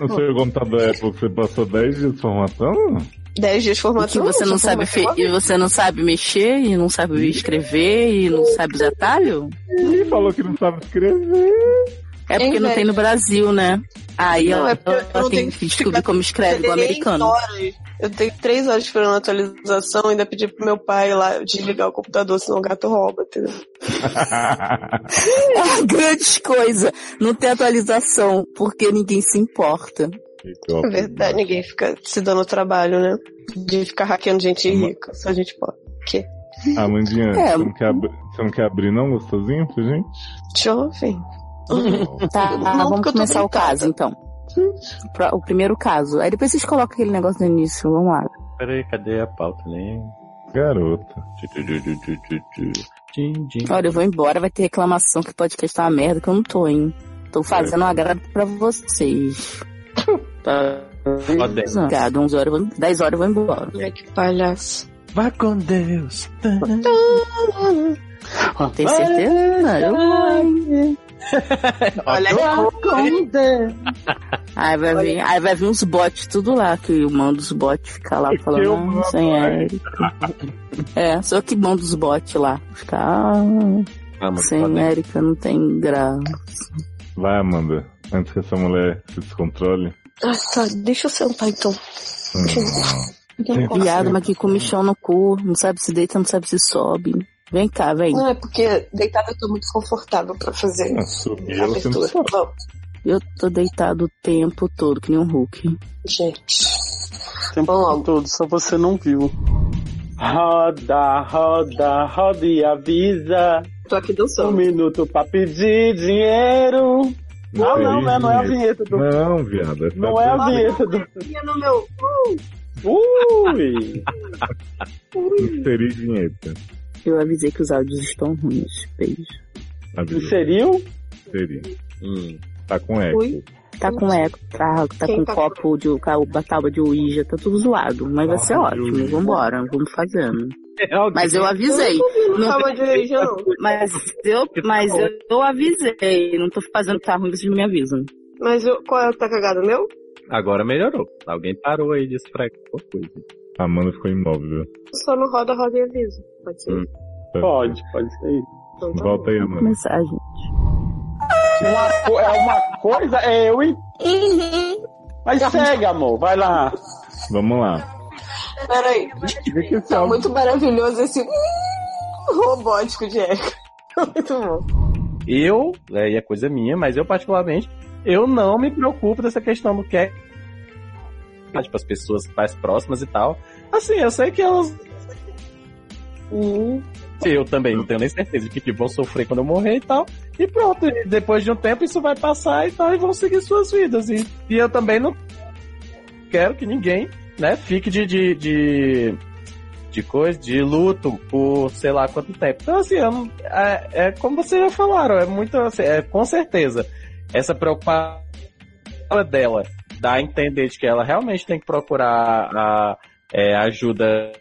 No seu computador Apple, você passou 10 dias formatando? 10 dias E formatando. que você não sabe fe... e você não sabe mexer e não sabe escrever e não sabe os atalhos? Ih, falou que não sabe escrever. É porque Hein, não velho? tem no Brasil, né? Aí Não, ela, é porque eu ela não tem tenho que descobrir como escreve o americano. Horas. Eu tenho três horas esperando a atualização e ainda pedi pro meu pai lá desligar o computador, senão o gato rouba, entendeu? É Grandes coisas. Não tem atualização, porque ninguém se importa. É verdade, ninguém fica se dando o trabalho, né? De ficar hackeando gente rica, só a gente pode. Que? Amandinha, É. você, não quer abri- você não quer abrir não, gostosinho, pra gente? Jovem. Tá, Não, porque eu vamos tô começar o deitada. caso, então. Pra- O primeiro caso. Aí depois vocês colocam aquele negócio no início, vamos lá. Peraí, cadê a pauta, né? Garota. Olha, eu vou embora, vai ter reclamação que o podcast tá uma merda, que eu não tô, hein? Tô fazendo um agrado pra vocês. Tá. Ó, dez. Obrigado, 11 horas, eu vou- 10 horas eu vou embora. Que palhaço. Vá com Deus. Tem certeza? Eu vou. Olha Aí vai, vir, aí vai vir uns bots tudo lá, que eu mando os bots ficar lá eu falando mando, "Ah, sem Érico. É, só que mando os bots lá. Ficar ah, Vamos, sem podem. Érica não tem graça. Vai, Amanda. Antes que essa mulher se descontrole. Ah, tá, deixa eu sentar então. Viado, mas que comichão no cu, não sabe se deita, não sabe se sobe. Vem cá, vem. Não, é porque deitada eu tô muito confortável pra fazer Ah, subir, ela sempre abertura. sobe. Vamos. Eu tô deitado o tempo todo, que nem um Hulk. Gente. Tempo todo, só você não viu. Roda, roda, roda e avisa. Tô aqui dançando. Um minuto pra pedir dinheiro. Não, não, Feliz né? Não é a Nietzsche. vinheta do. Não, viado. essa Não é a doida. vinheta do. No meu... Uh! Ui! Inserir vinheta. Eu avisei que os áudios estão ruins. Beijo. um Inseriu? Inseri. é Hum. Tá com eco. Ui. Tá com eco, tá, tá Quem com tá copo de ca- uma tábua de Ouija, tá tudo zoado. Mas vai ser Tábua de ótimo, Ouija. É, vambora, vamos fazendo. Mas eu avisei. Eu não Não- tava de Ouija, não. Mas eu, mas eu, eu avisei. Não tô fazendo que tá ruim, vocês me avisam. Mas eu, qual é? Tá cagado meu? Agora melhorou. Alguém parou aí de esfregar alguma coisa. A Amanda ficou imóvel. Só no roda, roda e aviso. Pode ser. Hum. Então tá Pode, pode sair. Volta aí, Amanda. Mensagem. Uma co- é uma coisa, é eu e. Mas segue, amor, vai lá. é Vamos lá. Peraí. um Tá muito maravilhoso esse hum, robótico de Érica. Muito bom. Eu, aí é coisa minha, mas eu particularmente, eu não me preocupo dessa questão do que é tipo, as pessoas mais próximas e tal. Assim, eu sei que elas. Hum, Eu também não tenho nem certeza de que tipo, vão sofrer quando eu morrer e tal. E pronto, e depois de um tempo isso vai passar e tal, e vão seguir suas vidas. E, e eu também não quero que ninguém, né, fique de, de, de, de coisa, de luto por sei lá quanto tempo. Então, assim, eu não- é, é como vocês já falaram, é muito, assim, é com certeza, essa preocupação é dela dá a entender de que ela realmente tem que procurar a é, ajuda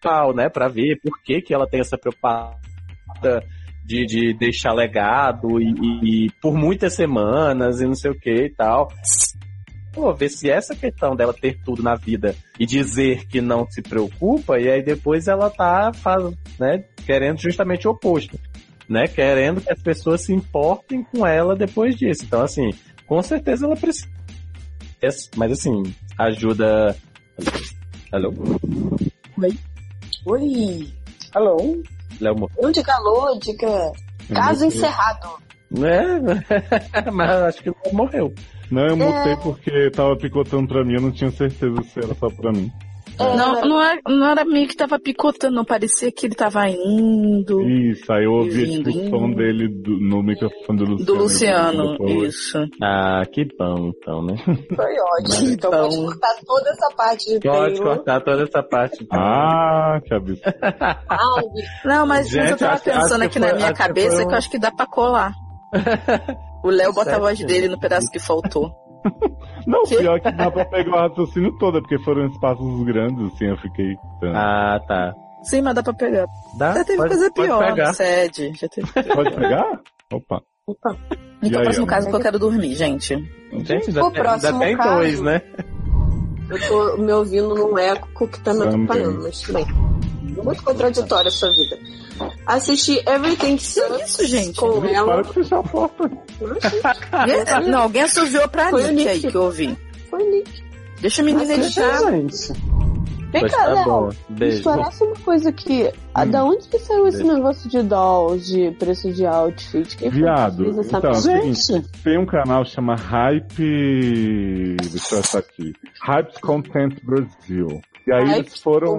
tal, né, pra ver por que que ela tem essa preocupação de, de deixar legado e, e- e por muitas semanas e não sei o que e tal. Pô, ver se essa questão dela ter tudo na vida e dizer que não se preocupa, e aí depois ela tá faz, né, querendo justamente o oposto. Né, querendo que as pessoas se importem com ela depois disso. Então, assim, com certeza ela precisa. Mas assim, ajuda. Alô? Oi. Oi. Alô? Léo Mo- Não diga alô, diga. Caso Uhum. encerrado. É, mas acho que não morreu. Não, eu mutei É. porque tava picotando pra mim, eu não tinha certeza se era só pra mim. Não, não era, não era meio que tava picotando, não parecia que ele tava indo. Isso, aí eu ouvi a Lindo. discussão dele do- no microfone do Luciano. Do Luciano, Depois. isso. Ah, que bom, então, né? Foi ótimo. Então pode cortar toda essa parte de Pode Taylor. cortar toda essa parte. então. Ah, que absurdo. Não, mas, mas eu Gente, tava acho- acho pensando que aqui foi- na minha acho que cabeça foi que, um- eu acho que dá pra colar. o Léo bota a voz Certo. dele no pedaço que faltou. Não, pior que dá pra pegar o raciocínio todo, porque foram espaços grandes, assim, eu fiquei. Ah, tá. Sim, mas dá pra pegar. Dá? Já teve Pode- coisa pode pior, né? pegar. sede. Já teve... Pode pegar? Opa. E Então, aí, próximo Ana? caso que eu quero dormir, gente. Gente, já O tem- próximo já tem caso. dois, né? Eu tô me ouvindo num eco que tá me Também. atrapalhando, mas tudo bem. Muito contraditória a sua vida. Assisti Everything Sucks com ela. Para de fechar a porta. Ah, tá. Alguém- Não, alguém assoviou pra Foi o Nick aí Nick. que eu ouvi. Foi o Nick. Deixa a menina editar. Vem Pois cá, tá Léo. bom. Beijo. Me Parece uma coisa que. Ah, Da hum, onde que saiu esse Beijo. negócio de dolls, de preço de outfit? Quem foi que Viado. fez essa Então, é o merda? seguinte, tem um canal que chama Hype. Deixa eu achar aqui. Hype Content Brasil. E aí eles foram.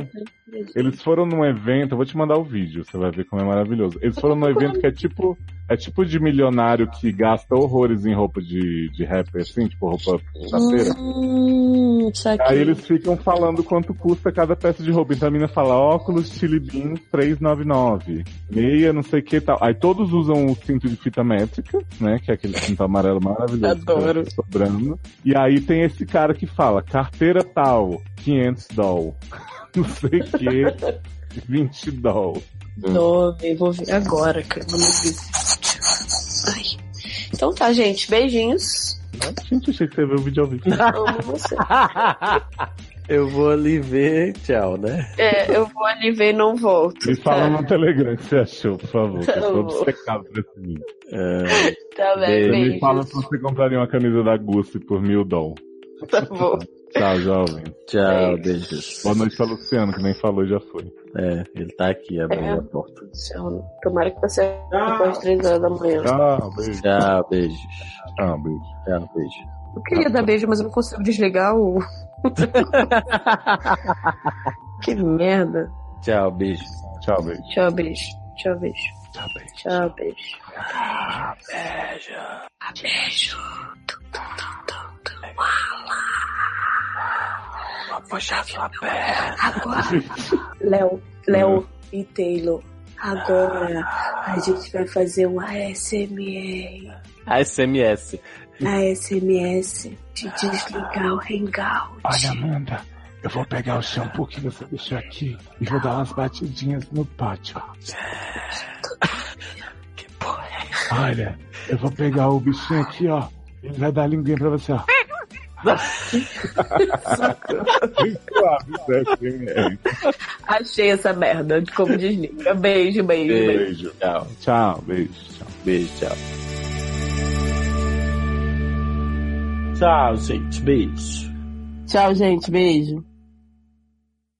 Eles foram num evento, eu vou te mandar o vídeo, você vai ver como é maravilhoso. Eles foram num evento que é tipo. É tipo de milionário que gasta horrores em roupa de, de rapper, assim, tipo roupa da feira. Hum, Aí eles ficam falando quanto custa cada peça de roupa. Então a mina fala óculos, chili beans, 399, meia, não sei o que tal. Aí todos usam o cinto de fita métrica, né? Que é aquele cinto amarelo maravilhoso. que tá Adoro. Sobrando. E aí tem esse cara que fala, carteira tal, 500 doll. Não sei o que, 20 doll. Nome, vou ver agora, cara. Vamos ver. Ai. Então tá, gente. Beijinhos. Gente, achei que você viu o vídeo ao vivo. Amo você. Eu vou ali ver, tchau, né? É, eu vou ali ver e não volto. Me fala no Telegram o que você achou, por favor. Que eu Tá tô bom. obcecado por esse vídeo. Ah, Tá bem, Me beijos. fala se você compraria uma camisa da Gucci por mil doll. Tá bom. Tchau, jovem. Tchau, beijos. Boa noite pra Luciano, que nem falou e já foi. É, ele tá aqui É. abrindo a porta. Tchau. Tomara que você depois das três horas da manhã. Tchau, beijo. Tchau, beijos. Tchau, beijo. Tchau, beijo. Eu queria dar beijo, mas eu não consigo desligar o. que merda. Tchau, beijo. Tchau, beijo. Tchau, beijo. Tchau, beijo. Tchau, beijo. Tchau, beijo. Beijo. Beijo. Vou puxar sua perna. Agora. Léo, Léo e Taylor. Agora a gente vai fazer um ASMR. A SMS. ASMS de desligar o Hangout. Olha, Amanda, eu vou pegar o um shampoo que você deixou aqui e vou dar umas batidinhas no pátio. Que porra Olha, eu vou pegar o bichinho aqui, ó. Ele vai dar a linguinha pra você, ó. Achei essa merda de como desliga. Beijo, beijo, beijo. Beijo. Tchau. Tchau, beijo. Tchau. Beijo, tchau. Tchau, gente. Beijo. Tchau, gente. Beijo.